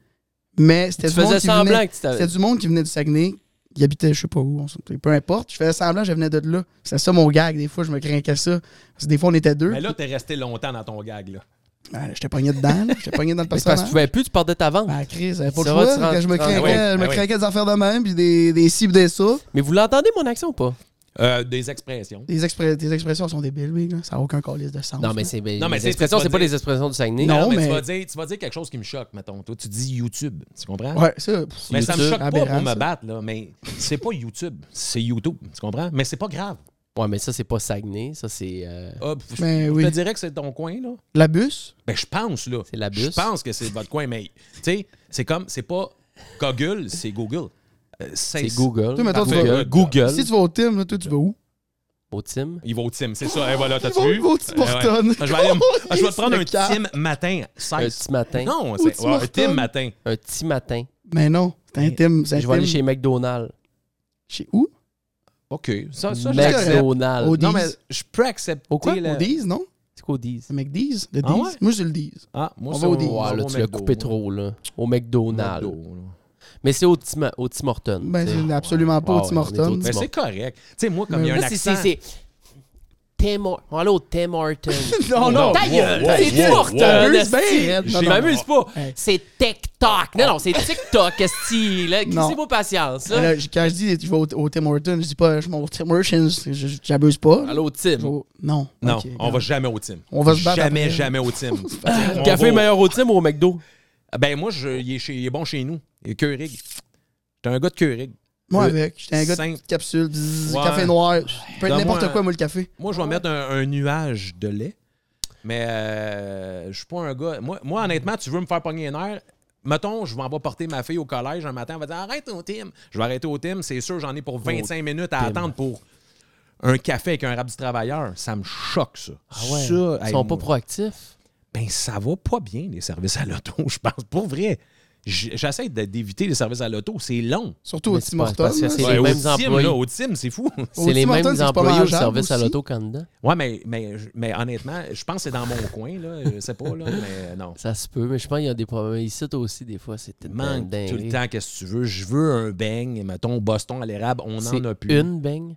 E: Mais c'était
C: Tu
E: du monde.
C: faisais
E: qui
C: semblant
E: venait-
C: que tu
E: C'était
C: t'avais...
E: du monde qui venait du Saguenay. Il habitait, je sais pas où, on s'en- peu importe. Je faisais semblant, je venais de là. C'était ça mon gag. Des fois, je me crainquais ça. Parce que des fois, on était deux.
D: Mais là, t'es resté longtemps dans ton gag, là.
E: Ben, j'étais pogné dedans, là. j'étais pogné dans le
C: Mais c'est parce
E: personnage.
C: que tu pouvais plus, tu partais ta vente.
E: Ben, Chris, j'avais pas le
C: Ça va,
E: choix.
C: tu rends-
E: Quand je me
C: tu rends-
E: craquais,
D: Ah oui,
E: je me
D: ah oui.
E: craquais des affaires de même, puis des, des cibles, des ça.
C: Mais vous l'entendez, mon accent, ou pas?
D: Euh, des expressions.
E: Les, expre- les expressions sont débiles, oui, là. Ça n'a aucun calice de sens.
C: Non, mais
E: là.
C: c'est... Non,
D: Non, mais
C: mais les
D: c'est-
C: expressions,
D: c'est
C: c'est
D: pas
C: pas
D: dire-
C: les expressions du Saguenay.
E: Non,
D: mais,
E: mais-
D: Tu, vas dire, tu vas dire quelque chose qui me choque, mettons. Toi, tu dis YouTube. Tu comprends?
E: Ouais, ça. pff,
D: Mais ça me
E: YouTube,
D: choque pas
E: aberrant,
D: pour me
E: ça.
D: battre, là. Mais c'est pas YouTube, c'est YouTube. Tu comprends? Mais c'est pas grave.
C: Ouais, mais ça, c'est pas Saguenay. Ça, c'est... euh,
D: Ah, pff, je
E: Mais
D: je
E: oui.
D: te dirais que c'est ton coin, là.
E: La bus,
D: Ben, je pense, là.
C: C'est la
D: Je
C: bus.
D: pense que c'est votre coin, mais tu sais, c'est comme, c'est pas Google, c'est Google. Euh, c'est
C: C'est Google.
E: Toi, mettons, tu vas-
C: Google. Google.
E: si tu vas au Tim, là, toi, tu vas où?
C: Au Tim.
D: Il va au team, c'est ça. Et voilà,
E: Tu
D: t'as-tu
E: vas
D: vu?
E: au Tim Horton.
D: Ah, Je vais, aller, ah, je vais te prendre un
E: Le cas.
D: team matin. 16.
C: Un petit matin.
D: Non,
E: Au
D: c'est
E: Tim
D: ouais, un
E: Hortons.
D: team matin.
C: Un petit matin.
E: Mais non, c'est un Tim. C'est un
C: Je vais aller
E: Tim.
C: chez McDonald's.
E: Chez où?
D: OK. Ça, ça, je l'accepte.
E: Au
C: McDonald's.
E: D's.
D: Non, mais je peux accepter.
C: Au quoi?
D: le-
E: Au D's, non?
C: C'est quoi au D's?
E: C'est McDee's? Le D's?
D: Ah ouais?
E: Moi, c'est le D's.
D: Ah, moi,
E: On
D: ça,
E: va au D's.
D: on
C: Ouais,
D: va
C: là,
D: au
C: tu l'as
D: McDo, hein.
C: coupé
D: moi.
C: trop, là. Au McDonald's.
D: McDo, là.
C: Mais c'est au Tim, au Tim Hortons.
E: Ben,
C: tu sais.
E: c'est absolument pas
C: Ah
E: au
C: ouais,
E: Tim
C: on est au
E: Horton.
C: Tim
D: Mais Ben, c'est correct. Tu sais, moi, comme il y a un
C: Là, c'est-
D: accent...
C: c'est... c'est Tim Hortons. On va aller au Tim Hortons.
E: Non, non,
C: Ta gueule! C'est Tim Hortons!
E: T'abuses bien,
C: esti.
E: Red. Non,
C: Je
E: non.
C: m'amuse pas.
E: Hey.
C: C'est TikTok. Non, non, c'est TikTok, esti. Là,
E: Non.
C: c'est pas patience,
E: Mais
C: là.
E: là, quand je dis tu vas au, au Tim Horton, je dis pas je vais au Tim Hortons, je- je- j'abuse pas.
C: Allô,
E: Je vais
C: Tim.
E: au- Non.
D: Non,
E: Ok,
D: on va jamais au team.
E: On va se battre
D: Jamais,
E: après.
D: jamais au team.
C: Café meilleur au Tim ou au McDo?
D: Ben moi, je, il, est chez- il est bon chez nous. Il est Keurig. J'étais un gars de Keurig.
E: Moi
D: Le-
E: avec, j'étais un gars de
D: Simple.
E: petite capsule, bzzz,
D: Ouais.
E: café noir, peut être
D: Donne-moi
E: n'importe
D: un-
E: quoi moi le café.
D: Moi, je vais mettre un, un nuage de lait. Mais euh, je suis pas un gars... Moi, moi, honnêtement, tu veux me faire pogner un air... Mettons, je m'en vais porter ma fille au collège un matin. Elle va dire « Arrête au team! » Je vais arrêter au team. C'est sûr, j'en ai pour 25 minutes à attendre pour un café avec un rap du travailleur. Ça me choque, ça.
E: Ah
D: Ça,
C: Ah Ils
D: hey,
C: sont pas
D: moi-
C: proactifs.
D: ben ça va pas bien les services à l'auto, je pense. Pour vrai, J- j'essaie de- d'éviter les services à l'auto, c'est long.
E: Surtout
C: Mais
E: au
C: c'est
E: Tim
C: pas-
E: Hortons.
C: parce que
E: là.
C: c'est- les
D: au
C: mêmes
D: Tim,
C: employés.
D: là, au Tim, c'est fou.
E: Au
C: C'est les
E: Tim Hortons,
C: mêmes
E: c'est pas
C: employés au
E: mangeable
C: service à
E: aussi.
C: l'auto Canada.
D: Ouais, mais, mais, mais honnêtement, je pense que c'est dans mon coin, là. Je sais pas, là, mais non.
C: Ça se peut, mais je pense qu'il y a des problèmes. Ici, toi aussi, des fois, c'est
D: Il
C: tellement
D: manque
C: dingue.
D: Euh, tout le temps, qu'est-ce que tu veux? Je veux un beigne, mettons, Boston à l'érable, on
C: C'est
D: en a plus.
C: une beigne?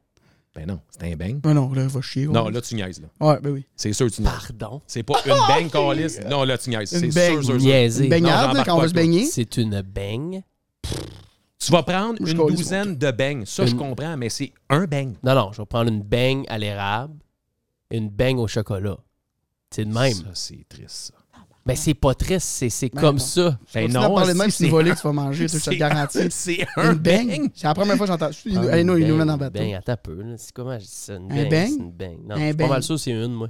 D: Ben non, c'est un beigne.
E: Mais non, là, va chier. ouais.
D: Non, là, tu niaises, là.
E: Ouais, ben oui.
D: C'est sûr, tu niaises.
C: Pardon?
D: C'est pas une beigne, Carlis. Non, là, tu niaises.
E: Ah, Une
D: C'est
E: beigne.
D: sûr, sûr, sûr.
E: Une
C: Niaisé.
E: baignade,
D: j'embarque
E: là, quand on
D: pas
E: va se
D: avec
E: baigner.
C: C'est une beigne.
D: Tu vas prendre
E: Je
D: une
E: calisse,
D: douzaine de beignes. Ça, je
C: Une-
D: comprends, mais c'est un beigne.
C: Non, non, je vais prendre une beigne à l'érable et une beigne au chocolat. C'est de même.
D: Ça, c'est triste, ça.
C: Mais c'est pas triste, c'est, c'est
E: Ben
C: comme
E: non.
C: ça.
E: Tu
D: Ben
E: vas
D: non,
E: parler de même,
D: c'est
E: c'est une volée que tu vas manger, ça, je te le garantis.
D: C'est
E: Une
D: un
E: beigne?
D: bang.
E: C'est la première fois que j'entends. Excuse-
C: Prendre
E: Allez, nous,
C: une
E: il nous
C: beigne,
E: mène en
C: Une beigne,
E: bateau.
C: Ben, attends un peu. là. C'est comment je dis ça? Une
E: Un
C: beigne?
E: beigne?
C: C'est une beigne. Non,
E: Un
C: je suis pas
E: beigne.
C: mal sûr, c'est une, moi.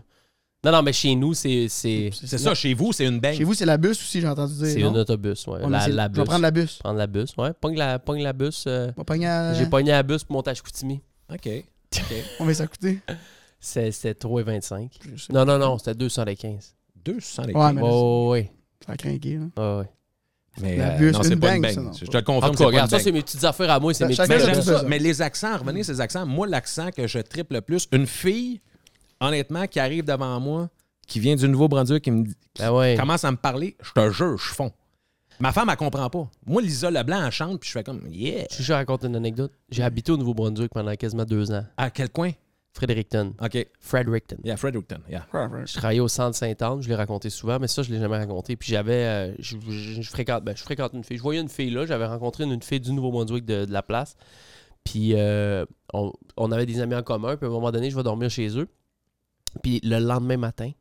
C: Non, non, mais chez nous, c'est, c'est,
D: C'est ça, chez vous, c'est une bang.
E: Chez vous, c'est la bus aussi, j'ai entendu dire.
C: c'est
E: non?
C: un autobus. Ouais.
E: Ouais, mais
C: la,
E: c'est-
C: la
E: Je vais
C: bus.
E: prendre la bus.
C: Prendre la bus, ouais. Pogne la, pogne la bus. euh,
E: On va pogner à-
C: J'ai pogné la bus pour montage Koutimi.
D: OK.
E: On va s'écouter.
C: C'est, c'était 3,25.
E: Je sais.
C: Non, non, non, c'était 215.
D: 200 les
E: Ouais, mais
C: Ouais,
E: là,
C: ouais, ouais.
E: ça a craqué. là.
C: ouais, ouais.
D: Oh, Mais
E: La
D: euh,
E: bus,
D: non,
E: une
D: c'est pas une
E: bang, ça, non.
D: bang. Je te le
C: En
D: confirme,
C: tout cas,
D: c'est pas une
C: regarde, ça,
D: bang.
C: c'est mes petites affaires à moi, c'est
E: Ben,
C: mes
E: chacun
D: Mais
E: Ça,
D: j'aime
E: c'est
C: petites
E: ça.
D: ça. Mais les accents, revenez ces accents. Moi, l'accent que je triple le plus, une fille, honnêtement, qui arrive devant moi, qui vient du Nouveau-Brunswick, qui me dit- qui
C: Ben ouais.
D: commence à me parler, je te jure, je fonds. Ma femme, elle comprend pas. Moi, Lisa Leblanc, elle chante, puis je fais comme, yeah.
C: Je te raconte une anecdote. J'ai habité au Nouveau-Brunswick pendant quasiment deux ans.
D: À quel coin?
C: Fredericton.
D: OK.
C: Fredericton.
D: Yeah, Fredericton. Yeah.
C: Je travaillais au centre Sainte-Anne, je l'ai raconté souvent, mais ça, je l'ai jamais raconté. Puis j'avais. euh, je, je- je fréquente, ben, je fréquente une fille. Je voyais une fille là, j'avais rencontré une, une fille du Nouveau-Brunswick de, de la place. Puis euh, on, on avait des amis en commun. Puis à un moment donné, je vais dormir chez eux. Puis le lendemain matin,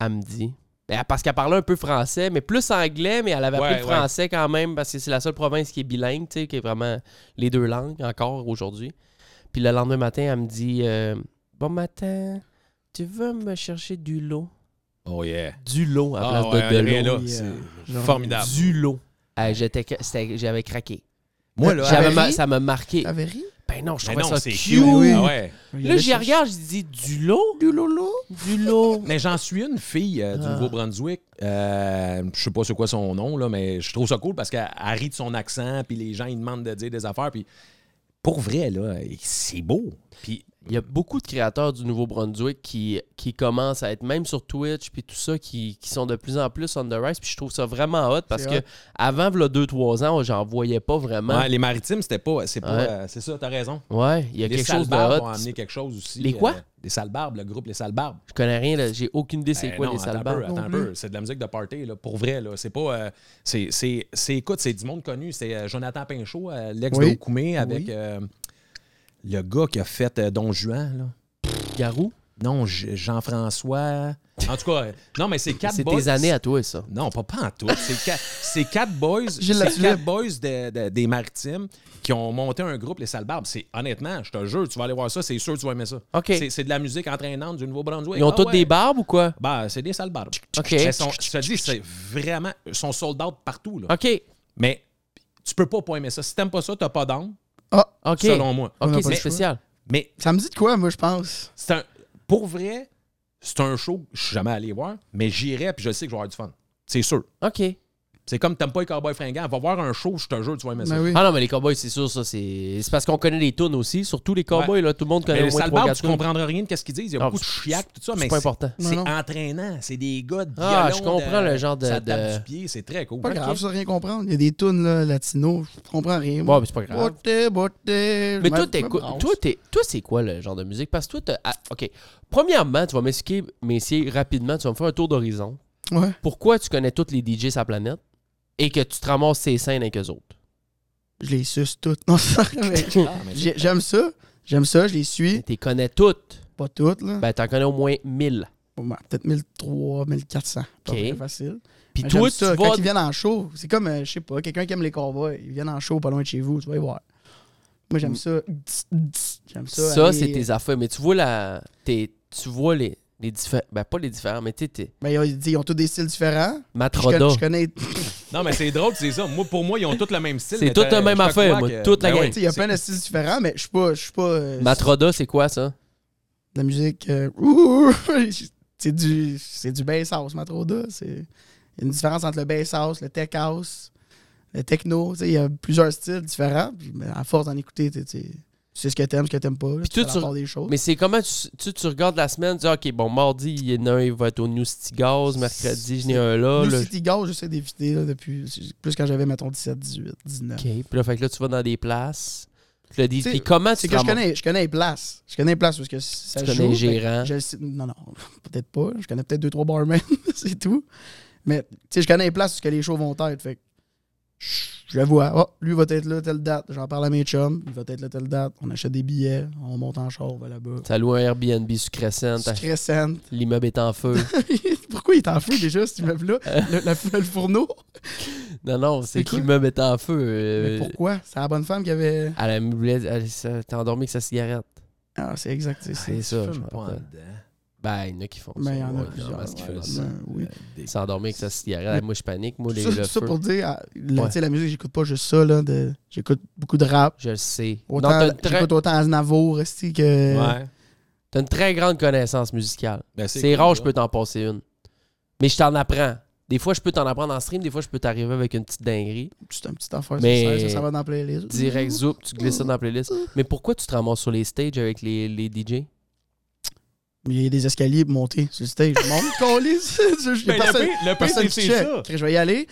C: elle me dit. ben, parce qu'elle parlait un peu français, mais plus anglais, mais elle avait appris
B: Ouais,
C: le
B: ouais.
C: français quand même, parce que c'est la seule province qui est bilingue, tu sais, qui est vraiment les deux langues encore aujourd'hui. Puis le lendemain matin, elle me dit euh, Bon matin, tu veux me chercher du lot
D: Oh yeah.
C: Du lot à
B: Ah ouais,
C: place de, de
B: André,
C: l'eau.
B: là, c'est formidable.
C: Du lot. Euh, j'étais ca- c'était- J'avais craqué.
D: Moi, là,
C: J'avais
E: elle
C: ma-
E: rit?
C: ça m'a marqué.
E: T'avais ri?
C: Ben non, je
B: Mais
C: trouvais
B: non,
C: ça
B: c'est
C: cute.
B: cute.
E: Oui.
B: Ah ouais.
C: Là, j'y regarde, je dis du lot
E: Du lolo.
C: Du lot.
D: Mais j'en suis une fille euh, du
C: Ah.
D: Nouveau-Brunswick. Euh, je sais pas c'est quoi son nom, là, mais je trouve ça cool parce qu'elle elle rit de son accent, puis les gens, ils demandent de dire des affaires. Puis pour vrai, là, c'est beau. Puis
C: Il y a beaucoup de créateurs du Nouveau-Brunswick qui, qui commencent à être, même sur Twitch, puis tout ça, qui, qui sont de plus en plus on the rise. Puis je trouve ça vraiment hot parce
E: C'est
C: que
E: hot.
C: avant, v'là 2-3 ans, j'en voyais pas vraiment.
D: ouais, les maritimes, c'était pas. C'est pas.
C: Ouais.
D: euh, c'est ça, t'as raison.
C: Ouais, il y a
D: les
C: quelque
D: sales
C: chose de
D: barbes ont
C: hot.
D: amené quelque chose aussi. euh,
C: Les quoi?
D: les sales barbes, le groupe Les sales barbes.
C: Je connais rien, là, j'ai aucune idée c'est
D: Ben
C: quoi
D: non,
C: les
D: attends un
C: salles
D: peu,
C: barbes.
D: attends un peu. C'est de la musique de party, là, pour vrai. Là. C'est pas. euh, c'est, c'est, c'est- écoute, c'est du monde connu. C'est euh, Jonathan Pinchot, euh, l'ex
E: Oui.
D: de Okoumé, avec euh, le gars qui a fait euh, Don Juan. Là.
C: Garou,
D: Non, J- Jean-François. En tout cas, euh, non, mais c'est quatre
C: c'est
D: boys.
C: tes années à toi, ça.
D: Non, pas, pas en tout. C'est quatre, c'est quatre boys, c'est
E: Gilles Latulippe.
D: quatre boys de- de- des maritimes qui ont monté un groupe, les Salbarbes. C'est honnêtement, je te jure, tu vas aller voir ça, c'est sûr que tu vas aimer ça.
C: OK.
D: C'est, c'est de la musique entraînante du Nouveau-Brunswick.
C: Ils ont
D: Ah
C: toutes
D: ouais.
C: des barbes ou quoi?
D: Bah, c'est des sales barbes.
C: OK.
D: Mais sont- je te dis, c'est vraiment. Ils sont sold out partout. Là.
C: OK.
D: Mais tu peux pas pas aimer ça. Si t'aimes pas ça, t'as pas d'âme,
E: Ah,
C: OK.
D: selon moi.
E: On a pas
C: OK, c'est
E: le choix.
C: spécial.
D: Mais
E: ça me dit de quoi, moi, je pense?
D: c'est un. Pour vrai, c'est un show que je suis jamais allé voir, mais j'irai puis je sais que je vais avoir du fun. C'est sûr.
C: OK.
D: C'est comme t'aimes pas les cowboys fringants. Va voir un show, je te jure, tu vas aimer ça.
E: Ben oui.
C: Ah non, mais les cowboys, c'est sûr, ça, c'est c'est parce qu'on connaît les tunes aussi. Surtout les cowboys, là, tout le monde connaît
D: Mais
C: au
D: les
C: moins
D: sales
C: 3,
D: barbes,
C: 4
D: tu comprendras rien de qu'est-ce qu'ils disent. Il y a
C: Ah,
D: beaucoup de
C: c'est-
D: chiac, tout ça,
C: C'est
D: mais
C: pas important.
D: c'est
E: Non, non.
D: entraînant. C'est des gars de violon.
C: Ah, je comprends
D: de-
C: le genre de-
D: Ça tape
C: de-
D: du pied, c'est très cool.
E: Pas
D: Ok.
E: grave, ça, rien comprendre. Il y a des tunes là, latino, je comprends rien.
C: Bon, mais c'est pas grave.
E: Boté, boté.
C: Mais
E: je
C: toi,
E: me-
C: t'écoutes-
E: me brasse.
C: toi, t'es- toi, c'est quoi le genre de musique? Parce que toi, t'as- ah, OK. Premièrement, tu vas m'expliquer, messieurs, rapidement, tu vas me faire un tour d'horizon.
E: Ouais.
C: Pourquoi tu connais tous les DJ sa planète et que tu te ramasses ces scènes avec eux autres?
E: Je les suce toutes. Non, ça, mais-
D: Ah, mais
E: j'ai- J'aime ça. J'aime ça, je les suis.
C: Tu les connais toutes.
E: Pas toutes, là.
C: Ben, t'en connais au moins 1000.
E: Ouais, Peut-être 1300, 1400. Pas
C: Ok.
E: très facile.
C: Puis
E: Mais
C: toi,
E: Ah, j'aime
C: tu
E: ça.
C: vas.
E: Quand ils viennent en show, c'est comme, euh, je sais pas, quelqu'un qui aime les cowboys. Ils viennent en show pas loin de chez vous, tu vas y voir. Moi, j'aime ça. J'aime ça.
C: Mm. Ça,
E: aller- euh,
C: c'est tes affaires. Mais tu vois la. t'es- Tu vois les. Les différents. Ben, pas les différents, mais tu sais, t'es-
E: Ben, ils ont- ils disent, ils ont tous des styles différents. Je,
C: Matroda.
E: connais- je connais. Tu
D: Non, mais c'est drôle, c'est ça. Moi, pour moi, ils ont tous le même style.
C: C'est
D: mais
C: tous
D: t'as-
C: la même
D: je te
C: affaire,
D: crois
C: moi.
D: que-
C: Toute la
D: Ben
C: gang.
D: oui.
E: sais, il y a
D: C'est-
E: plein de styles différents, mais je suis pas. Je suis pas. euh,
C: Matroda, c'est quoi ça?
E: la musique. euh, ouh, c'est du, c'est du bass house, Matroda. C'est il y a une différence entre le bass house, le tech house, le techno. Tu sais, il y a plusieurs styles différents. Puis, ben, à force d'en écouter, tu, tu- tu sais ce que t'aimes, ce que t'aimes pas. là,
C: Puis
E: tu
C: toi,
E: fais
C: tu-
E: la part des choses.
C: Mais c'est comment tu, tu, tu regardes la semaine, tu dis, OK, bon, mardi, il y en a un, il va être au New City Gaz, mercredi, j'en ai un là.
E: New
C: là.
E: City Girls, j'essaie d'éviter là, depuis plus quand j'avais, mettons, 17, 18, 19.
C: OK, puis là, fait que là, tu vas dans des places. Tu le dis,
E: Tu sais,
C: puis comment tu
E: C'est
C: te
E: que je
C: ramasses?
E: connais, je connais les places. Je connais les places parce que ça
C: Tu
E: joue.
C: connais les
E: fait que
C: gérants.
E: je le sais- non, non, peut-être pas. Je connais peut-être deux, trois barmen, c'est tout. Mais tu sais, je connais les places parce que les shows vont être. Fait que je je vois. Oh, lui va être là telle date. J'en parle à mes chums. Il va être là telle date. On achète des billets. On monte en char, on va là-bas.
C: Ça loue un Airbnb sur Crescent, t'as-
E: Stressant.
C: l'immeuble est en feu.
E: Pourquoi il est en feu déjà, cet immeuble-là? Le, la- le fourneau?
C: non, non, c'est
E: C'est
C: que
E: quoi?
C: l'immeuble est en feu. euh,
E: Mais pourquoi? C'est la bonne femme qui avait.
C: Elle a voulu- elle s'est- t'es endormi avec sa cigarette.
E: Ah, c'est exact. c'est-
C: C'est ça. je
D: Fume
C: me
D: pas en
C: rappelle.
D: dedans.
C: Ben, il y en a qui font ça.
E: Mais il y en
C: ouais,
E: a
C: non,
E: plusieurs.
C: parce qu'ils
E: ouais,
C: font ça.
E: ben, oui.
D: Euh,
C: Ils s'endorment avec sa cigarette. Moi, je panique. Moi, les,
E: Ça,
C: le
E: ça
C: feu.
E: pour dire, ah, la,
C: Ouais.
E: tu sais, la musique, j'écoute pas juste ça. Là, de, j'écoute beaucoup de rap.
C: Je le sais. Non,
E: Autant,
C: t'as une, très-
E: J'écoute autant Aznavour esti, que.
D: Ouais.
C: t'as une très grande connaissance musicale.
D: Ben,
C: C'est
D: cool,
C: rare,
D: là.
C: je peux t'en passer une. Mais je t'en apprends. Des fois, je peux t'en apprendre en stream. Des fois, je peux t'arriver avec une petite dinguerie.
E: C'est un petit affaire.
C: Mais-
E: Mais... Ça, ça va dans la playlist.
C: Direct, zoup, tu glisses ça dans la playlist. Mais pourquoi tu te ramasses sur les stages avec les, les DJ?
E: Il y a des escaliers pour monter sur le stage. Je monte, câlisse. Je- je- y a
D: Ben, le
E: personne,
D: pire- le pire, c'est-
E: personne
D: c'est
E: qui check.
D: ça.
E: Chris, Je vais y aller.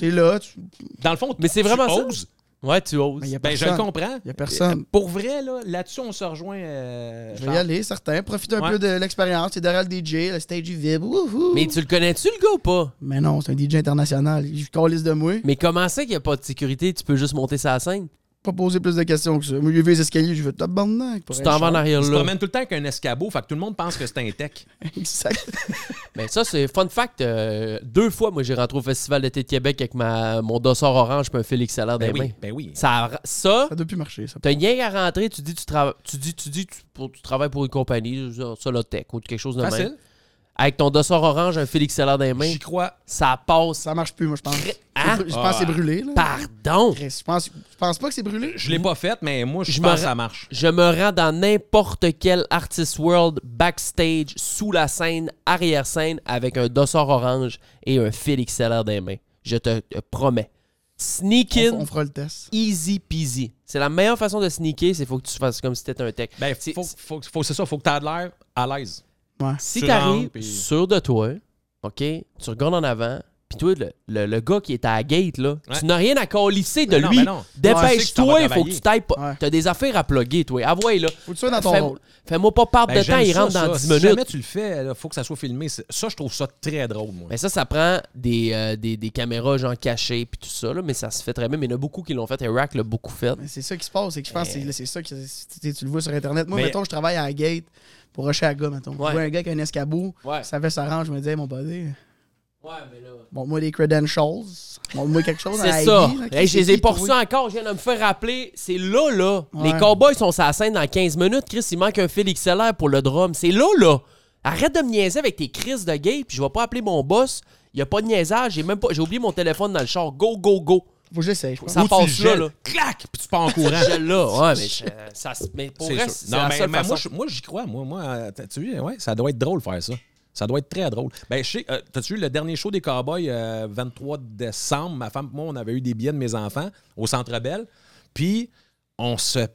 E: T'es là. Tu...
D: Dans le fond,
C: Mais c'est
D: tu
C: vraiment ça.
D: oses.
C: Ouais, tu oses.
E: Mais il y a
D: Ben, je
E: personne.
D: le comprends.
E: Il y a
C: Euh,
E: personne.
D: Pour vrai, là, là-dessus, on se rejoint. euh,
E: Je vais
D: Charles.
E: y aller, certain. Profite un
D: Ouais.
E: peu de l'expérience. T'es derrière le DJ, le stage il vibre. Wouhou.
C: Mais tu le connais-tu, le gars, ou pas?
E: Mais non, c'est un DJ international. Il câlisse de moi.
C: Mais comment ça qu'il n'y a pas de sécurité? Tu peux juste monter sa scène?
E: pas posé plus de questions que ça. Moi, j'ai vu les escaliers, j'ai fait tabarnak. pour
C: Tu
E: être
C: t'en vas en
E: cher.
C: arrière
D: Tu te
C: là.
D: promènes tout le temps avec un escabeau, fait que tout le monde pense que c'est un tech.
E: Exact.
C: Mais ça, c'est fun fact. euh, deux fois, moi, j'ai rentré au Festival d'été de Québec avec ma, mon dossard orange et un Félix Salaire
D: Ben
C: des mains.
D: oui, ben oui.
C: Ah, Ça, a- ça
E: Ça doit plus marcher, ça.
C: t'as rien à rentrer, tu dis, tu, trava- tu, dis, tu, dis tu, pour, tu travailles pour une compagnie, ça, ça, la tech ou quelque chose de même.
D: Facile.
C: Avec ton dossard orange, un Félix Salaire des mains,
D: J'y crois.
C: ça passe.
E: Ça marche plus, moi, je pense.
C: Hein?
E: Je pense que c'est brûlé, là.
C: Pardon!
E: Je pense, je pense pas que c'est brûlé.
D: Je l'ai pas faite, mais moi, je
C: Mm-hmm. Je
D: pense
C: me
D: que
C: ra-
D: ça marche.
C: Je me rends dans n'importe quel Artist World backstage, sous la scène, arrière-scène, avec un dossard orange et un fil XLR des mains. Je te, te promets. Sneak in,
E: On, on fera le test.
C: easy peasy. C'est la meilleure façon de sneaker, c'est faut que tu fasses comme si t'étais un tech.
D: Ben,
C: C'est-
D: faut, faut, faut- c'est ça, faut que t'aies de l'air à l'aise.
E: Ouais.
C: Si
D: Tu
C: t'arrives
D: rentres, puis-
C: sûr de toi, OK, tu regardes en avant, puis toi, le, le- le gars qui est à la gate, là,
D: Ouais.
C: tu n'as rien à colisser de
D: Mais non,
C: lui.
D: mais non.
C: Dépêche-toi,
D: Ouais, je sais que ça va
C: il faut que
D: travailler.
C: tu t'ailles pas.
E: Ouais.
C: T'as des affaires à plugger, toi. Avouez, là.
E: Faut que tu sois dans ton
C: Fais-
E: rôle.
C: Fais-moi pas perdre
D: Ben,
C: de temps,
D: j'aime
C: il
D: ça,
C: rentre
D: ça.
C: dans 10
D: si
C: minutes.
D: jamais tu le fais, il faut que ça soit filmé. C'est- Ça, je trouve ça très drôle, moi.
C: Mais ça, ça prend des, euh, des, des caméras genre cachées puis tout ça, là, mais ça se fait très bien. Mais il y en a beaucoup qui l'ont fait. Rack l'a beaucoup fait.
E: Mais c'est ça qui se passe, c'est que je pense que
C: Eh.
E: c'est- c'est ça que c'est- tu sais, tu le vois sur Internet. Moi,
D: Mais-
E: mettons, je travaille à la gate pour rusher à gars, mettons. Je
C: Ouais.
E: vois un gars qui a un escabeau,
C: Ouais.
E: ça fait sa range, je me disais, mon buddy,
C: Ouais, mais là.
E: bon, moi des credentials, bon, moi quelque chose.
C: C'est
E: un
C: ça.
E: ID, là, qui-
C: Hey, je
E: c'est
C: les ai
E: qui,
C: pas
E: toi?
C: reçus encore. Je viens de me faire rappeler. C'est là, là.
E: Ouais.
C: Les cowboys sont sur la scène dans 15 minutes. Chris, il manque un fil XLR pour le drum. C'est là, là. Arrête de me niaiser avec tes crises de gay, puis je vais pas appeler mon boss. Il y a pas de niaisage. J'ai même pas. J'ai oublié mon téléphone dans le char. Go, go, go.
E: Faut que j'essaye, je pense.
C: Ça
D: Ou tu
C: passe
D: le
C: là,
D: gèles,
C: là.
D: Clac! Puis tu pars en courant.
C: Je là. Ouais, mais je- euh, ça se- mais pour
D: C'est
C: vrai,
D: sûr.
C: c'est
D: Non,
C: la
D: mais-
C: seule
D: mais
C: façon.
D: moi, je- moi, j'y crois. Moi, moi t'as- tu vu, ouais, ça doit être drôle de faire ça. Ça doit être très drôle. Ben, je sais, euh, t'as-tu vu le dernier show des Cowboys, euh, 23 décembre, ma femme et moi, on avait eu des billets de mes enfants au Centre Belle. Puis, on se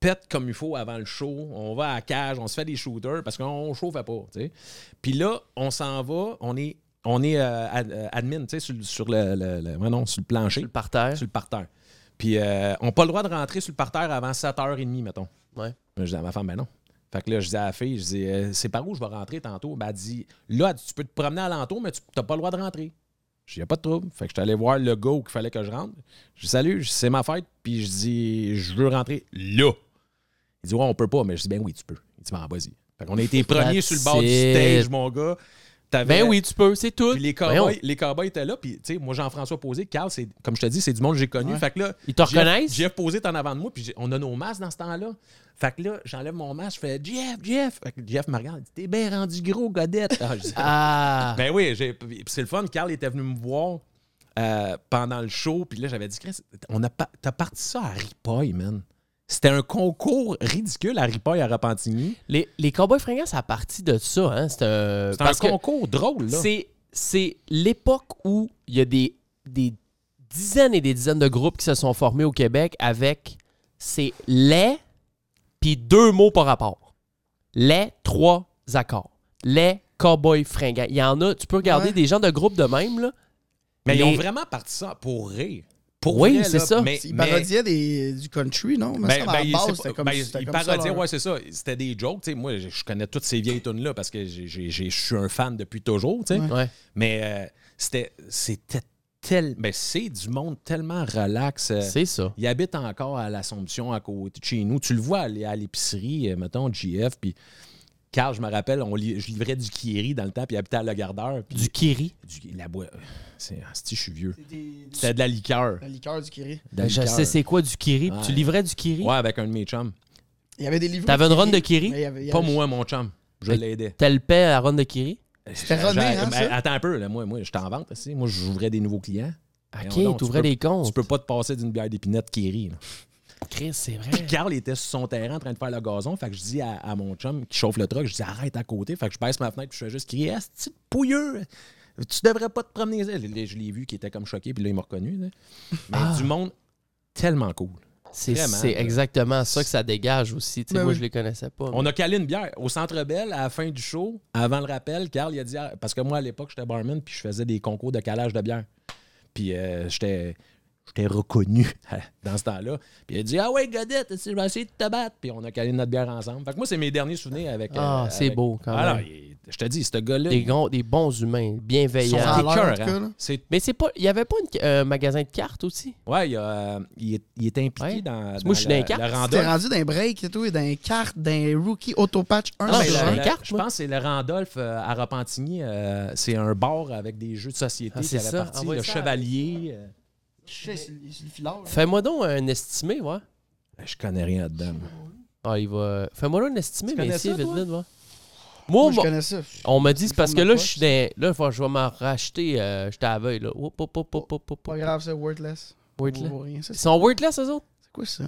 D: pète comme il faut avant le show. On va à la cage, on se fait des shooters parce qu'on ne chauffait pas, tu sais. Puis là, on s'en va, on est, on est euh, ad- euh, admin, tu sais, sur, le- sur le, le- le- ouais, non, sur le plancher,
C: Sur le parterre.
D: sur le parterre. Puis, euh, on n'a pas le droit de rentrer sur le parterre avant 7h30, mettons.
C: Ouais.
D: Là, Je dis à ma femme, ben non. Fait que là, je dis à la fille, je dis, euh, c'est par où je vais rentrer tantôt? Ben, elle dit, là, elle dit, tu peux te promener alentour, mais tu n'as pas le droit de rentrer. Je dis, y a pas de trouble. Fait que je suis allé voir le go qu'il fallait que je rentre. Je dis, salut, je dis, c'est ma fête, puis je dis, je veux rentrer là. Il dit, ouais, on peut pas, mais je dis, ben oui, tu peux. Il dit, ben vas-y. Fait qu'on a été premiers sur le bord du
C: That's
D: stage,
C: it.
D: mon gars. T'avais-
C: Ben oui, tu peux, c'est tout.
D: Puis les
C: Voyons.
D: cowboys, les cowboys étaient là, puis tu sais, moi, Jean-François Posé, Carl, c'est, comme je te dis, c'est du monde que j'ai connu. Fait que là,
C: Ils te
D: Jeff-
C: reconnaissent?
D: Jeff Posé est en avant de moi, puis j'ai- on a nos masques dans ce temps-là. Fait que là, j'enlève mon masque, je fais Jeff, Jeff. Fait que Jeff me regarde, il dit, t'es bien rendu gros, Godette. Ah, je dis,
C: Ah.
D: ben oui, j'ai- puis c'est le fun. Carl était venu me voir euh, pendant le show, puis là, j'avais dit, Chris, on a pas- t'as parti ça à Ripoll, man. C'était un concours ridicule à Ripoll à Repentigny.
C: Les, les Cowboys fringants, ça a parti de ça. Hein? C'est un,
D: C'est un
C: parce que
D: concours drôle, là.
C: c'est, c'est l'époque où il y a des, des dizaines et des dizaines de groupes qui se sont formés au Québec avec c'est les puis deux mots par rapport. Les trois accords. Les Cowboys fringants. Il y en a, tu peux regarder
E: Ouais.
C: des gens de groupes de même. Là.
D: Mais ils
C: les-
D: ont vraiment parti ça pour rire. Pour
C: Oui,
D: vrai,
C: c'est
D: là.
C: ça.
D: Mais,
E: Ils
D: mais-
E: parodiaient des, du country, non? Mais
D: Ben,
E: ça, à
D: ben,
E: la
D: il-
E: base,
D: c'est
E: c'était
D: pas-
E: comme,
D: ben,
E: c'était
D: il
E: comme ça.
D: parodiait,
E: leur-
D: ouais, c'est ça. C'était des jokes. tu sais, moi, je je connais toutes ces vieilles tunes-là parce que j'ai- j'ai- j'ai- je suis un fan depuis toujours. tu sais.
C: Ouais.
D: Mais euh, c'était c'était tel. Mais c'est du monde tellement relax. euh,
C: C'est ça.
D: il habite encore à l'Assomption à côté de chez nous. Tu le vois aller à l'épicerie, euh, mettons, JF, puis Carl, je me rappelle, on li- je livrais du Kiri dans le temps, puis il habitait à Le Gardeur. puis-
C: Du Kiri.
D: du- la boi- C'est asti, je suis vieux.
E: Des-
D: C'était de la liqueur.
E: La liqueur du Kiri.
D: De la
C: Je
D: liqueur.
C: sais c'est quoi du Kiri. puis Tu
D: Ouais.
C: livrais du Kiri.
D: Ouais, avec un de mes chums.
E: Il y avait des livres.
C: T'avais une run de Kiri?
E: mais il y avait- il y
D: Pas
E: avait-
D: moi, mon chum. Je
C: Hey.
D: l'aidais.
C: T'as le paix à Ron de Kiri.
E: C'était
D: J'ai-
E: rodé, hein,
D: ben,
E: ça?
D: Attends un peu, là, moi, moi je t'en vante. aussi. Moi, j'ouvrais des nouveaux clients. Ben, Voyons
C: Ok,
D: donc,
C: t'ouvrais
D: tu
C: des comptes.
D: Tu peux pas te passer d'une bière d'épinette qui rit. là.
C: Chris, c'est vrai.
D: Puis Carl était sur son terrain en train de faire le gazon. Fait que je dis à, à mon chum qui chauffe le truck, je dis arrête à côté. Fait que je baisse ma fenêtre puis je fais juste crier Asti de pouilleux! Tu devrais pas te promener. Je l'ai- je l'ai vu qui était comme choqué, puis là, il m'a reconnu. là. Mais
E: Ah.
D: du monde tellement cool.
C: C'est
D: Vraiment,
C: c'est
D: là.
C: exactement ça que ça dégage aussi. Tu sais,
E: Ben
C: moi,
E: oui.
C: je les connaissais pas.
D: On a calé une bière au Centre Belle à la fin du show, avant le rappel. Carl, il a dit ah, parce que moi à l'époque j'étais barman puis je faisais des concours de calage de bière. Puis euh, j'étais j'étais reconnu dans ce temps-là. Puis il a dit ah ouais Godette, tu sais, je vais essayer de te battre. Puis on a calé notre bière ensemble. Fait que moi c'est mes derniers souvenirs avec. euh,
C: Ah, c'est
D: avec-
C: beau, quand
D: Voilà,
C: même.
D: il- Je te dis, ce gars-là,
C: Des, gros- des bons humains, bienveillants.
E: Ça a l'air, en
D: écœurant.
E: tout cas, là.
D: hein. c'est
C: Mais c'est pas. Il y avait pas une- un magasin de cartes aussi?
D: Ouais, il, y a, euh, il est, il est impliqué
C: Ouais.
D: dans,
C: Parce que
D: dans
C: moi, je suis
D: le-
C: dans les cartes.
D: le
E: Tu
D: Randolph.
E: t'es rendu dans les breaks et tout, et dans les cartes, dans les rookies autopatch 1
C: Ah,
D: Non,
C: mais
D: mais
E: sur
C: je
D: le-
C: suis dans les
D: le-
C: cartes,
D: je
C: moi.
D: pense que c'est le Randolph euh, à Repentigny. euh, c'est un bar avec des jeux de société.
C: Ah,
D: qui
C: c'est
D: avait
C: ça.
D: parti
C: Envoie
D: le
C: ça.
D: Chevalier. euh,
C: Fais-moi donc un estimé, ouais.
D: Ben, je connais rien là-dedans. moi.
C: Ah, il va. Fais-moi donc un estimé,
D: Tu
C: mais
D: connais
C: si,
D: ça,
C: vite,
D: toi?
C: vite, ouais.
E: Moi,
C: Moi,
E: je
C: moi,
E: connais ça.
C: on m'a dit,
E: Il
C: c'est parce
E: me
C: que
E: semble
C: là,
E: pas.
C: je suis dans. Là, faut- je vais m'en racheter. euh, J'étais à la veille, là. Hop, hop, hop, hop, hop, hop,
E: Pas
C: hop.
E: grave, c'est worthless.
C: Wordless.
E: Vaut rien. Ça,
C: Ils
E: C'est
C: sont wordless, eux autres?
E: c'est quoi ça?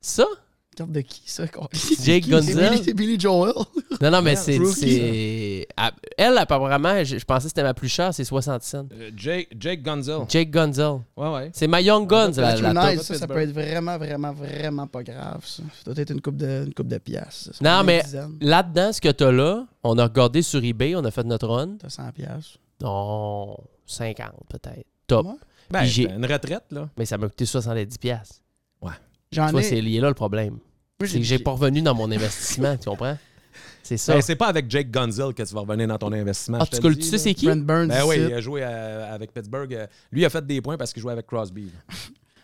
C: Ça?
E: Carte de qui, ça? quoi?
C: Jake
E: C'est
C: Gonzalez?
E: Billy- C'est Billy Joel.
C: Non, non, mais c'est.
E: Rookie,
C: c'est- Ah, Elle, apparemment, je, je pensais que c'était ma plus chère, c'est 60 cents.
D: Euh, Jake, Jake Gonzalez.
C: Jake Gunzel.
D: Ouais, ouais.
C: C'est My Young Guns, la, la
E: Patronize,
C: taupe.
E: ça, ça peut être vraiment, vraiment, vraiment pas grave. Ça, ça doit être une coupe de, une coupe de piastres. ça. Ça
C: Non,
E: peut être
C: mais-
E: une dizaine.
C: Là-dedans, ce que t'as là, on a regardé sur eBay, on a fait notre run.
E: T'as 100 piastres.
C: Non, 50 peut-être. Top.
E: Ouais.
D: Ben,
C: Puis j'ai-
D: c'était une retraite, là.
C: Mais ça m'a coûté 70 pièces. Tu
E: J'en
C: vois,
E: ai.
C: c'est lié là le problème.
E: moi,
C: C'est que j'ai pas revenu dans mon investissement, tu comprends? C'est ça.
D: Ben, c'est pas avec Jake Gonzalez que tu vas revenir dans ton investissement.
C: Ah,
D: je te
C: tu,
D: le
C: coules-
D: dis,
C: tu
D: là.
C: sais c'est qui?
E: Brent Burns,
D: Ben oui,
E: ici.
D: il a joué euh, avec Pittsburgh. Euh, Lui, il a fait des points parce qu'il jouait avec Crosby. là.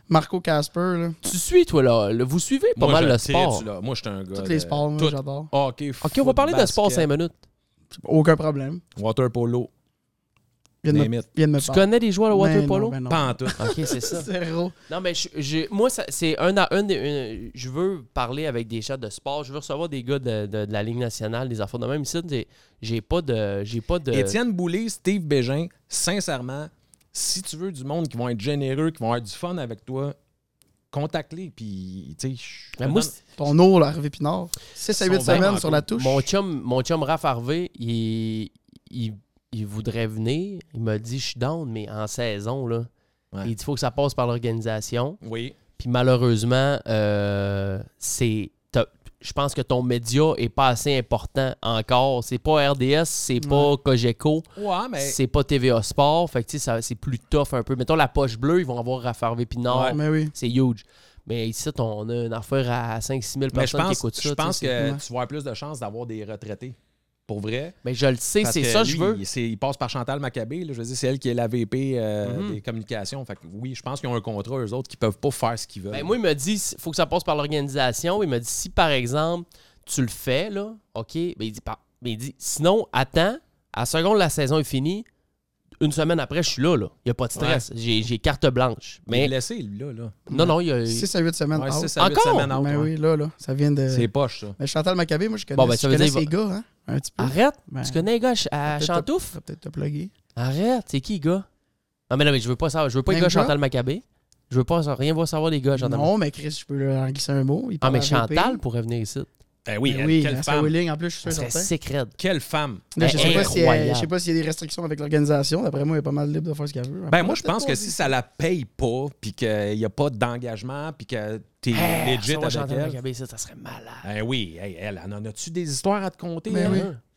E: Marco Casper,
D: Ben,
E: là.
C: Tu suis, toi, là. Le- Vous suivez pas
D: Moi, je
C: mal le
D: tire
C: sport.
D: dessus, là. Moi, je suis un gars.
E: Tous
D: de-
E: les sports, moi,
D: tout.
E: j'adore.
D: Hockey,
C: OK, on va parler de sport 5 minutes.
E: Aucun problème.
D: Water polo.
E: Viens de me,
D: Name it.
E: viens de me
C: Tu
E: parler.
C: connais les joueurs de
E: Ben
C: water
E: non,
C: polo?
E: ben non.
D: Pas en tout.
C: OK, c'est ça.
E: Zéro.
C: Non, mais je- j'ai- moi, ça- c'est un à un, des- une- Je veux parler avec des chats de sport. Je veux recevoir des gars de, de- de la Ligue nationale, des affaires de même. Ici, j'ai- j'ai pas de. J'ai pas de.
D: Étienne Boulay, Steve Bégin, sincèrement, si tu veux du monde qui vont être généreux, qui vont avoir du fun avec toi, contacte-les. Puis, tu sais, je te
C: Mais moi,
D: donne-
C: c'est-
E: Ton eau, là, Harvey Pinard. 6 à
D: Ils
E: 8
D: sont vraiment
E: semaines sur la touche.
C: mon chum, mon chum Raph Harvey, il, il, il voudrait venir. Il m'a dit, je suis down, mais en saison, là.
D: Ouais.
C: Il dit, faut que ça passe par l'organisation.
D: oui.
C: Puis malheureusement, euh, c'est. t'as- Je pense que ton média est pas assez important encore. C'est pas RDS, c'est pas Cogeco.
D: Ouais, mais.
C: c'est pas TVA Sport. Fait que, tu sais, ça- c'est plus tough un peu. Mettons la poche bleue, ils vont avoir Raphaël Vépinard.
E: Ouais, Mais oui.
C: C'est huge. Mais ici, t- on a une affaire à 5-6 000
D: Mais je
C: personnes qui écoutent
D: pense,
C: ça.
D: je
C: tu
D: pense
C: sais, c'est-
D: que
E: Ouais.
D: tu vas avoir plus de chances d'avoir des retraités. Pour vrai.
C: Mais je le sais,
D: Parce
C: c'est
D: que
C: ça,
D: lui,
C: je veux.
D: Il, c'est- il passe par Chantal Maccabé. là. je veux dire, c'est elle qui est l'AVP euh,
C: Mhm.
D: des communications. Fait que oui, je pense qu'ils ont un contrat, eux autres, qui peuvent pas faire ce qu'ils veulent.
C: Ben, moi, il me dit, il faut que ça passe par l'organisation. Il me dit, si par exemple, tu le fais, là, OK, ben, il dit, par- ben, il dit, sinon, attends, à la seconde, la saison est finie. Une semaine après, je suis là, là. Il n'y a pas de stress. J'ai j'ai carte blanche.
D: mais... Il est
C: Mais
D: blessé, lui-là. là.
C: non, non, il y a.
E: 6 à 8 semaines.
D: Ouais,
E: out.
D: six à huit
C: Encore?
D: semaines out,
E: Ben
D: ouais.
E: oui, là, là. Ça vient de.
D: C'est poche, ça.
E: Mais Chantal Maccabé, moi, je connais,
C: Bon, ben, ça
E: je
C: veut
E: connais
C: dire-
E: ses gars, hein, un petit peu.
C: Arrête!
E: Ben,
C: Tu connais les gars ch- à
E: peut-être-
C: Chantouf?
E: Ça va peut-être te plugger.
C: Arrête, c'est qui, gars? Non, mais non, mais je veux pas savoir. Je veux pas les
E: Même
C: gars
E: gars?
C: Chantal Maccabé. Je veux pas sa- rien voir savoir des gars Ah, Chantal Maccabé.
E: Non, mais Chris, je peux leur en glisser un mot. Il
C: Ah,
E: parle
C: mais
E: à
C: Chantal
E: VP.
C: pourrait venir ici.
D: Ben
E: Oui,
D: oui,
E: oui
D: quelle
E: la
D: femme.
E: Willing, en plus, je suis
C: Ça
E: sûr
C: serait
E: certain.
C: secret.
D: Quelle femme.
E: Là, je, sais pas si elle-
C: Incroyable.
E: je sais pas s'il y a des restrictions avec l'organisation. D'après moi, elle est pas mal libre de faire ce qu'elle veut.
D: Ben moi, je pense que
E: Peut-être pas,
D: si ça la paye pas, puis qu'il n'y a pas d'engagement, puis que t'es
E: Eh,
C: Hey,
D: legit
C: recevoir
D: avec
C: Chantal
D: elle.
C: Maccabé, ça, ça serait malade.
D: Ben oui, hey, elle, en a-tu des histoires à te conter?
E: Mais
D: elle? hein?
E: oui.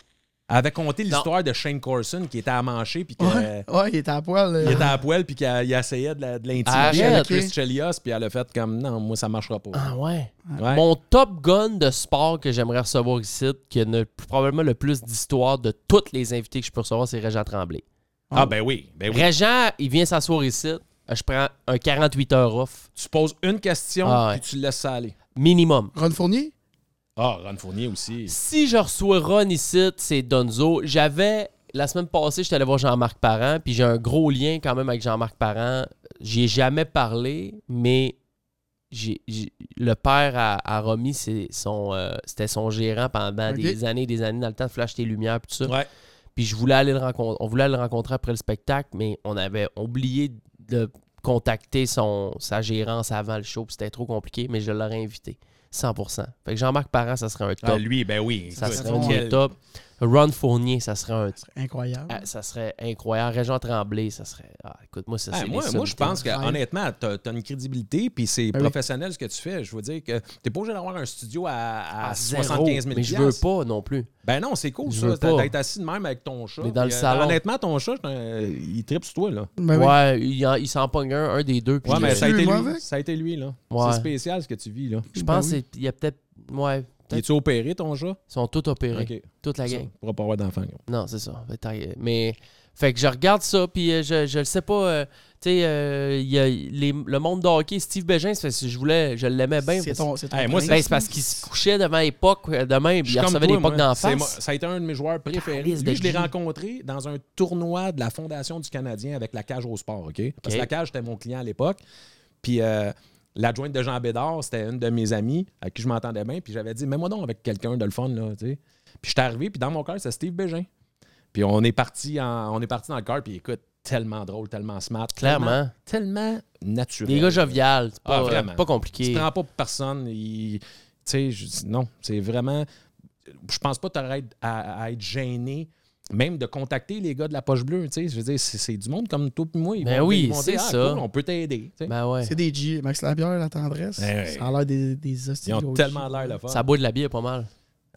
D: Elle avait conté l'histoire de Shane Corson qui était à mancher, puis qu'il
E: Ouais, ouais, il est à poil. euh,
D: était à poil, puis qu'il il essayait de la- de l'intimider
C: Arrête.
D: avec Chris Chelios, puis elle a fait comme non, moi, ça marchera pas.
C: Ah ouais.
D: Ouais.
C: Mon top gun de sport que j'aimerais recevoir ici, qui a ne- probablement le plus d'histoire de toutes les invités que je peux recevoir, c'est Régent Tremblay.
D: Ah, ben oui, ben oui.
C: Régent, il vient s'asseoir ici. Je prends un 48 heures off,
D: Tu poses une question,
C: Ah, ouais.
D: puis tu laisses ça aller.
C: minimum.
E: Ron Fournier?
D: Ah, Ron Fournier aussi.
C: Si je reçois Ron ici, c'est Donzo. J'avais, la semaine passée, j'étais allé voir Jean-Marc Parent, puis j'ai un gros lien quand même avec Jean-Marc Parent. J'y ai jamais parlé, mais j'ai- j'ai- le père à, à Romy, c'est son, euh, c'était son gérant pendant
E: Ok.
C: des années et des années, dans le temps de Flash tes lumières, puis tout ça.
D: Ouais.
C: Puis je voulais aller le rencontrer. On voulait aller le rencontrer après le spectacle, mais on avait oublié de contacter son, sa gérance avant le show. puis C'était trop compliqué, mais je l'aurais invité. 100%. Fait que Jean-Marc Parent, ça serait un top.
D: Ah, lui, ben oui.
C: Ça
D: Écoute,
C: serait un
D: quel-
C: top. Ron Fournier, ça serait un.
E: Incroyable.
C: ah, ça serait incroyable. Régent Tremblay, ça serait. Ah, écoute, moi, ça,
D: Ah,
C: c'est les Ah
D: moi, moi, je
C: sommités.
D: pense que
E: Ouais.
D: honnêtement, tu as, une crédibilité, puis c'est
E: Ben oui.
D: professionnel ce que tu fais. Je veux dire que t'es pas obligé d'avoir un studio à, à
C: Ah, zéro,
D: 75 000
C: Mais je veux pas non plus.
D: Ben non, c'est cool,
C: Je
D: ça.
C: veux
D: T'as-
C: pas.
D: D'être assis de même avec ton chat.
C: Mais dans
D: puis,
C: le
D: euh,
C: salon.
D: Honnêtement, ton chat, euh, il tripe sur toi, là.
E: Ben oui.
C: ouais, il, en- il s'en pogne un, un des deux. puis
D: Ouais,
C: je-
D: mais ça a été
E: Suis-moi
D: lui.
E: avec.
D: Ça a été lui, là.
C: Ouais.
D: C'est spécial ce que tu vis, là.
C: Je
E: Ben
C: pense
E: oui.
C: qu'il y a peut-être. Ouais. Peut-être.
D: Es-tu opéré, ton chat?
C: Ils sont tous opérés.
D: OK.
C: Toute la
D: Ça,
C: gang.
D: pourra pas avoir d'enfant. gros.
C: Non, c'est ça. Fait que t'as- Mais fait que je regarde ça, puis euh, je, je le sais pas. euh, tu sais, euh, il y a les- le monde de hockey, Steve Bégin, c'est parce que je voulais, je l'aimais bien.
E: C'est
C: parce-
E: ton, c'est ton
D: Hey, moi,
E: prince.
C: Ben, c'est parce qu'il se couchait devant les pucks, euh, de même, puis il
D: Je suis
C: recevait
D: comme
C: des
D: toi,
C: pucks
D: moi.
C: d'en
D: C'est moi-
C: face.
D: Ça a été un de mes joueurs préférés.
C: Calice de
D: Lui, je l'ai
C: Guy.
D: rencontré dans un tournoi de la Fondation du Canadien avec la Cage au sport, OK? Parce que
C: OK.
D: la Cage, c'était mon client à l'époque. Puis euh, l'adjointe de Jean Bédard, c'était une de mes amies à qui je m'entendais bien. Puis j'avais dit, mets-moi donc avec quelqu'un de le fun, là, tu sais. Puis j'étais arrivé, puis dans mon cœur, c'est Steve Bégin. Puis on est parti en- on est parti dans le cœur, puis écoute, tellement drôle, tellement smart.
C: Clairement.
D: Tellement, tellement naturel.
C: Des gars jovial, c'est
D: Ah,
C: pas,
D: vraiment.
C: pas
D: Tu
C: compliqué.
D: te prends pas pour personne. il- Tu sais, je- non, c'est vraiment. Je pense pas que tu à, à être gêné. Même de contacter les gars de la poche bleue, tu sais, je veux dire, c'est c'est du monde comme toi et moi. Ils
C: Ben
D: vont-
C: oui,
D: ils vont
C: c'est
D: dire, Ah,
C: ça.
D: cool, on peut t'aider. tu sais.
C: Ben ouais.
E: C'est des G. Max Labière, la tendresse.
D: Eh oui.
E: Ça a l'air des, des hostiles
D: Ils ont
E: gros
D: tellement
E: G.
D: l'air le fun.
C: Ça boit de la bière pas mal.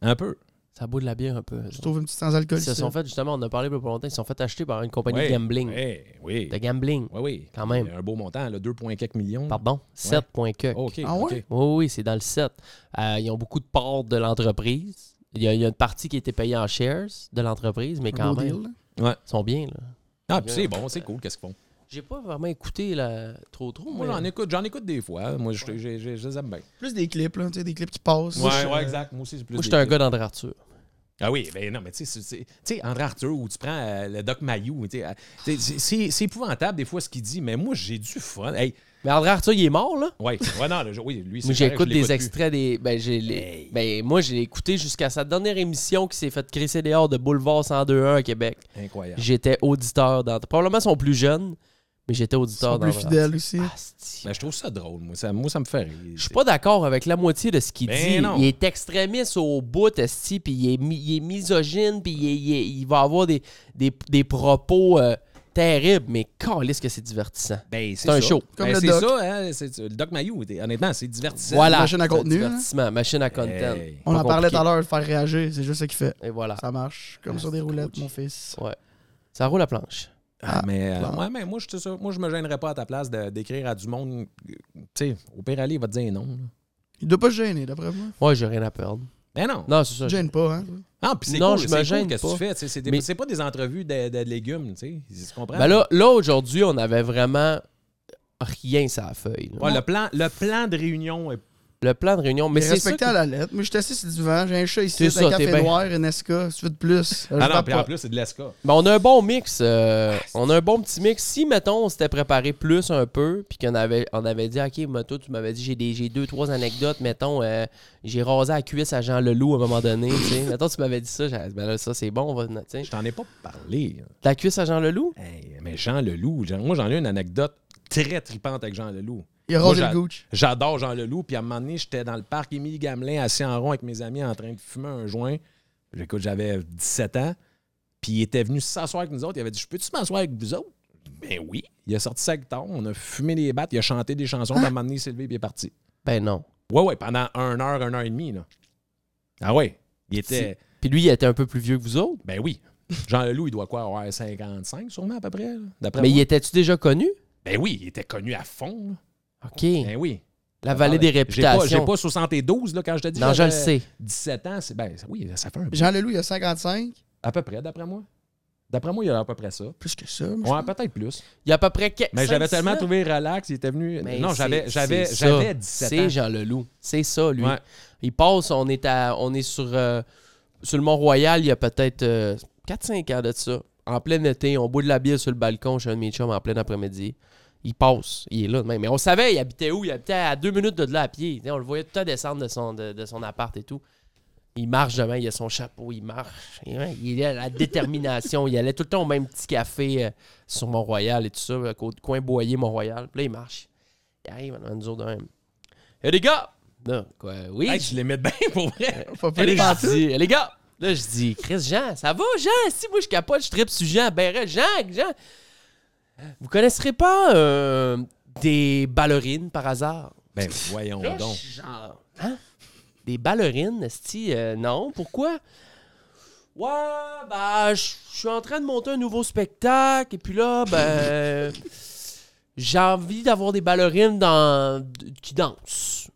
D: Un peu.
C: Ça boit de la bière un peu.
E: Je trouve une petite sans alcool.
C: Ils se
E: ça.
C: sont fait, justement, on en a parlé il y a pas longtemps, ils se sont fait acheter par une compagnie
D: Ouais,
C: de gambling.
D: ouais, oui.
C: De gambling.
D: Oui, oui.
C: Quand même.
D: Un beau montant, là, 2,4 millions.
C: Pardon, 7 points que.
D: OK.
E: Ah
D: OK.
E: ouais?
C: Oui, oui, c'est dans le 7. Euh, ils ont beaucoup de parts de l'entreprise. Il y, a, il y a une partie qui a été payée en shares de l'entreprise, mais
E: Un
C: quand
E: beau
C: même,
E: deal, là.
C: ils sont bien. là.
D: Ah, puis c'est bon, c'est cool, qu'est-ce qu'ils font.
C: J'ai pas vraiment écouté là, trop trop.
D: Moi,
C: mais-
D: j'en écoute, j'en écoute des fois. Moi, je, je- je- je les aime bien.
E: Plus des clips, là. Tu sais, des clips qui passent. Moi, je- euh,
D: Moi aussi, c'est plus.
C: Moi,
D: des
C: j'étais un
D: clips.
C: gars d'André Arthur.
D: Ah oui, ben non, mais tu sais, c'est- c'est- tu sais, André Arthur, ou tu prends euh, le Doc Mayou, tu sais, euh, tu sais, c'est- c'est c'est épouvantable des fois ce qu'il dit, mais moi, j'ai du fun. Hey,
C: Mais André Arthur, il est mort, là.
D: ouais, ouais, non, le- oui, lui, c'est
C: Moi,
D: correct,
C: j'écoute
D: je l'écoute
C: des
D: plus.
C: extraits des. Ben, j'ai les-
D: Hey.
C: ben, moi, j'ai écouté jusqu'à sa dernière émission qui s'est faite crisser dehors de Boulevard 102.1 à Québec.
D: Incroyable.
C: J'étais auditeur dans. Probablement son plus jeune, mais j'étais auditeur
E: sont
C: dans. Ah,
E: plus fidèles aussi.
C: Asti.
D: Mais je trouve ça drôle, moi, ça, moi, ça me fait rire.
C: Je suis pas d'accord avec la moitié de ce qu'il
D: Ben
C: dit.
D: non.
C: Il est extrémiste au bout, esti, puis il est, mi- il est misogyne, puis il, est- il est- il va avoir des, des, des propos euh, terribles, mais calisse que c'est divertissant.
D: Ben,
C: C'est un
D: ça.
C: show.
E: Comme
D: Ben,
E: le
D: c'est
E: Doc.
D: ça, hein, c'est- le Doc Mayou, t'es- honnêtement, c'est divertissant.
C: Voilà.
E: machine à hein?
C: C'est un
E: contenu, là.
C: Divertissement, machine à content.
D: Hey.
E: On
C: Pas
E: en parlait
C: compliqué. Ah.
E: tout à l'heure, de faire réagir. C'est juste ça qu'il fait.
C: Et voilà.
E: Ça marche. Comme sur des roulettes, mon fils.
C: Ça roule la planche.
D: Ah, mais euh,
E: clair.
D: ouais, mais moi, je suis sûr- moi, je me gênerais pas à ta place de- d'écrire à du monde. euh, Tu sais, au pire, aller, il va te dire non. là.
E: Il doit pas se gêner, d'après moi.
C: Moi, j'ai rien à perdre.
D: Ben non.
C: Non, c'est ça.
E: Il gêne pas, hein.
D: Ah, puis c'est
C: Non,
D: cool,
C: je
D: c'est
C: me
D: cool,
C: gêne
D: Qu'est-ce que
C: pas.
D: tu fais? tu sais, C'est des-
C: Mais-
D: c'est pas des entrevues de, de légumes, tu sais. Tu comprends?
C: Ben là, là aujourd'hui, on avait vraiment rien sur la feuille. là.
D: Ouais, le, plan, le plan de réunion est.
C: Le plan de réunion.
E: Mais
C: Mais c'est ça.
E: respectant
C: que-
E: la lettre. Moi, je suis assis sur le divan. J'ai un chat ici,
C: C'est
E: un
C: ça,
E: café
C: t'es bien.
E: noir, une SK. Si tu veux de plus. je
D: Ah non,
E: tape
D: puis
E: pas.
D: en plus, c'est de l'ESCA.
C: Ben, on a un bon mix. euh,
D: Ah,
C: on a un bon petit mix. Si, mettons, on s'était préparé plus un peu, puis qu'on avait, on avait dit, OK, moi, toi, tu m'avais dit, j'ai des- j'ai deux, trois anecdotes. Mettons, euh, j'ai rasé la cuisse à Jean Leloup à un moment donné. tu sais. mettons, tu m'avais dit ça. j'avais dit, ben là, ça, c'est bon. On va, tu sais.
D: Je t'en ai pas parlé.
C: La cuisse à Jean Leloup?
D: Hey, mais Jean Leloup, Jean- moi, j'en ai une anecdote très tripante avec Jean Leloup.
E: Il a
D: Moi,
E: rangé
D: j'a-
E: le gooch.
D: J'adore Jean Leloup. Puis à un moment donné, j'étais dans le parc Émilie Gamelin, assis en rond avec mes amis, en train de fumer un joint. J'écoute, j'avais 17 ans. Puis il était venu s'asseoir avec nous autres. Il avait dit Je peux-tu m'asseoir avec vous autres Ben oui. Il a sorti sa guitare, on a fumé des battes, il a chanté des chansons. Puis à un moment donné, il s'est levé et il est parti.
C: Ben non.
D: Ouais, ouais, pendant un heure, un heure et demie. Là. Ah ouais. Il était.
C: Puis lui, il était un peu plus vieux que vous autres.
D: Ben oui. Jean Leloup, il doit quoi avoir 55 sûrement à peu près, là, d'après
C: Mais
D: moi.
C: il était-tu déjà connu?
D: Ben oui, il était connu à fond. là.
C: OK.
D: Ben oui.
C: La vallée des
D: J'ai pas, j'ai
C: réputations.
D: pas 72 là, quand je te dis.
C: Non, je
D: j'avais
C: le sais.
D: 17 ans, c'est ben oui, ça fait un
E: Jean Leloup, il a 55.
D: à peu près d'après moi. D'après moi, il y a à peu près ça.
E: Plus que ça. moi, je
D: Ouais, peut-être plus.
C: Il y a à peu près quelques-
D: Mais j'avais
C: cinq,
D: tellement
C: six ans.
D: trouvé relax, il était venu
C: Mais
D: Non,
C: Ben, c'est-
D: j'avais j'avais
C: c'est ça.
D: j'avais 17
C: C'est
D: ans.
C: Jean Leloup. C'est ça, lui.
D: Ouais.
C: Il passe, on est, à, on est sur, euh, sur le Mont-Royal il y a peut-être 4-5 ans de ça. En plein été, on boit de la bière sur le balcon chez un de mes chums en plein après-midi. Il passe, il est là. de même. Mais on savait, il habitait où? Il habitait à deux minutes de là à pied. Tu sais, On le voyait tout à descendre de son, de, de son appart et tout. Il marche demain, il a son chapeau, il marche. Et, hein, Il a la détermination. il allait tout le temps au même petit café euh, sur Mont-Royal et tout ça, au coin Boyer, Mont-Royal. Puis là, il marche. Il arrive, on nous autres de même. Hé les gars! Là, quoi, oui,
D: Hey,
C: je-
D: je l'aimais bien pour vrai.
E: Euh, Faut pas
C: Allez,
E: les
C: je dis, Eh, les gars, là, je dis, Chris, Jean, ça va, Jean? Si moi, je capote, je tripe sur Jean, ben, reste, Jean, Jean. Vous connaisserez pas euh, des ballerines par hasard?
D: Ben voyons
C: Là,
D: donc.
C: je suis genre, hein? Des ballerines, esti, euh, non, pourquoi? Ouais, ben, je je suis en train de monter un nouveau spectacle, et puis là, ben, j'ai envie d'avoir des ballerines dans, qui dansent.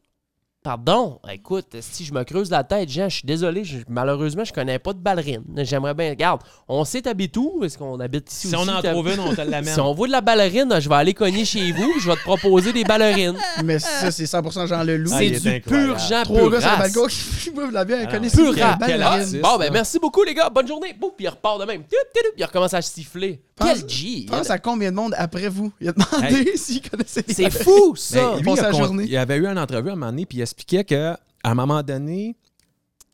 C: Pardon, écoute, si je me creuse la tête, Jean, je suis désolé, je- malheureusement, je connais pas de ballerine. J'aimerais bien. Regarde, on sait t'habites où? Est-ce qu'on habite ici
D: Si
C: aussi?
D: on en
C: T'hab-
D: trouve une, on te l'amène.
C: Si on voit de la ballerine, je vais aller cogner chez vous, puis je vais te proposer des ballerines.
E: Mais ça, c'est 100% Jean Leloup.
D: Ah,
C: C'est
D: il est
C: du pur
D: incroyable.
C: Jean,
E: Trois
C: Ah, pur
E: gars sur le
C: race.
E: balcon qui boivent de la bière, ils connaissent
C: Pure
E: les
C: rap.
E: balles.
D: Ah, Quel
E: Ah,
D: artiste.
C: Bon, ben merci beaucoup, les gars. Bonne journée. Boum, puis il repart de même. Tup, tup, tup, Il recommence à siffler.
E: Pense-
C: Quel G.
E: Pense à combien de monde après vous il a demandé s'ils connaissaient les
C: C'est
E: balles.
C: fou,
D: Mais
C: ça.
D: Ben, lui,
E: passe
D: il, a
E: la
D: con-
E: journée.
D: il avait eu une entrevue à un moment donné, puis il expliquait qu'à un moment donné,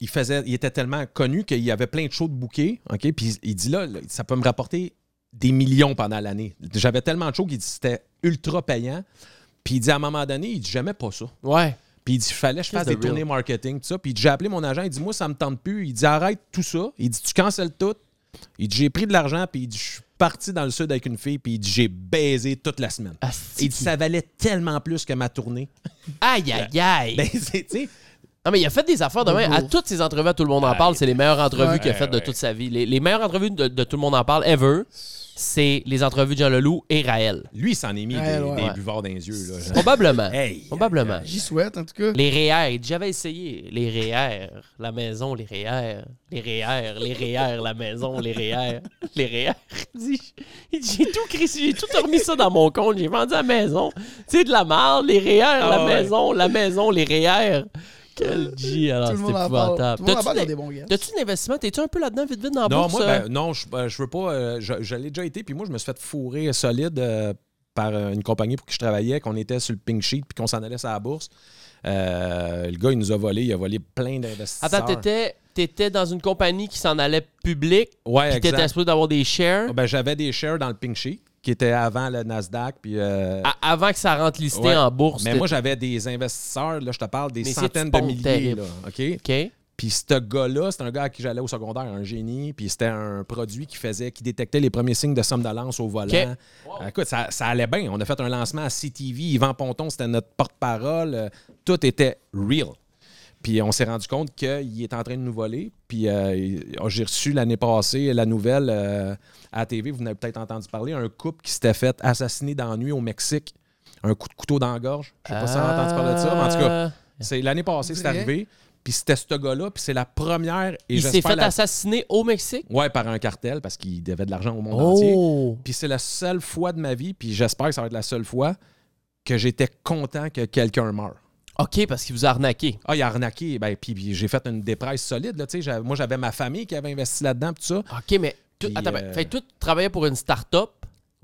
D: il, faisait, il était tellement connu qu'il y avait plein de shows de bouquets. OK? Puis il, il dit là, là, ça peut me rapporter des millions pendant l'année. J'avais tellement de shows qu'il dit c'était ultra payant. Puis il dit à un moment donné, il dit jamais pas ça.
C: Ouais.
D: Puis il dit, fallait que je fasse
C: Qu'est-ce
D: des
C: de real?
D: tournées marketing, tout ça. Puis il dit, j'ai appelé mon agent, il dit, moi, ça me tente plus. Il dit, arrête tout ça. Il dit, tu cancelles tout. Il dit, j'ai pris de l'argent, puis il dit, je suis parti dans le sud avec une fille, puis il dit, j'ai baisé toute la semaine.
C: Asti.
D: Il dit, ça valait tellement plus que ma tournée.
C: Aïe, aïe, aïe.
D: Ben, c'est, tu sais,
C: Non, mais il a fait des affaires de même. À
E: Bonjour.
C: toutes ses entrevues, à tout le monde en parle. C'est les meilleures entrevues
E: Ouais.
C: qu'il a faites de toute sa vie. Les, les meilleures entrevues de, de tout le monde en parle ever, c'est les entrevues de Jean Leloup et Raël.
D: lui, il s'en est mis
E: Ouais,
D: des,
E: ouais.
D: des
C: Ouais.
D: buvards dans les yeux. Là,
C: Probablement.
D: Hey,
C: Probablement.
E: J'y souhaite, en tout cas.
C: Les REER, il dit, j'avais essayé. Les REER, la maison, les REER, les REER, les REER, la maison, les REER, les REER. Il dit, il dit, j'ai tout crissé, j'ai tout remis ça dans mon compte, j'ai vendu la maison. Tu sais, de la merde, les REER, la
D: ouais.
C: maison, la maison, les REER. Quel G, alors,
E: Tout le
C: Ah, c'est
E: monde en parle. Tout le
C: épouvantable.
E: monde en
C: T'as-tu
E: parle, il y a
C: des-
E: des bons gars.
C: T'as-tu un investissement? T'es-tu un peu là-dedans, vite, vite, dans la
D: Non,
C: bourse?
D: moi,
C: euh?
D: ben, non, je, ben, je veux pas. euh, je, je l'ai déjà été, puis moi, je me suis fait fourrer solide euh, par euh, une compagnie pour qui je travaillais, qu'on était sur le pink sheet, puis qu'on s'en allait sur la bourse. Euh, le gars, il nous a volé, il a volé plein d'investisseurs.
C: Attends, t'étais, t'étais dans une compagnie qui s'en allait public,
D: Ouais,
C: puis t'étais
D: exact.
C: supposé d'avoir des shares
D: Ah, Ben, j'avais des shares dans le pink sheet, qui était avant le Nasdaq, puis. euh,
C: à- avant que ça rentre listé
D: ouais.
C: Ah, en bourse.
D: Mais moi, j'avais des investisseurs, là, je te parle des
C: Mais c'est
D: centaines
C: du
D: de
C: bon
D: milliers,
C: terrible.
D: là, OK?
C: OK.
D: Puis ce gars-là, c'est un gars à qui j'allais au secondaire, un génie. Puis c'était un produit qui faisait, qui détectait les premiers signes de somnolence au volant.
C: OK.
D: Euh, Écoute, ça, ça allait bien. On a fait un lancement à CTV. Yvan Ponton, c'était notre porte-parole. Euh, Tout était real. Puis on s'est rendu compte qu'il est en train de nous voler. Puis euh, il- oh, j'ai reçu l'année passée la nouvelle euh, à la TV, vous en avez peut-être entendu parler, un couple qui s'était fait assassiner dans la nuit au Mexique. Un coup de couteau dans la gorge. Je sais pas si on a entendu parler de ça, mais en tout cas,
C: Euh,
D: c'est l'année passée, c'est
E: Direct.
D: arrivé. Puis c'était ce gars-là, puis c'est la première. Et
C: il s'est
D: j'espère
C: fait
D: la-
C: assassiner au Mexique.
D: Ouais, par un cartel parce qu'il devait de l'argent au monde entier.
C: Oh!
D: Puis c'est la seule fois de ma vie, puis j'espère que ça va être la seule fois que j'étais content que quelqu'un meure.
C: OK, parce qu'il vous a arnaqué.
D: Ah, il a arnaqué. Ben, puis, puis j'ai fait une dépresse solide. Là, tu sais, j'avais- moi, j'avais ma famille qui avait investi là-dedans, puis tout ça.
C: OK, mais tout,
D: Puis,
C: attends,
D: euh,
C: ben, fait que toi, tu travaillais pour une start-up,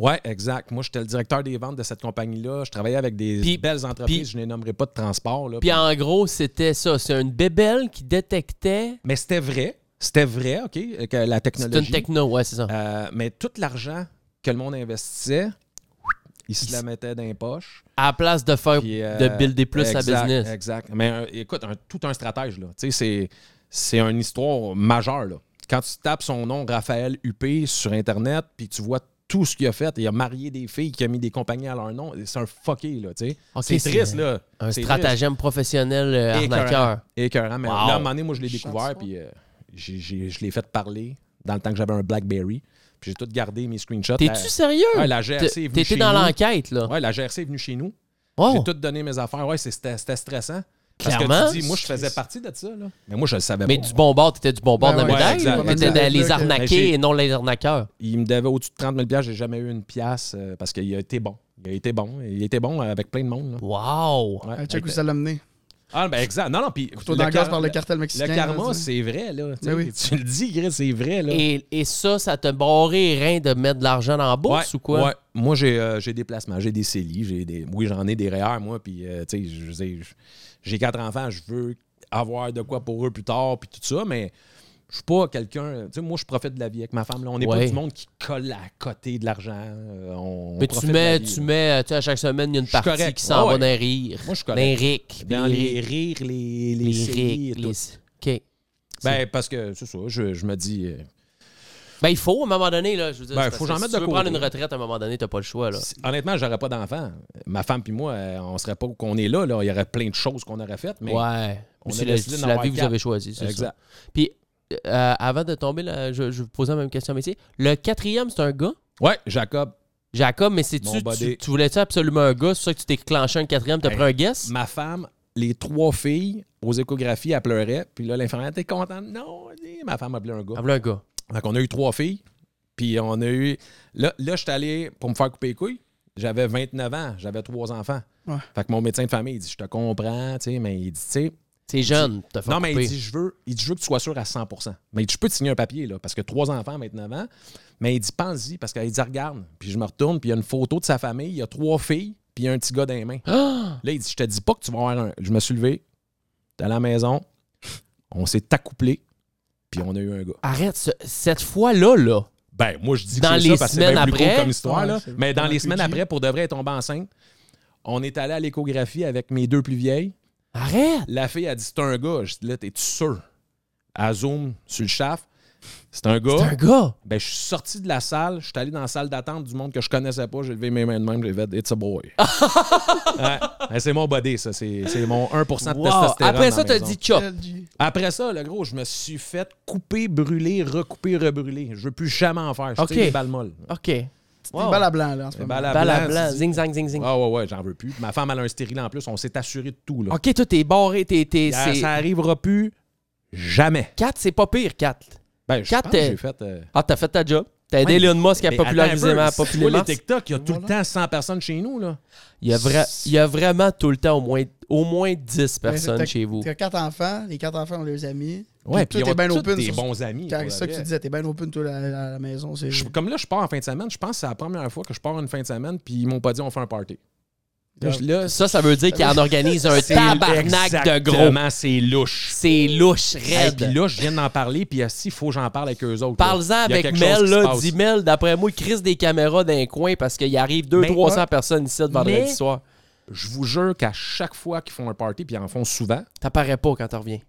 D: Ouais, exact. Moi, j'étais le directeur des ventes de cette compagnie-là. Je travaillais avec des
C: Puis-
D: belles entreprises.
C: puis-
D: je ne les nommerai pas de transport. Là,
C: puis en gros, c'était ça. C'est une bébelle qui détectait.
D: Mais c'était vrai. C'était vrai, OK, que la
C: C'est
D: technologie.
C: une techno, ouais, c'est ça.
D: Euh, mais tout l'argent que le monde investissait, il se la mettait dans les poches.
C: À la place de faire
D: Puis, euh,
C: de builder plus sa
D: exact,
C: business.
D: Exact. Mais euh, écoute, un- tout un stratège, là. Tu sais, c'est, c'est une histoire majeure, là. Quand tu tapes son nom, Raphaël Huppé, sur Internet, puis tu vois tout ce qu'il a fait. Il a marié des filles, qui a mis des compagnies à leur nom. C'est un fucké, là, tu sais.
C: Ok,
D: c'est triste, là.
C: Un
D: C'est
C: stratagème professionnel euh,
D: triste.
C: arnaqueur.
D: Écœurant. Écœurant, mais
C: Wow.
D: là, à un moment donné, moi, je l'ai
E: Chanson.
D: découvert, puis euh, j'ai- j'ai- je l'ai fait parler dans le temps que j'avais un BlackBerry. Puis j'ai tout gardé, mes screenshots. La-
C: T'es-tu sérieux?
D: Ouais, la GRC est
C: T'é-
D: venue
C: T'étais
D: chez
C: dans
D: nous.
C: l'enquête,
E: Ah.
C: là.
D: Ouais, la GRC est venue chez nous. J'ai
C: Oh,
D: tout donné mes affaires. Ouais, c'est- c'était c'était stressant.
C: Clairement.
D: Parce que tu dis, moi, je faisais partie de ça. Là. Mais moi, je le savais
C: mais
D: pas.
C: du bon bord, t'étais du bon bord
E: Ben
C: de la
E: ouais,
C: médaille.
D: exact,
C: T'étais
D: exact.
C: dans les
D: Mais Ben, j'ai-
C: arnaqués et non les arnaqueurs.
D: Il me devait au-dessus de 30 000 J'ai jamais eu une pièce euh, parce qu'il a été bon. Il a été bon. Il a été bon euh, avec plein de monde. là.
C: Wow!
D: Ouais,
E: Un check où
D: avec-
E: ça l'a mené.
D: Ah, ben exact. Non, non. Puis
E: Toi, dans le gaz par le cartel
D: le
E: mexicain.
D: karma,
E: là, tu sais.
D: c'est vrai. Là, Tu
E: Ben
D: sais,
E: oui.
D: Tu le dis, Gris, c'est vrai. Là.
C: Et, et ça, ça te barrait rien de mettre de l'argent dans la bourse
D: Ouais,
C: ou quoi?
D: ouais. Moi, j'ai euh, j'ai des placements, j'ai des CELI, j'ai des. Oui, j'en ai des REER, moi, puis euh, tu sais, je veux dire, je- j'ai quatre enfants, je veux avoir de quoi pour eux plus tard, puis tout ça, mais je suis pas quelqu'un. Tu sais, moi, je profite de la vie avec ma femme. Là. On n'est pas
C: Ouais.
D: du monde qui colle à côté de l'argent. euh, on, on
C: Mais tu
D: profite de la
C: mets,
D: vie,
C: tu
D: là.
C: mets, tu sais, à chaque semaine, il y a une
D: Je suis
C: partie
D: correct.
C: qui s'en
D: Ouais,
C: va
D: ouais.
C: dans les rires.
D: Moi, je suis
C: Dans
D: correct.
C: les rics.
D: Dans
C: puis
D: les rires, les, les,
C: les
D: CELI et
C: rics.
D: tout.
C: les- OK.
D: Ben, parce que c'est ça, je, je me dis. euh,
C: Ben, il faut, à un moment donné, là. Je veux dire,
D: Ben,
C: c'est
D: faut
C: parce
D: que j'en
C: que
D: mette
C: si
D: de
C: tu veux
D: côté.
C: prendre une retraite, à un moment donné, t'as pas le choix, là.
D: Si- Honnêtement, j'aurais pas d'enfant. Ma femme puis moi, euh, on serait pas où qu'on est là, là. Il y aurait plein de choses qu'on aurait faites, mais
C: ouais.
D: on
C: C'est
D: a
C: la,
D: décidé
C: c'est
D: d'en
C: la
D: avoir
C: vie que vous
D: quatre.
C: avez choisie, c'est ça.
D: Exact.
C: Puis, euh, avant de tomber, là, je, je vais vous poser la même question, mais tu sais, le quatrième, c'est un gars?
D: Ouais, Jacob,
C: Jacob, mais
D: Mon
C: c'est-tu,
D: buddy. Ben,
C: tu, tu voulais-tu absolument un gars? C'est pour ça que tu t'es clenché un quatrième, t'as
D: Hey.
C: pris un guess?
D: ma femme les trois filles aux échographies, elles pleuraient. Puis là, l'infirmière était contente. Non, eh, ma femme a appelé un gars.
C: Appelez Ah, un gars.
D: Donc, on a eu trois filles. Puis on a eu. Là, là je suis allé pour me faire couper les couilles. J'avais 29 ans. J'avais trois enfants.
E: Ouais.
D: Fait que mon médecin de famille, il dit Je te comprends, tu sais, mais il dit Tu sais,
C: C'est jeune, t'as fait
D: non, mais
C: couper.
D: il dit, je veux, il dit, je veux que tu sois sûr à 100 Mais il dit, je peux te signer un papier, là, parce que trois enfants, 29 ans. Mais il dit, pense-y, parce qu'il dit, regarde. Puis je me retourne, puis il y a une photo de sa famille, il y a trois filles, puis il y a un petit gars dans les mains.
C: Ah!
D: Là, il dit, je te dis pas que tu vas avoir un. Je me suis levé, t'es allé à la maison, on s'est accouplé, puis on a eu un gars.
C: Arrête, ce- cette fois-là, là.
D: Ben, moi, je dis
C: Dans
D: que c'est
C: les
D: ça parce que c'est bien
C: semaines
D: plus gros
C: après?
D: comme histoire,
E: Ouais,
D: là.
E: c'est
D: Mais dans
E: vraiment
D: les
E: plus
D: semaines
E: petit.
D: après, pour de vrai, elle est tombée enceinte. On est allé à l'échographie avec mes deux plus vieilles.
C: Arrête!
D: La fille a dit c'est un gars. Je dis là, t'es-tu sûr? À Zoom, sur le chaf. C'est un gars.
C: C'est un gars!
D: Ben, je suis sorti de la salle, je suis allé dans la salle d'attente du monde que je connaissais pas, j'ai levé mes mains de même, j'ai fait It's a boy. Ouais. Ben, c'est mon body, ça. C'est c'est mon 1% de
C: Wow.
D: testostérone.
C: Après
D: dans
C: ça,
D: la
C: t'as
D: maison.
C: dit chop.
E: LG.
D: Après ça, le gros, je me suis fait couper, brûler, recouper, rebrûler. Je veux plus jamais en faire. Je
C: Ok.
D: suis des balles molles.
C: OK. Wow.
E: Des balles à blanc, là, en ce
D: Des
E: moment.
D: balles à
C: Balle à
D: blanc,
C: blanc.
D: tu dis-
C: Zing, zang, zing, zing.
D: Ah ouais, ouais, j'en veux plus. Ma femme, elle a un stérile en plus. On s'est assuré de tout, là.
C: OK, toi, t'es barré, t'es... t'es-
D: Ça,
C: c'est-
D: ça arrivera plus jamais.
C: 4, c'est pas pire, 4.
D: Ben, je
C: Quatre,
D: pense que
C: euh,
D: j'ai fait... euh,
C: Ah, t'as fait ta job. T'as aidé Elon Musk à
D: Mais
C: populariser
D: attends un
C: ma
D: peu, si tu vois
C: populisme.
D: les TikTok, il y a tout le
E: Voilà.
D: temps 100 personnes chez nous, là.
C: Il y, a vra- il y a vraiment tout le temps au moins, au moins 10
E: Mais
C: personnes
E: t'as-
C: chez vous.
E: T'as quatre enfants, les quatre enfants ont leurs amis.
D: Ouais,
E: Puis
D: puis ben on
E: toi, t'es bien
D: tous
E: open.
D: des
E: sur-
D: bons amis.
E: Car-
D: pour
E: C'est ça
D: le
E: que tu
D: vrai.
E: disais, t'es bien open, toi, à la, à la maison. C'est
D: Je- comme là, je pars en fin de semaine. Je pense que c'est la première fois que je pars une fin de semaine, puis ils m'ont pas dit on fait un party. Là, je- là,
C: Ça, ça veut dire qu'il en organise un tabarnak de gros.
D: Exactement, c'est louche.
C: C'est louche,
D: Et
C: raide.
D: puis là, je viens d'en parler, puis il faut que j'en parle avec eux autres. là.
C: Parle-en
D: Il y a
C: avec
D: quelque
C: Mel,
D: chose qui se
C: là.
D: passe.
C: Dis Mel, d'après moi, il crise des caméras d'un coin parce qu'il arrive 200-300
D: ouais.
C: personnes ici le vendredi
D: Mais-
C: soir.
D: Je vous jure qu'à chaque fois qu'ils font un party, puis ils en font souvent,
C: T'apparais pas quand t'en reviens.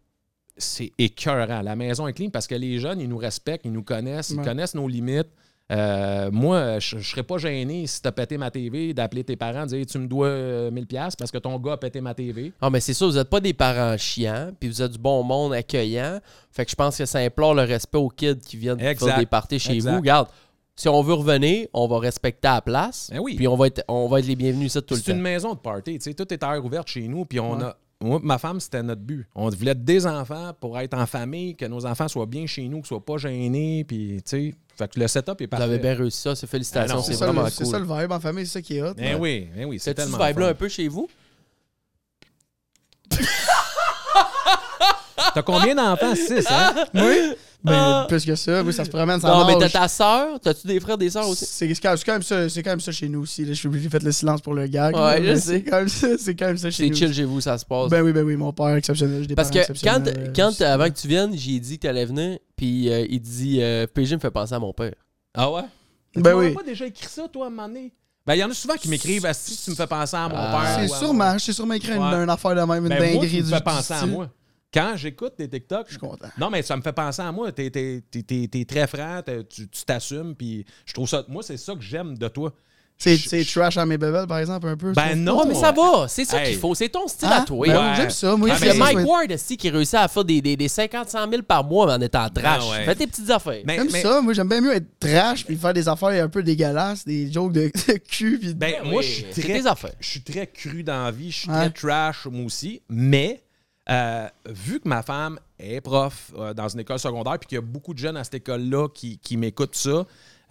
D: c'est écœurant. La maison est clean parce que les jeunes, ils nous respectent, ils nous connaissent, ils
E: Ouais.
D: connaissent nos limites. Euh, moi, je, je serais pas gêné si t'as pété ma TV d'appeler tes parents, de dire tu me dois euh, 1000$ piastres parce que ton gars a pété ma TV.
C: Ah, mais c'est ça, vous n'êtes pas des parents chiants, puis vous êtes du bon monde accueillant. Fait que je pense que ça implore le respect aux kids qui viennent
D: Exact.
C: faire des parties chez
D: Exact.
C: vous. Regarde, si on veut revenir, on va respecter la place.
D: Ben oui.
C: Puis on va être, on va être les bienvenus ça tout le
D: C'est
C: temps.
D: une maison de party, tu sais, tout est à air ouverte chez nous, puis on a. Moi, ma femme, c'était notre but. On voulait des enfants pour être en famille, que nos enfants soient bien chez nous, qu'ils soient pas gênés, puis tu sais. Fait que le setup est
C: Vous
D: parfait.
C: avez bien réussi ça, c'est félicitations,
D: Ah non,
C: c'est
E: c'est ça,
C: vraiment
E: le- c'est
C: cool.
E: ça le vibe en famille, c'est ça qui est hot.
D: Ben oui, ben oui, c'est
C: T'as-tu ce
D: tellement.
C: vibe-là
D: fun.
C: un peu chez vous?
D: T'as combien d'enfants? Six, hein?
E: Oui? Ben, plus que ça, oui, ça se promène, ça
C: Ah. non, mais
E: mange.
C: t'as ta sœur? T'as-tu des frères, des sœurs aussi?
E: C'est c'est quand c'est quand même ça, c'est quand même ça chez nous aussi. là. Je suis obligé de faire le silence pour le gag.
C: Ouais,
E: là,
C: je
E: mais
C: sais.
E: C'est quand même ça, c'est quand même ça chez
C: C'est
E: nous.
C: chill chez vous, ça se passe.
E: Ben oui, ben oui, mon père exceptionnel. j'ai des
C: Parce
E: parents
C: que quand,
E: exceptionnels, euh,
C: quand
E: aussi.
C: avant que tu viennes, j'ai dit que t'allais venir, puis euh, il dit euh, PG me fait penser à mon père.
D: Ah ouais?
E: Ben
D: tu m'aurais
E: oui.
D: pas déjà écrit ça, toi, à un moment donné? Ben, il y en a souvent qui m'écrivent si tu me fais penser à mon
C: Ah.
D: père.
E: C'est
D: ou à
E: sûrement,
D: mon-
E: c'est sûrement écrit une,
D: Ouais.
E: une affaire de même, une
D: Ben,
E: dinguerie
D: moi, tu me
E: du
D: fais penser à
E: style.
D: moi. Quand j'écoute tes TikTok,
E: Je suis content.
D: Non, mais ça me fait penser à moi. T'es, t'es- t'es- t'es- t'es très franc, t'es- tu, tu t'assumes, puis je trouve ça. Moi, c'est ça que j'aime de toi.
E: C'est
D: Je-
E: c'est trash à mes bébelles, par exemple, un peu.
D: Ben
E: tu
D: non!
C: Ouais, mais ça va, c'est ça
D: Hey.
C: qu'il faut, c'est ton style
E: vois. Hein?
C: à Ah, toi.
E: Ben
D: Ouais.
E: oui, J'aime ça, moi.
D: Ah,
E: c'est
C: C'est
D: mais-
E: ça,
C: Mike
E: ouais.
C: Ward aussi qui réussit à faire des, des, des 50 100 000 par mois en étant trash.
D: Ah ouais.
C: Fais tes petites affaires.
D: Mais-
E: J'aime
D: mais-
E: ça, moi j'aime bien mieux être trash puis faire des affaires un peu dégueulasses, des jokes de, de cul puis
D: Ben,
C: oui,
D: moi, je suis
C: c'est
D: très.
C: tes affaires.
D: Je suis très cru dans la vie, je suis
E: Ouais.
D: très trash, moi aussi, mais. euh, vu que ma femme est prof euh, dans une école secondaire puis qu'il y a beaucoup de jeunes à cette école-là qui, qui m'écoutent ça,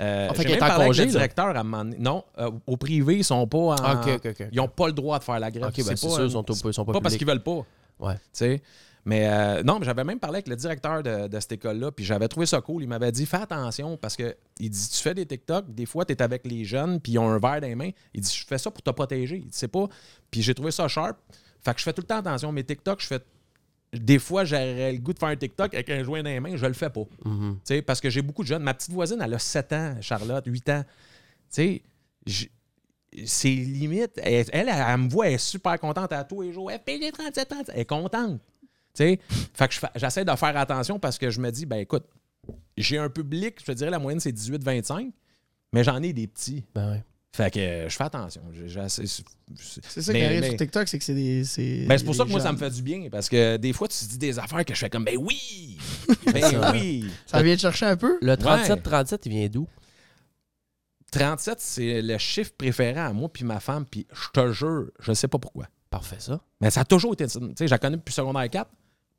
D: euh,
C: Ah, fait
D: j'ai même
C: qu'elle est en
D: parlé avec
C: congé,
D: le
C: là.
D: directeur à un moment donné. Non, euh, au privé, ils sont pas en-
C: Ah, ok, ok, ok.
D: Ils n'ont pas le droit de faire la grève.
C: Ok, ben, c'est
D: pas
C: sûr,
D: un-
C: ils sont au- ils sont pas
D: pas parce
C: publics.
D: qu'ils veulent pas.
C: Ouais.
D: tu sais. Mais euh, non, mais j'avais même parlé avec le directeur de, de cette école-là, puis j'avais trouvé ça cool. Il m'avait dit Fais attention parce que il dit Tu fais des TikTok, des fois, tu es avec les jeunes, puis ils ont un verre dans les mains. Il dit Je fais ça pour te protéger. Il dit C'est pas. Puis j'ai trouvé ça sharp. Fait que je fais tout le temps attention. Mes TikTok, je fais. Des fois, j'aurais le goût de faire un TikTok avec un joint dans les mains, je le fais pas.
C: mm-hmm,
D: Tu sais, Parce que j'ai beaucoup de jeunes. Ma petite voisine, elle a 7 ans, Charlotte, 8 ans. Tu sais, j- c'est limite. Elle, elle, elle me voit, elle est super contente à tous les jours. FPG 37 ans, elle est contente. Tu sais, fait que je fa- j'essaie de faire attention parce que je me dis, ben écoute, j'ai un public, je te dirais la moyenne c'est 18-25, mais j'en ai des petits.
C: Ben ouais.
D: Fait que euh, je fais attention. J'ai- j'essaie-
E: C'est ça
D: Mais-
E: qui arrive
D: mais-
E: sur TikTok, c'est que c'est des. C'est
D: ben, c'est pour ça que
E: des
D: moi, ça
E: gens.
D: me fait du bien, parce que des fois, tu te dis des affaires que je fais comme, ben oui! Ben
C: Ça.
D: oui!
E: Ça vient te chercher un peu?
C: Le 37-37, il vient d'où?
D: 37, c'est le chiffre préféré à moi puis ma femme, puis je te jure, je sais pas pourquoi.
C: Parfait, ça.
D: Mais ça a toujours été. Tu sais, je la connais depuis secondaire 4.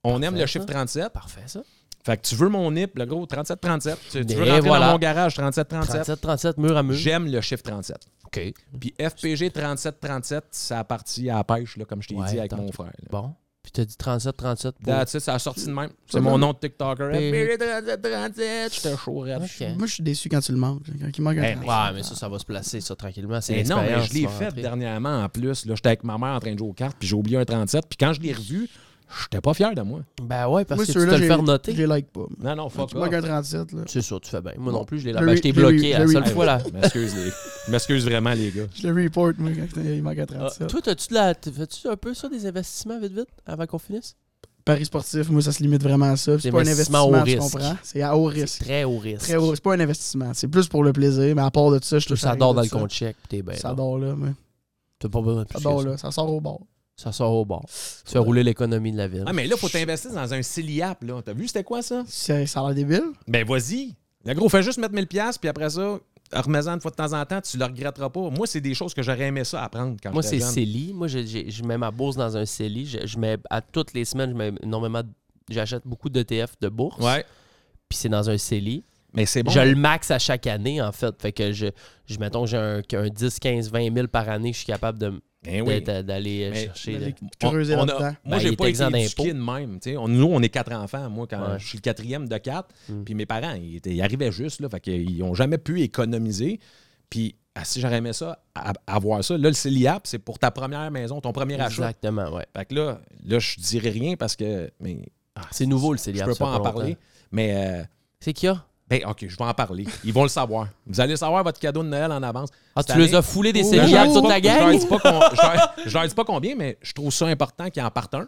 D: On aime le
C: ça.
D: chiffre 37.
C: Parfait, ça.
D: Fait que tu veux mon NIP, le gros 37-37. Tu, tu veux
C: Mais
D: rentrer
C: voilà.
D: dans mon garage 37-37.
C: 37-37, mur à mur.
D: J'aime le chiffre 37.
C: OK.
D: Puis FPG 37-37, ça a parti à la pêche, là, comme je t'ai
C: Ouais,
D: dit avec
C: attends.
D: mon frère. là.
C: Bon. Puis t'as dit 37-37 pour...
D: That's it, ça a sorti de même.
E: Ça
D: C'est mon
E: donne-
D: nom de TikToker.
C: P-
D: FPG 37-37. J'étais chaud, raide.
C: OK.
E: Moi, je suis déçu quand tu le manques. Quand il manque un
C: Eh,
D: Ben,
E: trente.
C: ouais, mais ça, ça va se placer, ça, tranquillement. C'est
D: Mais non, mais
C: l'expérience
D: je
C: qui
D: l'ai
C: va
D: fait
C: rentrer.
D: dernièrement en plus. là. J'étais avec ma mère en train de jouer aux cartes, puis j'ai oublié un 37. Puis quand je l'ai revu, j'étais pas fier de moi.
C: Ben ouais, parce
E: Moi,
C: que tu
E: ceux-là,
C: te le
E: j'ai-
C: faire noter.
E: Je les like pas.
D: Non, non, fuck
E: Tu manques un
D: off.
E: 37, là.
C: C'est ça, tu fais bien. Moi non plus, je l'ai là.
E: Larry-
C: Ben, je t'ai
E: Larry-
C: bloqué la
E: Larry-
C: seule fois là.
D: Je m'excuse, les- je m'excuse vraiment, les gars.
E: Je le report, moi, quand il manque un
C: Ah,
E: 37.
C: toi, t'as-tu de la. t- Fais-tu un peu ça des investissements vite vite avant qu'on finisse?
D: Ah.
E: Paris sportif, moi, ça se limite vraiment à ça. C'est
C: C'est
E: pas un
C: investissement
E: investissement,
C: au
E: tu
C: risque.
E: comprends? C'est à haut
C: C'est
E: risque.
C: très haut risque.
E: Très haut. C'est pas un investissement. C'est plus pour le plaisir, mais à part de ça, je
C: Tout
E: te
C: ça dort dans le compte chèque, pis t'es bien.
E: Ça
C: là.
E: dort là, mais.
C: T'as pas besoin de plus.
E: Ça
C: que
E: dort
C: ça.
E: là. Ça sort au bord.
C: Ça sort au bord. Tu fais rouler l'économie de la ville.
D: Ah, mais là, faut t'investir dans un CELIAP, là. T'as vu, c'était quoi, ça?
E: C'est- Ça a l'air débile.
D: Ben, vas-y. Le gros, fais juste mettre 1000$, puis après ça, remets-en une fois de temps en temps, tu le regretteras pas. Moi, c'est des choses que j'aurais aimé ça apprendre quand
C: Moi,
D: j'étais
C: c'est
D: jeune.
C: CELI. Moi, j'ai- j'ai- je mets ma bourse dans un CELI. Je, je mets à toutes les semaines, je mets énormément. de- J'achète beaucoup d'ETF de bourse.
D: Ouais.
C: Puis c'est dans un CELI.
D: Mais c'est bon. hein?
C: Je le max à chaque année, en fait. Fait que je, je mettons que j'ai un, qu'un 10, 15, 20 000 par année, je suis capable de-
D: Ben oui.
C: de- de- d'aller euh,
D: Mais-
C: chercher.
E: D'aller
C: le-
E: creuser
D: On- on a-
E: là-dedans.
D: Moi,
C: Ben, il
D: j'ai
C: est
D: pas été
C: exempt d'impôts.
D: éduqué de même. tu sais. On- nous, on est quatre enfants. Moi, quand
C: Ouais.
D: je suis le quatrième de quatre,
C: Mm.
D: puis mes parents, ils, étaient- ils arrivaient juste. Là, fait qu'ils n'ont jamais pu économiser. Puis, ah, si j'aurais aimé ça, à- avoir ça, là, le CELIAP, c'est pour ta première maison, ton premier achat.
C: Exactement, ouais.
D: Fait que là, là je dirais rien parce que. Mais, ah,
C: C'est nouveau, le CELIAP.
D: Je peux
C: ça
D: pas
C: fait
D: en parler.
C: longtemps.
D: Mais. euh,
C: C'est ah? qu'il y a?
D: ben, OK, je vais en parler. Ils vont le savoir. Vous allez savoir votre cadeau de Noël en avance.
C: Ah, tu
D: Cette
C: les as
D: année,
C: foulés des
E: Oh,
D: je leur
C: CELIAP
D: Ben, dis
C: toute
D: pas-
C: la
D: je leur
C: gang?
D: dis pas qu'on- Je leur- je leur dis pas combien, mais je trouve ça important qu'ils en partent un.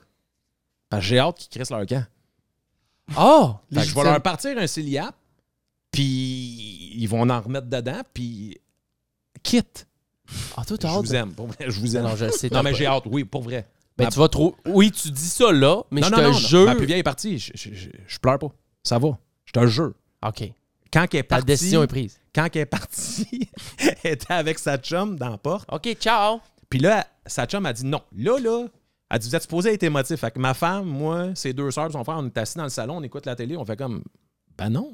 D: Parce que j'ai hâte qu'ils crissent leur camp. Fait
C: Oh!
D: que je vais
E: Légitime.
D: leur partir un CELIAP, puis ils vont en remettre dedans, puis quitte.
C: Ah, toi,
D: Je
C: t'as hâte.
D: vous aime, pour vrai, je vous aime.
C: Non, je le sais.
D: Non,
C: t'as
D: mais
C: pas-
D: j'ai hâte, oui, pour vrai.
C: Mais
D: Ma-
C: tu vas trop. Oui, tu dis ça là, mais
D: non,
C: je
D: non,
C: te
D: non, non,
C: jure.
D: ma plus vieille partie, je, je- je- je pleure pas. Ça va, je te jure.
C: OK.
D: Quand elle est
C: Ta
D: partie,
C: décision est prise.
D: quand elle est partie, elle était avec sa chum dans la porte,
C: OK, ciao.
D: puis là, sa chum a dit non. Là, là, elle dit, vous êtes supposé être émotif. Fait que ma femme, moi, ses deux sœurs, son frère, on est assis dans le salon, on écoute la télé, on fait comme, ben non,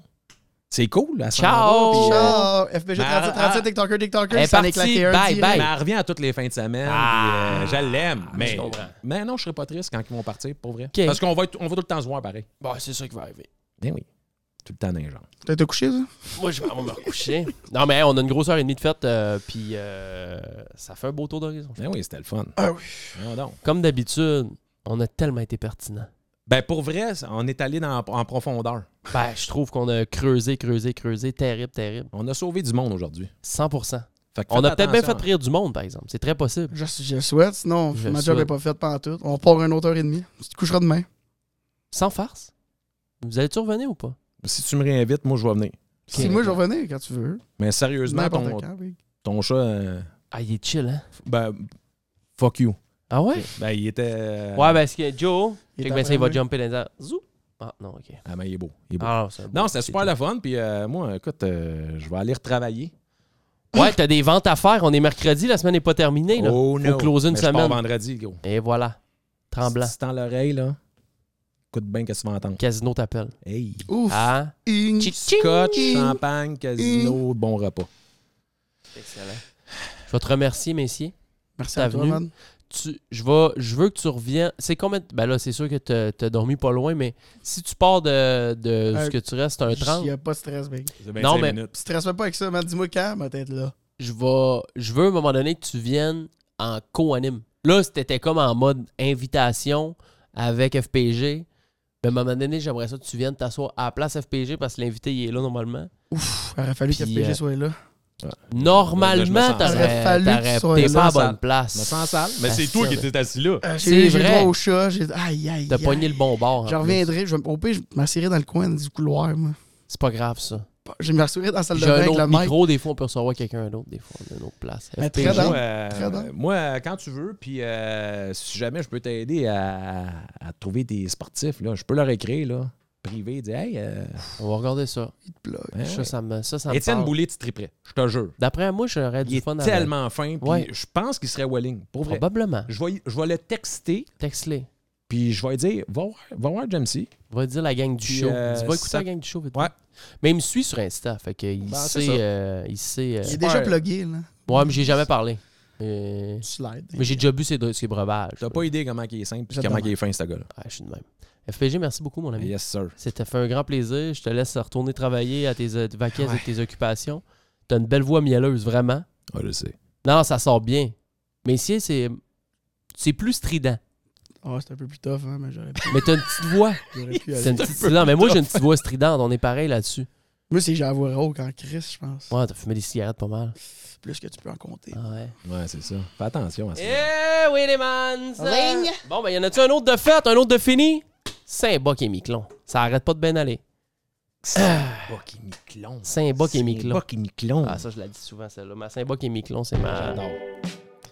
D: c'est cool. elle s'en va,
C: Ciao!
D: puis, euh,
E: Ciao! FBG 37, 37, TikToker,
C: Ah, Elle est
E: TikToker, ça en a
C: partie.
E: éclaté un
C: Bye,
E: direct.
C: bye.
D: Mais elle revient à toutes les fins de semaine.
C: Ah.
D: puis, euh, je l'aime. Mais,
C: je comprends.
D: mais non, je serais pas triste quand ils vont partir, pour vrai.
C: Ok.
D: Parce qu'on va, être- on va tout le temps se voir pareil.
C: Bon, c'est ça qui va arriver.
D: Ben oui. Tout le temps dans les jambes.
E: T'as été couché, ça?
C: Moi, je vais on va me recoucher. Non, mais hey, on a une grosse heure et demie de fête, euh, puis euh, ça fait un beau tour d'horizon.
D: Ben oui, c'était le fun.
E: Ah oui.
D: Non, non.
C: Comme d'habitude, on a tellement été pertinent.
D: Ben pour vrai, on est allé dans- en profondeur.
C: Ben, je trouve qu'on a creusé, creusé, creusé. Terrible, terrible.
D: On a sauvé du monde aujourd'hui.
C: 100
D: Fait que
C: On a
D: faites
C: peut-être bien
D: attention.
C: fait rire du monde, par exemple. C'est très possible.
E: Je, je le souhaite, sinon ma
C: Je le
E: job
C: souhaite.
E: n'est pas faite pendant tout. On repart une autre heure et demie. Tu te coucheras demain.
C: Sans farce. Vous allez-tu revenir ou pas?
D: Si tu me réinvites, moi, je vais venir.
E: Si moi je revenais quand tu veux.
D: Mais sérieusement,
E: N'importe
D: ton,
E: quand, oui.
D: ton chat, euh,
C: Ah, il est chill, hein?
D: ben, fuck you.
C: Ah ouais?
D: Ben, il était. euh,
C: Ouais, ben, c'est que Joe,
E: Il
C: check
E: est
C: bien ça, il va
E: après-midi.
C: jumper dans les airs. Zou! Ah, non, OK.
D: Ah, ben, il est beau. il est beau.
C: Ah, non, c'est un beau
D: non, c'était
C: petit
D: super
C: tour.
D: le fun. Puis euh, moi, écoute, euh, je vais aller retravailler.
C: Ouais, t'as des ventes à faire. On est mercredi, la semaine n'est pas terminée. Là.
D: Oh,
C: Faut closer une
D: Mais je pars
C: semaine.
D: vendredi, gros.
C: Et voilà. Tremblant.
D: Si tu tends l'oreille, là, écoute bien qu'est-ce que tu vas entendre.
C: Casino t'appelle.
D: Hey.
E: Ouf!
C: Ah.
E: Une-
D: Scotch, champagne, casino, bon repas.
C: Excellent. Je vais te remercier, messieurs.
E: Merci
C: t'as
E: à toi,
C: venu.
E: man.
C: Tu, je, vais, je veux que tu reviennes. C'est combien. de- Ben là, c'est sûr que t'as- t'as dormi pas loin, mais si tu pars de, de
E: Euh,
C: ce que tu restes, un 30,
E: Il n'y a pas de stress, mec.
C: Non, mais-
D: minutes.
E: Stresse pas avec ça, man. Dis-moi quand, ma tête là.
C: je, vais, je veux à un moment donné que tu viennes en co-anime. Là, c'était comme en mode invitation avec FPG. Mais Ben, à un moment donné, j'aimerais ça que tu viennes t'asseoir à la place FPG parce que l'invité, il est là normalement.
E: Ouf, il aurait fallu que
C: Puis,
E: FBG
C: euh,
E: soit là.
C: Normalement,
D: Là, je me sens-
E: Aurait
C: t'aurais
E: fallu
C: t'aurais-
E: que tu sois
C: t'es
E: là,
C: pas à
E: ça.
C: bonne
D: Je me
C: place.
D: sens sale. Mais
C: Ah,
D: c'est
C: c'est
D: toi
C: ça,
D: qui
C: mais-
D: étais assis là.
E: Euh,
C: c'est
E: j'ai-
C: vrai.
E: J'ai droit au chat. J'ai... Aïe, aïe.
C: T'as
E: aïe.
C: pogné le bon bord. en
E: Je
C: plus.
E: reviendrai. Je... vais- Au pire, je m'assierai dans le coin du couloir, moi.
C: C'est pas grave, ça.
E: Je m'assierai dans la salle de
C: J'ai
E: bain
C: un
E: avec
C: autre
E: le mic.
C: micro, des fois, on peut recevoir quelqu'un d'autre, des fois, on a une autre place.
E: Mais
C: FPG.
E: très bien.
D: Moi, euh,
E: Très bien.
D: moi, euh, quand tu veux, puis euh, si jamais je peux t'aider à, à trouver des sportifs, là, je peux leur écrire. Là. privé, dit Hey, euh,
C: On va regarder ça.
E: Il te bloque.
D: ben
C: Ça,
D: ouais.
C: ça me, ça, ça me
D: Étienne
C: parle.
D: Boulay, tu triperais, je te jure.
C: D'après moi, j'aurais
D: Il
C: du fun
D: est
C: avec.
D: tellement fin, puis
C: Ouais.
D: je pense qu'il serait willing, pour vrai.
C: Probablement.
D: Je vais, je vais le texter,
C: Texte-les.
D: puis je vais lui dire Va voir, va voir Jamesy.
C: Va dire la gang du
D: Puis,
C: show.
D: euh,
C: Dis, va écouter
D: ça-
C: la gang du show. vite.
D: Ouais.
C: Mais il me suit sur Insta. Fait qu'il
D: Ben, c'est
C: sait.
D: ça.
C: euh, il sait. euh,
E: Il est
D: Super.
E: déjà plugué, là.
C: Ouais, mais j'ai jamais parlé. Euh,
E: Tu slides.
C: Mais j'ai déjà bu ses, dro- ses breuvages.
D: T'as pas idée comment il est simple, puis
E: J'adore.
D: comment il est fin, ce gars-là.
C: Ouais, je suis de même. FPG, merci beaucoup, mon ami.
D: Yes, sir.
C: C'était fait un grand plaisir. Je te laisse retourner travailler à tes euh, vacances et tes occupations. T'as une belle voix mielleuse, vraiment.
D: Ouais, je sais.
C: Non, non, ça sort bien. Mais ici, c'est. C'est plus strident.
E: Oh, c'est un peu plus tough, hein, mais j'aurais pu,
C: Mais t'as une petite voix.
E: j'aurais pu
C: C'est
E: aller.
C: une petite stridente. Mais moi, j'ai une petite voix stridente. On est pareil là-dessus.
E: Moi, c'est que j'ai la voix rauque en Chris, je pense.
C: Ouais, t'as fumé des cigarettes pas mal.
E: Plus que tu peux en compter.
C: Ah ouais.
D: Ouais, c'est ça. Fais attention à ça.
C: Eh oui, les mans!
E: Ring.
C: Bon, ben, y en a-tu un autre de fait, un autre de fini? Saint-Boc et Miquelon. Ça arrête pas de bien aller.
D: Buck et Miquelon.
C: Saint-Boc et Miquelon.
D: Buck et Miquelon.
C: Ah, ça, je la dis souvent, celle-là. Ma Saint-Boc et Miquelon, c'est ma.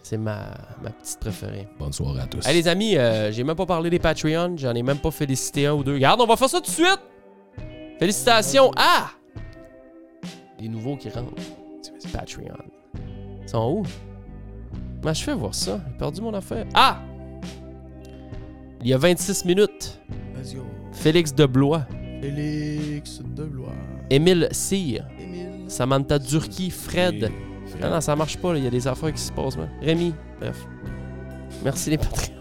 C: C'est ma... ma petite préférée.
D: Bonne soirée à tous.
C: Hey, les amis, euh, j'ai même pas parlé des Patreons. J'en ai même pas félicité un ou deux. Regarde, on va faire ça tout de suite! Félicitations à. Les nouveaux qui rentrent. Patreon. Ils sont où? Comment je fais voir ça? J'ai perdu mon affaire. Ah! Il y a 26 minutes.
E: Vas-y, go.
C: Félix Deblois,
E: Félix Deblois.
C: Émile Cyr,
E: Émile.
C: Samantha Durki, Fred.
D: Tá
C: Non, non, ça marche pas, là. il y a des affaires qui se passent. man. Rémi, bref. Merci les Patreons.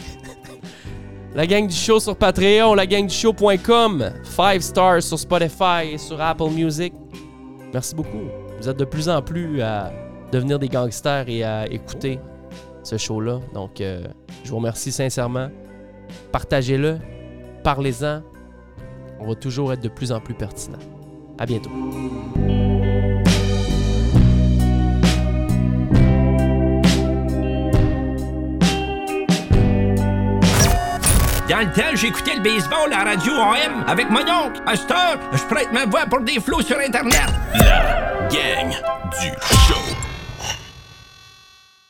C: la gang du show sur Patreon, la gang du show.com, 5 stars sur Spotify et sur Apple Music. Merci beaucoup. Vous êtes de plus en plus à devenir des gangsters et à écouter ce show-là. Donc, euh, je vous remercie sincèrement. Partagez-le, parlez-en. On va toujours être de plus en plus pertinent. À bientôt.
A: Dans le temps, j'écoutais le baseball à Radio AM avec mon oncle. À cette heure, je prête ma voix pour des flots sur Internet.
G: gang du show.